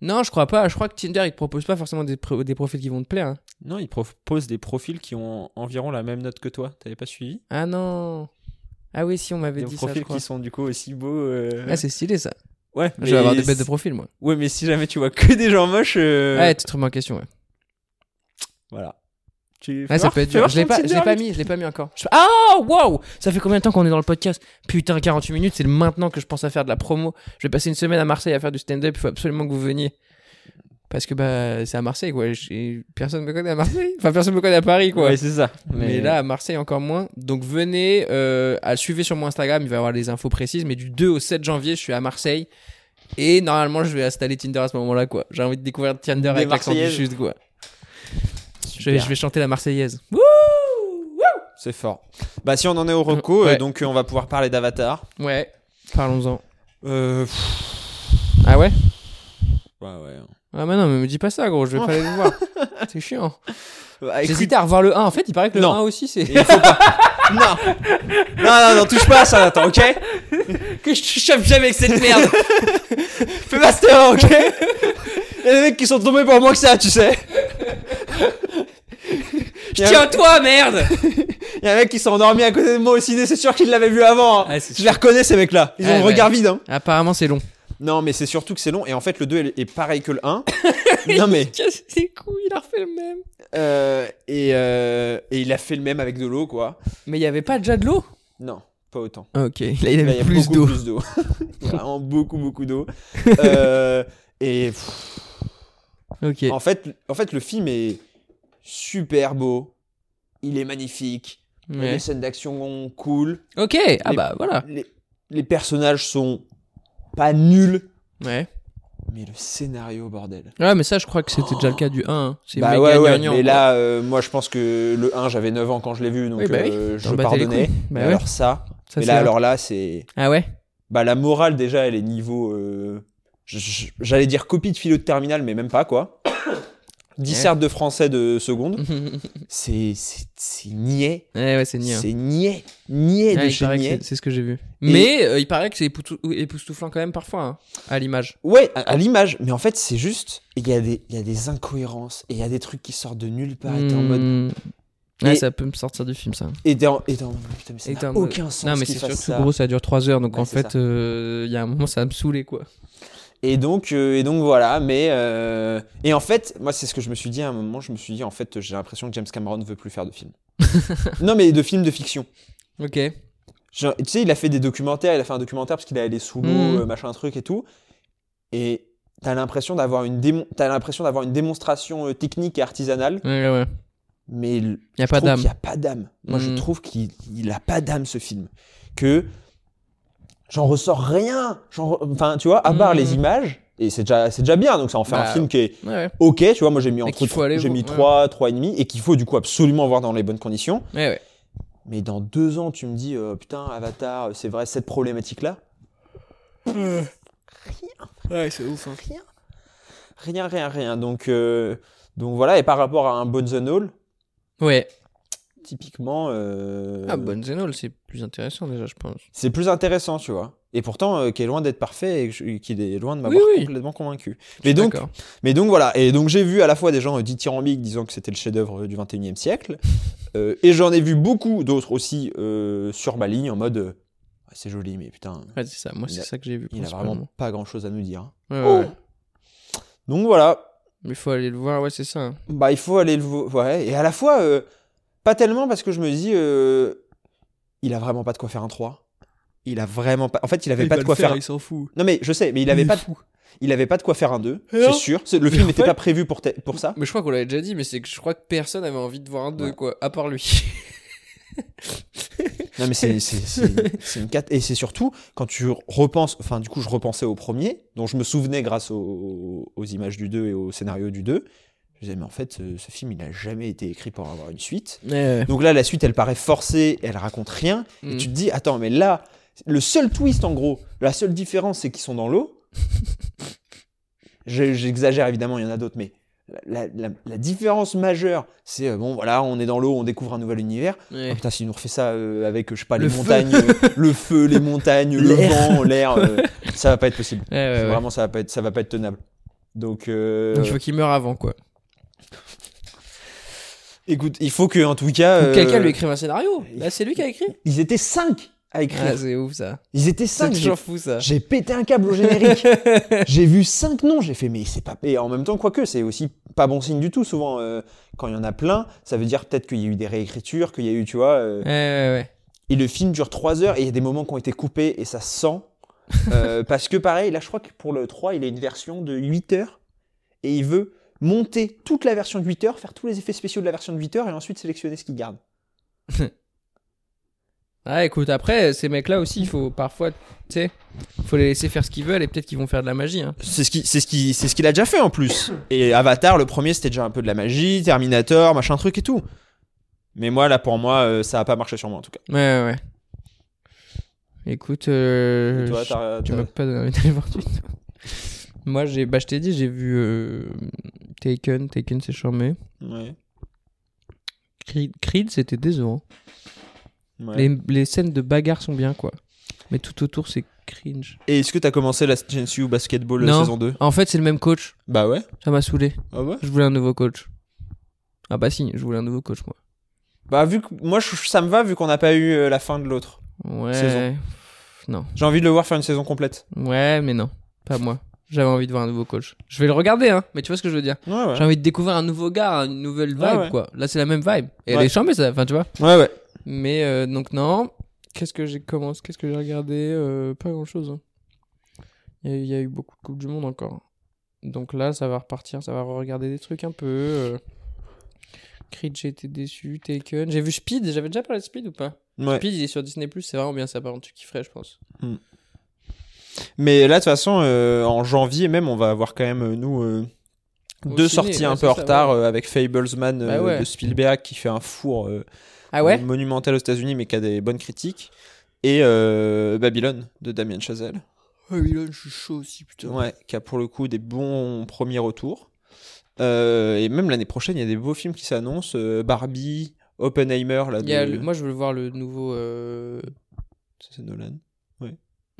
[SPEAKER 5] Non je crois pas. Je crois que Tinder il te propose pas forcément des, pro- des profils qui vont te plaire. hein.
[SPEAKER 6] Non ils proposent des profils qui ont environ la même note que toi. T'avais pas suivi?
[SPEAKER 5] Ah non. Ah oui si on m'avait
[SPEAKER 6] des
[SPEAKER 5] dit ça je
[SPEAKER 6] profils
[SPEAKER 5] crois.
[SPEAKER 6] qui sont du coup aussi beaux. euh,
[SPEAKER 5] Ah c'est stylé ça.
[SPEAKER 6] ouais,
[SPEAKER 5] Je vais avoir des
[SPEAKER 6] si-
[SPEAKER 5] bêtes de profil moi. Ah
[SPEAKER 6] Ouais, mais si jamais tu vois que des gens moches, euh,
[SPEAKER 5] Ouais tu te remets en question ouais.
[SPEAKER 6] voilà. Tu...
[SPEAKER 5] Ouais, ça peut être dur. Je l'ai pas, je l'ai pas mis, je l'ai pas mis encore. Je- Ah, wow! Ça fait combien de temps qu'on est dans le podcast? Putain, 48 minutes, c'est maintenant que je pense à faire de la promo. Je vais passer une semaine à Marseille à faire du stand-up, il faut absolument que vous veniez. Parce que, bah, c'est à Marseille, quoi. J'ai- Personne me connaît à Marseille. Enfin, personne me connaît à Paris, quoi.
[SPEAKER 6] Ouais, c'est ça.
[SPEAKER 5] mais... là, à Marseille, encore moins. Donc, venez, euh, à suivre sur mon Instagram, il va y avoir les infos précises. Mais du 2 au 7 janvier, je suis à Marseille. Et normalement, je vais installer Tinder à ce moment-là, quoi. J'ai envie de découvrir Tinder avec l'accent du
[SPEAKER 6] Marseillaises.
[SPEAKER 5] Sud, quoi. Je vais,
[SPEAKER 6] Super.
[SPEAKER 5] je vais chanter la Marseillaise.
[SPEAKER 6] c'est fort. Bah, si on en est au reco, euh,
[SPEAKER 5] Ouais.
[SPEAKER 6] donc euh, on va pouvoir parler d'Avatar.
[SPEAKER 5] Ouais, parlons-en.
[SPEAKER 6] Euh, pff,
[SPEAKER 5] Ah ouais
[SPEAKER 6] ouais, ouais. hein.
[SPEAKER 5] Ah bah non, mais me dis pas ça, gros, je vais pas aller le voir. C'est chiant.
[SPEAKER 6] Bah, écoute,
[SPEAKER 5] J'hésitais à revoir le 1. En fait, il paraît que le
[SPEAKER 6] Non.
[SPEAKER 5] 1 aussi, c'est.
[SPEAKER 6] il faut pas. non. non, non, non, touche pas à ça, attends, ok
[SPEAKER 5] que je te chope jamais avec cette merde Fais master, ok
[SPEAKER 6] Il y a des mecs qui sont tombés pour moi que ça, tu sais. Il y, a,
[SPEAKER 5] à toi, merde
[SPEAKER 6] il y a un mec qui s'est endormi à côté de moi au ciné, c'est sûr qu'il l'avait vu avant. hein.
[SPEAKER 5] Ah, c'est
[SPEAKER 6] Je les reconnais, ces mecs-là. Ils ont
[SPEAKER 5] Ouais,
[SPEAKER 6] le
[SPEAKER 5] ouais.
[SPEAKER 6] regard vide, hein.
[SPEAKER 5] Apparemment, c'est long.
[SPEAKER 6] Non, mais c'est surtout que c'est long. Et en fait, le 2 est- est pareil que le 1. non, mais.
[SPEAKER 5] Qu'est-ce que c'est cool, il a refait le même.
[SPEAKER 6] euh, et, euh, et il a fait le même avec de l'eau, quoi.
[SPEAKER 5] Mais il y avait pas déjà de l'eau
[SPEAKER 6] Non. Pas autant.
[SPEAKER 5] Ok, là il
[SPEAKER 6] Là, Bah, il y
[SPEAKER 5] avait
[SPEAKER 6] a
[SPEAKER 5] plus
[SPEAKER 6] beaucoup
[SPEAKER 5] d'eau.
[SPEAKER 6] plus d'eau. Il y a vraiment beaucoup, beaucoup d'eau. Euh, et pff,
[SPEAKER 5] Ok.
[SPEAKER 6] en, fait, en fait, le film est super beau. Il est magnifique. Il y a
[SPEAKER 5] Ouais.
[SPEAKER 6] Les scènes d'action sont cool.
[SPEAKER 5] Ok, ah
[SPEAKER 6] Les-
[SPEAKER 5] bah voilà.
[SPEAKER 6] Les, les personnages sont pas nuls.
[SPEAKER 5] Ouais.
[SPEAKER 6] Mais le scénario, bordel.
[SPEAKER 5] Ouais, mais ça, je crois que c'était déjà le cas du 1. hein. C'est
[SPEAKER 6] Bah
[SPEAKER 5] méga
[SPEAKER 6] ouais, ouais,
[SPEAKER 5] gagnant,
[SPEAKER 6] mais
[SPEAKER 5] quoi.
[SPEAKER 6] là, euh, moi je pense que le 1, j'avais 9 ans quand je l'ai vu, donc
[SPEAKER 5] Oui, bah oui.
[SPEAKER 6] euh, je
[SPEAKER 5] T'en battais les
[SPEAKER 6] pardonnais.
[SPEAKER 5] couilles.
[SPEAKER 6] Mais
[SPEAKER 5] Bah ouais.
[SPEAKER 6] alors ça,
[SPEAKER 5] Ça,
[SPEAKER 6] mais
[SPEAKER 5] c'est
[SPEAKER 6] là,
[SPEAKER 5] vrai.
[SPEAKER 6] alors là, c'est.
[SPEAKER 5] Ah ouais
[SPEAKER 6] Bah la morale déjà, elle est niveau. euh, je- je- J'allais dire copie de philo de terminale, mais même pas quoi. Disserte de français de seconde.
[SPEAKER 5] Ouais,
[SPEAKER 6] C'est c'est- c'est niais.
[SPEAKER 5] ouais, Mm-hmm. c'est niais. hein.
[SPEAKER 6] C'est niais. Niais
[SPEAKER 5] Ah,
[SPEAKER 6] de
[SPEAKER 5] il
[SPEAKER 6] chez
[SPEAKER 5] paraît que
[SPEAKER 6] niais.
[SPEAKER 5] c'est- c'est ce que j'ai vu. Mais euh, il paraît que c'est époutou- époustouflant quand même parfois, hein, à l'image.
[SPEAKER 6] Ouais, à, à l'image, mais en fait, c'est juste. Il y, a des- il y a des incohérences et il y a des trucs qui sortent de nulle part. Et Bah, t'es en mode.
[SPEAKER 5] Hmm. Ouais,
[SPEAKER 6] Et-
[SPEAKER 5] ça peut me sortir du film, ça.
[SPEAKER 6] Et t'es en, et t'es en mode. Putain, mais ça
[SPEAKER 5] Et t'es en
[SPEAKER 6] n'a
[SPEAKER 5] mode-
[SPEAKER 6] aucun sens.
[SPEAKER 5] Non, mais
[SPEAKER 6] qu'ils
[SPEAKER 5] c'est
[SPEAKER 6] fassent ça.
[SPEAKER 5] surtout, gros, ça dure 3 heures, donc
[SPEAKER 6] Ouais,
[SPEAKER 5] en
[SPEAKER 6] c'est
[SPEAKER 5] fait,
[SPEAKER 6] ça.
[SPEAKER 5] euh, il y a un moment, ça va me saouler, quoi.
[SPEAKER 6] Et donc, euh, et donc voilà, mais. euh, Et en fait, moi, c'est ce que je me suis dit à un moment, je me suis dit, en fait, j'ai l'impression que James Cameron ne veut plus faire de films. non, mais de films de fiction.
[SPEAKER 5] Ok.
[SPEAKER 6] Genre, tu sais, il a fait des documentaires, il a fait un documentaire parce qu'il est allé sous l'eau,
[SPEAKER 5] Mhm.
[SPEAKER 6] euh, machin, truc et tout. Et t'as l'impression d'avoir une, démon... t'as l'impression d'avoir une démonstration euh, technique et artisanale,
[SPEAKER 5] Ouais, ouais, ouais.
[SPEAKER 6] mais il
[SPEAKER 5] Y a pas d'âme.
[SPEAKER 6] Il n'y a pas d'âme. Moi, je
[SPEAKER 5] Mhm.
[SPEAKER 6] trouve qu'il il a pas d'âme, ce film. Que j'en ressors rien. J'en re- Enfin, tu vois, à part
[SPEAKER 5] Mhm.
[SPEAKER 6] les images, et c'est déjà, c'est déjà bien, donc ça en fait
[SPEAKER 5] Bah,
[SPEAKER 6] un film qui est
[SPEAKER 5] Ouais, ouais.
[SPEAKER 6] ok, tu vois, moi j'ai mis entre
[SPEAKER 5] qu'il faut aller
[SPEAKER 6] j'ai
[SPEAKER 5] voir,
[SPEAKER 6] mis
[SPEAKER 5] ouais.
[SPEAKER 6] 3, 3,5 et qu'il faut du coup absolument voir dans les bonnes conditions.
[SPEAKER 5] Ouais, ouais.
[SPEAKER 6] Mais dans deux ans, tu me dis, euh, putain, Avatar, euh, c'est vrai, cette problématique-là
[SPEAKER 5] Euh, Ouais, c'est ouf.
[SPEAKER 6] hein. Rien. Rien, rien, rien. Donc, euh, donc voilà, et par rapport à un Bones and All,
[SPEAKER 5] Ouais.
[SPEAKER 6] typiquement, euh,
[SPEAKER 5] Ah, Bonne Zenol, c'est plus intéressant déjà, je pense.
[SPEAKER 6] c'est plus intéressant, tu vois. Et pourtant, euh, qui est loin d'être parfait et que je- qu'il est loin de m'avoir
[SPEAKER 5] Oui, oui.
[SPEAKER 6] complètement convaincu. Mais donc,
[SPEAKER 5] D'accord.
[SPEAKER 6] Mais donc voilà, et donc j'ai vu à la fois des gens euh, dithyrambiques disant que c'était le chef-d'œuvre euh, du 21e siècle, euh, et j'en ai vu beaucoup d'autres aussi euh, sur ma ligne en mode euh, Ah, c'est joli, mais putain,
[SPEAKER 5] Ouais, c'est ça. Moi,
[SPEAKER 6] Il
[SPEAKER 5] c'est
[SPEAKER 6] a-
[SPEAKER 5] ça que j'ai vu.
[SPEAKER 6] il a vraiment pas grand-chose à nous dire. hein.
[SPEAKER 5] principalement. Ouais, ouais, ouais.
[SPEAKER 6] Donc voilà,
[SPEAKER 5] Mais il faut aller le voir, ouais, c'est ça. hein.
[SPEAKER 6] bah il faut aller le voir, ouais, et à la fois, euh, pas tellement parce que je me dis, euh, il a vraiment pas de quoi faire un 3. Il a vraiment pas. En fait, il avait pas de quoi faire. un-
[SPEAKER 5] Il s'en fout.
[SPEAKER 6] Non mais je sais, mais il avait pas. de- Il avait pas de quoi faire un 2, c'est
[SPEAKER 5] non.
[SPEAKER 6] sûr. C'est- Le
[SPEAKER 5] Eh hein Mais
[SPEAKER 6] film
[SPEAKER 5] en
[SPEAKER 6] n'était
[SPEAKER 5] fait-
[SPEAKER 6] pas prévu pour, te- pour ça.
[SPEAKER 5] Mais je crois qu'on l'avait déjà dit, mais c'est que je crois que personne avait envie de voir un 2,
[SPEAKER 6] Ouais.
[SPEAKER 5] quoi, à part lui.
[SPEAKER 6] Non mais c'est c'est- c'est- c'est une cat et c'est surtout quand tu repenses enfin du coup je repensais au premier dont je me souvenais grâce au- aux, images du 2 et au scénario du 2 je disais mais en fait ce, ce film il n'a jamais été écrit pour avoir une suite donc là la suite elle paraît forcée elle raconte rien et
[SPEAKER 5] Mm.
[SPEAKER 6] tu te dis attends mais là le seul twist en gros la seule différence c'est qu'ils sont dans l'eau Je- j'exagère évidemment il y en a d'autres mais la, la- la différence majeure c'est euh, bon voilà on est dans l'eau on découvre un nouvel univers
[SPEAKER 5] Ouais.
[SPEAKER 6] ah, putain, s'il nous refait ça euh, avec, je sais pas,
[SPEAKER 5] Eh. Le
[SPEAKER 6] les
[SPEAKER 5] feu.
[SPEAKER 6] montagnes, euh, le feu, les montagnes, le
[SPEAKER 5] L'air.
[SPEAKER 6] vent, l'air, euh, ça va pas être possible.
[SPEAKER 5] Ouais, ouais, ouais.
[SPEAKER 6] Vraiment, ça va pas être, ça va pas être tenable. Donc, euh,
[SPEAKER 5] Donc, il faut qu'il meure avant, quoi.
[SPEAKER 6] écoute, il faut que, en tout cas,
[SPEAKER 5] Ou Quelqu'un
[SPEAKER 6] euh,
[SPEAKER 5] lui écrive un scénario. Là, c'est lui qui a écrit.
[SPEAKER 6] ils étaient 5 à
[SPEAKER 5] Ah,
[SPEAKER 6] écrire.
[SPEAKER 5] c'est ouf ça.
[SPEAKER 6] ils étaient
[SPEAKER 5] C'est
[SPEAKER 6] 5.
[SPEAKER 5] toujours fou ça.
[SPEAKER 6] J'ai pété un câble au générique. j'ai vu 5 noms, j'ai fait, mais c'est pas. Et en même temps, quoique, c'est aussi pas bon signe du tout. Souvent, euh, quand il y en a plein, ça veut dire peut-être qu'il y a eu des réécritures, qu'il y a eu, tu vois. euh,
[SPEAKER 5] Ouais, ouais, ouais.
[SPEAKER 6] Et le film dure 3 heures et il y a des moments qui ont été coupés et ça se sent. Euh, parce que pareil, là je crois que pour le 3, il a une version de 8 heures et il veut monter toute la version de 8 heures, faire tous les effets spéciaux de la version de 8 heures et ensuite sélectionner ce qu'il garde.
[SPEAKER 5] Ah, écoute, après, ces mecs-là aussi, il faut parfois, tu sais, faut les laisser faire ce qu'ils veulent et peut-être qu'ils vont faire de la magie. Hein.
[SPEAKER 6] C'est ce qu'il ce qui, c'est ce qu'il a déjà fait en plus. Et Avatar, le premier, c'était déjà un peu de la magie, Terminator, machin truc et tout. Mais moi, là pour moi, euh, ça a pas marché sur moi en tout cas.
[SPEAKER 5] Ouais, ouais, ouais. Écoute, euh,
[SPEAKER 6] Et toi,
[SPEAKER 5] je-
[SPEAKER 6] t'as-
[SPEAKER 5] tu
[SPEAKER 6] t'as-
[SPEAKER 5] m'as pas donné envie d'aller voir du tout. Moi, j'ai, bah, je t'ai dit, j'ai vu euh, Taken, Taken, c'est charmé.
[SPEAKER 6] Ouais.
[SPEAKER 5] Creed, Creed, c'était décevant.
[SPEAKER 6] ouais.
[SPEAKER 5] Les, les scènes de bagarre sont bien, quoi. Mais tout autour, c'est cringe.
[SPEAKER 6] Et est-ce que t'as commencé la Genshu Basketball euh,
[SPEAKER 5] Non.
[SPEAKER 6] saison 2
[SPEAKER 5] En fait, c'est le même coach.
[SPEAKER 6] Bah ouais.
[SPEAKER 5] Ça m'a saoulé.
[SPEAKER 6] Ah ouais
[SPEAKER 5] Je voulais un nouveau coach. Ah bah si, je voulais un nouveau coach moi.
[SPEAKER 6] Bah vu que moi je- ça me va vu qu'on n'a pas eu euh, la fin de l'autre.
[SPEAKER 5] Ouais.
[SPEAKER 6] Saison.
[SPEAKER 5] Non.
[SPEAKER 6] J'ai envie de le voir faire une saison complète.
[SPEAKER 5] Ouais, mais non, pas moi. J'avais envie de voir un nouveau coach. Je vais le regarder hein, mais tu vois ce que je veux dire.
[SPEAKER 6] Ouais ouais.
[SPEAKER 5] J'ai envie de découvrir un nouveau gars, une nouvelle vibe
[SPEAKER 6] Ouais, ouais.
[SPEAKER 5] quoi. Là c'est la même vibe. Et
[SPEAKER 6] Ouais.
[SPEAKER 5] elle est chambée ça, enfin tu vois.
[SPEAKER 6] Ouais ouais.
[SPEAKER 5] Mais euh, donc non. Qu'est-ce que j'ai commencé Qu'est-ce que j'ai regardé Euh, Pas grand-chose. hein. Il y, a- il y a eu beaucoup de Coupe du Monde encore. Donc là, ça va repartir, ça va regarder des trucs un peu. euh. Creed, j'ai été déçu. Taken. J'ai vu Speed, j'avais déjà parlé de Speed ou pas
[SPEAKER 6] Ouais.
[SPEAKER 5] Speed, il est sur Disney, c'est vraiment bien ça, par contre, tu kifferais, je pense.
[SPEAKER 6] Mais là, de toute façon, euh, en janvier même, on va avoir quand même, euh, nous, euh,
[SPEAKER 5] Au
[SPEAKER 6] deux
[SPEAKER 5] ciné,
[SPEAKER 6] sorties un
[SPEAKER 5] ouais,
[SPEAKER 6] peu
[SPEAKER 5] c'est
[SPEAKER 6] en
[SPEAKER 5] ça,
[SPEAKER 6] retard
[SPEAKER 5] ouais.
[SPEAKER 6] euh, avec Fablesman euh,
[SPEAKER 5] Bah ouais.
[SPEAKER 6] de Spielberg qui fait un four euh,
[SPEAKER 5] Ah ouais
[SPEAKER 6] monumental aux États-Unis mais qui a des bonnes critiques. Et euh, Babylone de Damien Chazelle.
[SPEAKER 5] Babylone, Ah, je suis chaud aussi, putain.
[SPEAKER 6] Ouais, qui a pour le coup des bons premiers retours. Euh, et même l'année prochaine, il y a des beaux films qui s'annoncent. euh, Barbie, Oppenheimer, là,
[SPEAKER 5] Il y a
[SPEAKER 6] de...
[SPEAKER 5] le- Moi, je veux voir le nouveau, euh,
[SPEAKER 6] Ça, c'est Nolan.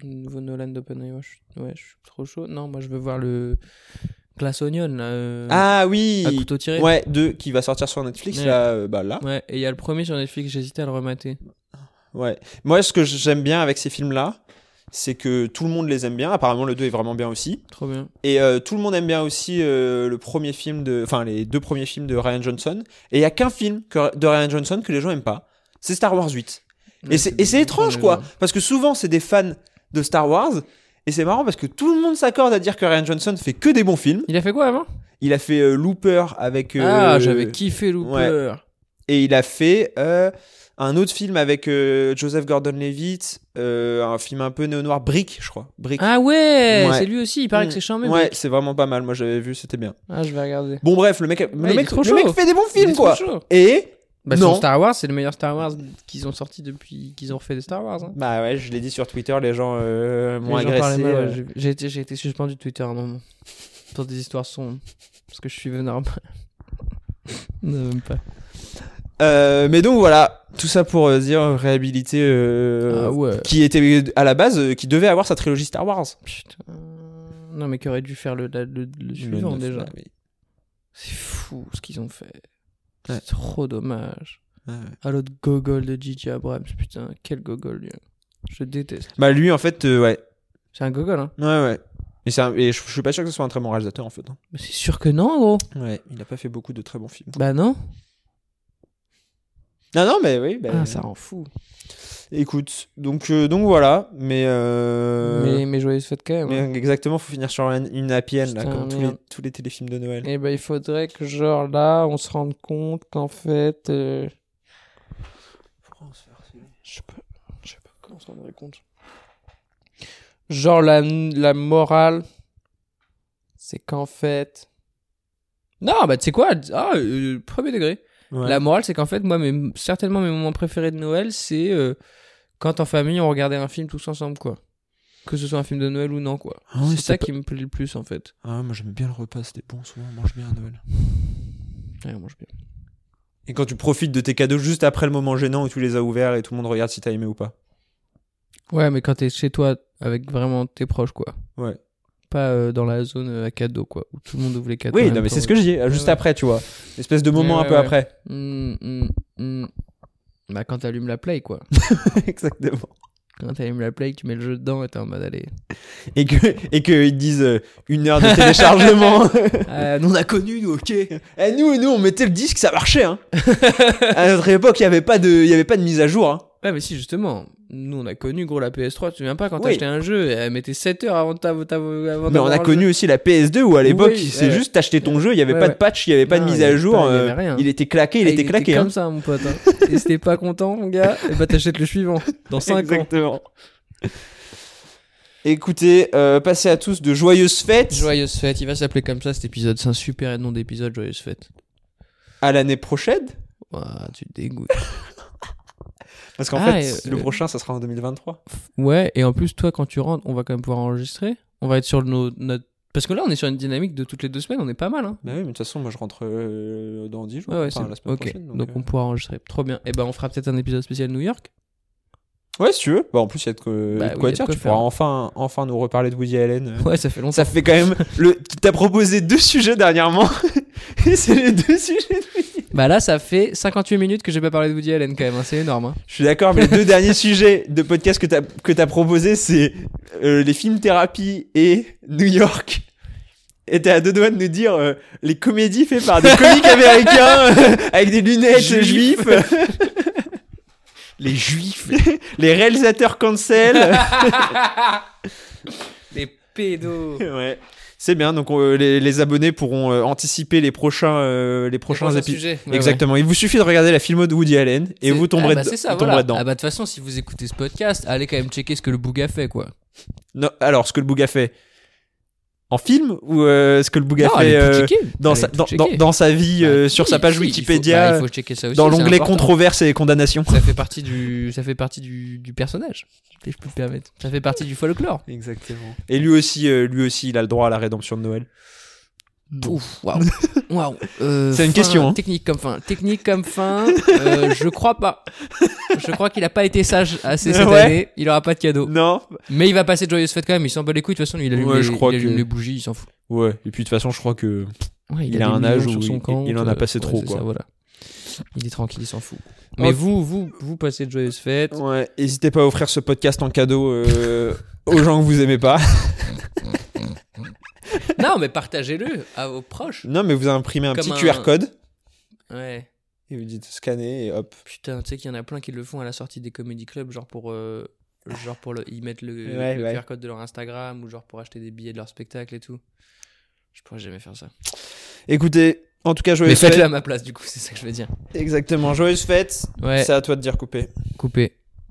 [SPEAKER 5] le nouveau Nolan d'Oppenheimer. Je- Ouais, je suis trop chaud. Non, moi, je veux voir le Glass Onion, là. euh,
[SPEAKER 6] Ah oui
[SPEAKER 5] à couteau tiré.
[SPEAKER 6] Ouais, deux qui va sortir sur Netflix,
[SPEAKER 5] Ouais.
[SPEAKER 6] là, euh, bah, là.
[SPEAKER 5] Ouais, et il y a le premier sur Netflix, j'hésitais à le remater.
[SPEAKER 6] Ouais. Moi, ce que j'aime bien avec ces films-là, c'est que tout le monde les aime bien. Apparemment, le 2 est vraiment bien aussi.
[SPEAKER 5] Trop bien.
[SPEAKER 6] Et euh, tout le monde aime bien aussi euh, le premier film de, enfin les deux premiers films de Ryan Johnson. Et il y a qu'un film que- de Ryan Johnson que les gens aiment pas. C'est Star Wars 8.
[SPEAKER 5] Ouais,
[SPEAKER 6] Et c'est et c'est étrange
[SPEAKER 5] mais
[SPEAKER 6] quoi,
[SPEAKER 5] bon.
[SPEAKER 6] parce que souvent c'est des fans de Star Wars. Et c'est marrant parce que tout le monde s'accorde à dire que Ryan Johnson fait que des bons films.
[SPEAKER 5] Il a fait quoi avant
[SPEAKER 6] Il a fait euh, Looper avec. euh,
[SPEAKER 5] Ah, j'avais kiffé Looper.
[SPEAKER 6] et il a fait euh, un autre film avec euh, Joseph Gordon-Levitt, euh, un film un peu néo-noir, Brick, je crois. Brick.
[SPEAKER 5] Ah ouais,
[SPEAKER 6] Ouais. Mm.
[SPEAKER 5] c'est lui aussi, il paraît que c'est charmé.
[SPEAKER 6] Ouais, c'est vraiment pas mal. Moi, j'avais vu, c'était bien.
[SPEAKER 5] Ah, je vais regarder.
[SPEAKER 6] Bon, bref, le mec, le
[SPEAKER 5] il est
[SPEAKER 6] mec,
[SPEAKER 5] trop
[SPEAKER 6] le mec
[SPEAKER 5] chaud.
[SPEAKER 6] fait des bons
[SPEAKER 5] Il
[SPEAKER 6] films,
[SPEAKER 5] est trop
[SPEAKER 6] quoi.
[SPEAKER 5] chaud.
[SPEAKER 6] Et
[SPEAKER 5] Bah,
[SPEAKER 6] Non.
[SPEAKER 5] son Star Wars, c'est le meilleur Star Wars qu'ils ont sorti depuis qu'ils ont refait des Star Wars. hein.
[SPEAKER 6] bah ouais, je l'ai dit sur Twitter, les gens euh, m'ont
[SPEAKER 5] Les gens parlaient
[SPEAKER 6] agressé.
[SPEAKER 5] mal, ouais,
[SPEAKER 6] euh.
[SPEAKER 5] j'ai- J'ai été, j'ai été suspendu de Twitter à un moment. Pour des histoires sombres. Parce que je suis vénérable. non, même pas.
[SPEAKER 6] Euh, mais donc voilà, tout ça pour euh, dire euh, réhabiliter euh,
[SPEAKER 5] ah ouais.
[SPEAKER 6] qui était à la base, euh, qui devait avoir sa trilogie Star Wars.
[SPEAKER 5] Putain. Non, mais qu'aurait dû faire le, la- le, le suivant
[SPEAKER 6] Le neuf,
[SPEAKER 5] déjà.
[SPEAKER 6] là, oui.
[SPEAKER 5] C'est fou ce qu'ils ont fait.
[SPEAKER 6] Ouais.
[SPEAKER 5] C'est trop dommage.
[SPEAKER 6] Ouais, ouais.
[SPEAKER 5] Ah, l'autre gogol de Gigi Abrams. Putain, quel gogol, lui. Je déteste.
[SPEAKER 6] Bah lui, en fait, euh, ouais,
[SPEAKER 5] C'est un gogol, hein.
[SPEAKER 6] ouais, ouais. Et, c'est un- et je, je suis pas sûr que ce soit un très bon réalisateur en fait. hein.
[SPEAKER 5] Mais c'est sûr que non, gros.
[SPEAKER 6] Ouais, il a pas fait beaucoup de très bons films.
[SPEAKER 5] Bah non.
[SPEAKER 6] Non, non, mais oui. bah,
[SPEAKER 5] Ah, ça rend fou.
[SPEAKER 6] Écoute, donc, euh, donc voilà, mais, euh,
[SPEAKER 5] Mais, mais joyeuses fêtes quand même. hein.
[SPEAKER 6] mais exactement, faut finir sur une, une happy end là,
[SPEAKER 5] Putain,
[SPEAKER 6] comme tous les,
[SPEAKER 5] merde.
[SPEAKER 6] tous les téléfilms de Noël.
[SPEAKER 5] Et ben il faudrait que genre là on se rende compte qu'en fait euh, je sais pas je sais pas comment on se rendrait compte. Genre la la morale c'est qu'en fait non, bah tu sais quoi Ah, euh, premier degré.
[SPEAKER 6] Ouais.
[SPEAKER 5] La morale, c'est qu'en fait, moi, mes, certainement mes moments préférés de Noël, c'est euh, quand en famille, on regardait un film tous ensemble, quoi. Que ce soit un film de Noël ou non, quoi.
[SPEAKER 6] Ah ouais,
[SPEAKER 5] c'est
[SPEAKER 6] c'est
[SPEAKER 5] ça
[SPEAKER 6] pas-
[SPEAKER 5] qui me plaît le plus, en fait.
[SPEAKER 6] Ah, moi j'aime bien le repas, c'était bon, souvent on mange bien à Noël.
[SPEAKER 5] Ouais, on mange bien.
[SPEAKER 6] Et quand tu profites de tes cadeaux juste après le moment gênant où tu les as ouverts et tout le monde regarde si t'as aimé ou pas.
[SPEAKER 5] Ouais, mais quand t'es chez toi avec vraiment tes proches, quoi.
[SPEAKER 6] Ouais.
[SPEAKER 5] Pas euh, dans la zone euh, à cadeaux, quoi. Où tout le monde ouvre les cadeaux.
[SPEAKER 6] Oui, non, mais c'est ce que je dis, euh, juste
[SPEAKER 5] ouais.
[SPEAKER 6] après, tu vois. Espèce de moment un
[SPEAKER 5] Ouais,
[SPEAKER 6] peu
[SPEAKER 5] ouais,
[SPEAKER 6] après.
[SPEAKER 5] je. Bah, quand t'allumes la play, quoi.
[SPEAKER 6] Exactement.
[SPEAKER 5] Quand t'allumes la play, tu mets le jeu dedans et t'es en mode allez.
[SPEAKER 6] Et que et qu'ils disent euh, une heure de téléchargement.
[SPEAKER 5] Ah, nous, on a connu, nous, ok.
[SPEAKER 6] Eh, nous, nous, on mettait le disque, ça marchait. Hein. à notre époque, il n'y avait, pas de- il y avait pas de mise à jour. Hein.
[SPEAKER 5] Ouais, mais si, justement. Nous, on a connu, gros, la PS3. Tu te souviens pas quand
[SPEAKER 6] Oui.
[SPEAKER 5] t'achetais un jeu, elle mettait 7 heures avant de t'av- t'av- avant
[SPEAKER 6] Mais on a
[SPEAKER 5] d'avoir le
[SPEAKER 6] connu
[SPEAKER 5] jeu.
[SPEAKER 6] aussi la PS2 où à l'époque,
[SPEAKER 5] Oui,
[SPEAKER 6] c'est
[SPEAKER 5] ouais.
[SPEAKER 6] juste t'achetais ton jeu, il n'y avait
[SPEAKER 5] Ouais,
[SPEAKER 6] pas
[SPEAKER 5] ouais.
[SPEAKER 6] de patch, il n'y avait pas
[SPEAKER 5] Non,
[SPEAKER 6] de
[SPEAKER 5] il
[SPEAKER 6] mise
[SPEAKER 5] y avait
[SPEAKER 6] à jour.
[SPEAKER 5] pas- il y avait
[SPEAKER 6] euh,
[SPEAKER 5] rien.
[SPEAKER 6] il était claqué, il
[SPEAKER 5] Ah,
[SPEAKER 6] était claqué.
[SPEAKER 5] comme
[SPEAKER 6] hein.
[SPEAKER 5] ça, mon pote. hein. et si t'es pas content, mon gars, et bah t'achètes le suivant. Dans 5 ans.
[SPEAKER 6] Exactement. Écoutez, euh, passez à tous de joyeuses fêtes.
[SPEAKER 5] Joyeuse fête, il va s'appeler comme ça cet épisode, c'est un super nom d'épisode, Joyeuse fête.
[SPEAKER 6] À l'année prochaine.
[SPEAKER 5] Ouah, tu te dégoûtes.
[SPEAKER 6] Parce qu'en
[SPEAKER 5] Ah,
[SPEAKER 6] fait,
[SPEAKER 5] et,
[SPEAKER 6] le
[SPEAKER 5] euh,
[SPEAKER 6] prochain, ça sera en 2023.
[SPEAKER 5] ouais, et en plus, toi, quand tu rentres, on va quand même pouvoir enregistrer. On va être sur nos, notre. Parce que là, on est sur une dynamique de toutes les deux semaines, on est pas mal. Hein.
[SPEAKER 6] Bah oui, mais de toute façon, moi je rentre euh, dans 10 jours.
[SPEAKER 5] Ouais, ouais,
[SPEAKER 6] Enfin,
[SPEAKER 5] c'est
[SPEAKER 6] la
[SPEAKER 5] bon.
[SPEAKER 6] semaine
[SPEAKER 5] Ok,
[SPEAKER 6] prochaine,
[SPEAKER 5] donc
[SPEAKER 6] euh,
[SPEAKER 5] on pourra enregistrer. Trop bien. Et ben, on fera peut-être un épisode spécial New York.
[SPEAKER 6] Ouais, si tu veux. Bah, en plus, il y a de quoi,
[SPEAKER 5] Bah
[SPEAKER 6] de
[SPEAKER 5] oui,
[SPEAKER 6] quoi
[SPEAKER 5] y a de
[SPEAKER 6] dire.
[SPEAKER 5] quoi
[SPEAKER 6] tu pourras
[SPEAKER 5] faire.
[SPEAKER 6] enfin, enfin nous reparler de Woody Allen.
[SPEAKER 5] Ouais, ça fait longtemps.
[SPEAKER 6] Ça fait quand même. Le... Tu t'as proposé deux sujets dernièrement. Et c'est les deux sujets.
[SPEAKER 5] Bah là, ça fait 58 minutes que j'ai pas parlé de Woody Allen quand même, hein, c'est énorme. hein.
[SPEAKER 6] Je suis d'accord, mais les deux derniers sujets de podcast que t'as que t'as proposé, c'est euh, les films thérapie et New York. Et t'es à deux doigts de nous dire euh, les comédies faites par des comiques américains euh, avec des lunettes
[SPEAKER 5] Juifs.
[SPEAKER 6] juifs. les juifs, les réalisateurs cancel.
[SPEAKER 5] Des pédos.
[SPEAKER 6] ouais. C'est bien, donc on- euh, les, les abonnés pourront euh, anticiper les prochains, euh, les prochains épisodes.
[SPEAKER 5] sujets. Ouais,
[SPEAKER 6] Exactement. Il vous suffit de regarder la filmo de Woody Allen
[SPEAKER 5] ouais.
[SPEAKER 6] et vous tomberez,
[SPEAKER 5] ah, bah,
[SPEAKER 6] dedans-
[SPEAKER 5] c'est ça,
[SPEAKER 6] vous tomberez
[SPEAKER 5] voilà.
[SPEAKER 6] dedans.
[SPEAKER 5] Ah bah de toute façon, si vous écoutez ce podcast, allez quand même checker ce que le boug a fait quoi.
[SPEAKER 6] Non, alors, ce que le Boug a fait en film ou euh, ce que le Boug a
[SPEAKER 5] Non,
[SPEAKER 6] fait
[SPEAKER 5] allez tout
[SPEAKER 6] euh,
[SPEAKER 5] checker.
[SPEAKER 6] dans,
[SPEAKER 5] Allez
[SPEAKER 6] sa,
[SPEAKER 5] tout
[SPEAKER 6] dans, dans-
[SPEAKER 5] checker.
[SPEAKER 6] dans sa vie,
[SPEAKER 5] Bah,
[SPEAKER 6] euh, sur
[SPEAKER 5] oui,
[SPEAKER 6] sa page
[SPEAKER 5] si, il faut-
[SPEAKER 6] Wikipédia,
[SPEAKER 5] bah, il faut checker ça aussi,
[SPEAKER 6] dans
[SPEAKER 5] c'est
[SPEAKER 6] l'onglet
[SPEAKER 5] important.
[SPEAKER 6] controverses et condamnations.
[SPEAKER 5] Ça fait partie du, ça fait partie du, du personnage, si je peux me permettre. Ça fait partie du folklore.
[SPEAKER 6] Exactement. Et lui aussi, euh, lui aussi, il a le droit à la rédemption de Noël.
[SPEAKER 5] Ouf, waouh. Waouh. Euh,
[SPEAKER 6] C'est une
[SPEAKER 5] fin,
[SPEAKER 6] question, hein.
[SPEAKER 5] Technique comme fin. Technique comme fin. euh, je crois pas. Je crois qu'il a pas été sage assez cette
[SPEAKER 6] Ouais.
[SPEAKER 5] année. Il aura pas de cadeau.
[SPEAKER 6] Non.
[SPEAKER 5] Mais il va passer de joyeuses fêtes quand même. Il s'en bat les couilles. De toute façon, lui, il allume,
[SPEAKER 6] Ouais,
[SPEAKER 5] les,
[SPEAKER 6] je crois
[SPEAKER 5] il allume
[SPEAKER 6] que-
[SPEAKER 5] les bougies. Il s'en fout.
[SPEAKER 6] Ouais. Et puis de toute façon, je crois que
[SPEAKER 5] Ouais,
[SPEAKER 6] Il a
[SPEAKER 5] des
[SPEAKER 6] un
[SPEAKER 5] millions
[SPEAKER 6] âge
[SPEAKER 5] sur
[SPEAKER 6] où
[SPEAKER 5] son
[SPEAKER 6] il-
[SPEAKER 5] compte,
[SPEAKER 6] il en a
[SPEAKER 5] euh,
[SPEAKER 6] passé
[SPEAKER 5] ouais,
[SPEAKER 6] trop,
[SPEAKER 5] c'est
[SPEAKER 6] quoi. Oh.
[SPEAKER 5] ça, voilà. Il est tranquille. Il s'en fout. Mais
[SPEAKER 6] Ok.
[SPEAKER 5] vous, vous, vous passez de joyeuses fêtes.
[SPEAKER 6] Ouais, n'hésitez pas à offrir ce podcast en cadeau euh, aux gens que vous aimez pas.
[SPEAKER 5] Non, mais partagez-le à vos proches.
[SPEAKER 6] Non, mais vous imprimez un
[SPEAKER 5] Comme
[SPEAKER 6] petit
[SPEAKER 5] un-
[SPEAKER 6] QR code
[SPEAKER 5] Ouais.
[SPEAKER 6] et vous dites scanner et hop.
[SPEAKER 5] Putain, tu sais qu'il y en a plein qui le font à la sortie des comedy clubs, genre pour, euh, genre pour le, y mettre le,
[SPEAKER 6] Ouais,
[SPEAKER 5] le
[SPEAKER 6] ouais.
[SPEAKER 5] QR code de leur Instagram ou genre pour acheter des billets de leur spectacle et tout. Je pourrais jamais faire ça.
[SPEAKER 6] Écoutez, en tout cas,
[SPEAKER 5] Mais
[SPEAKER 6] joyeuses
[SPEAKER 5] faites-le à
[SPEAKER 6] fêtes.
[SPEAKER 5] ma place, du coup, c'est ça que je veux dire.
[SPEAKER 6] Exactement, joyeuses fêtes.
[SPEAKER 5] Ouais,
[SPEAKER 6] C'est à toi de dire couper.
[SPEAKER 5] coupé.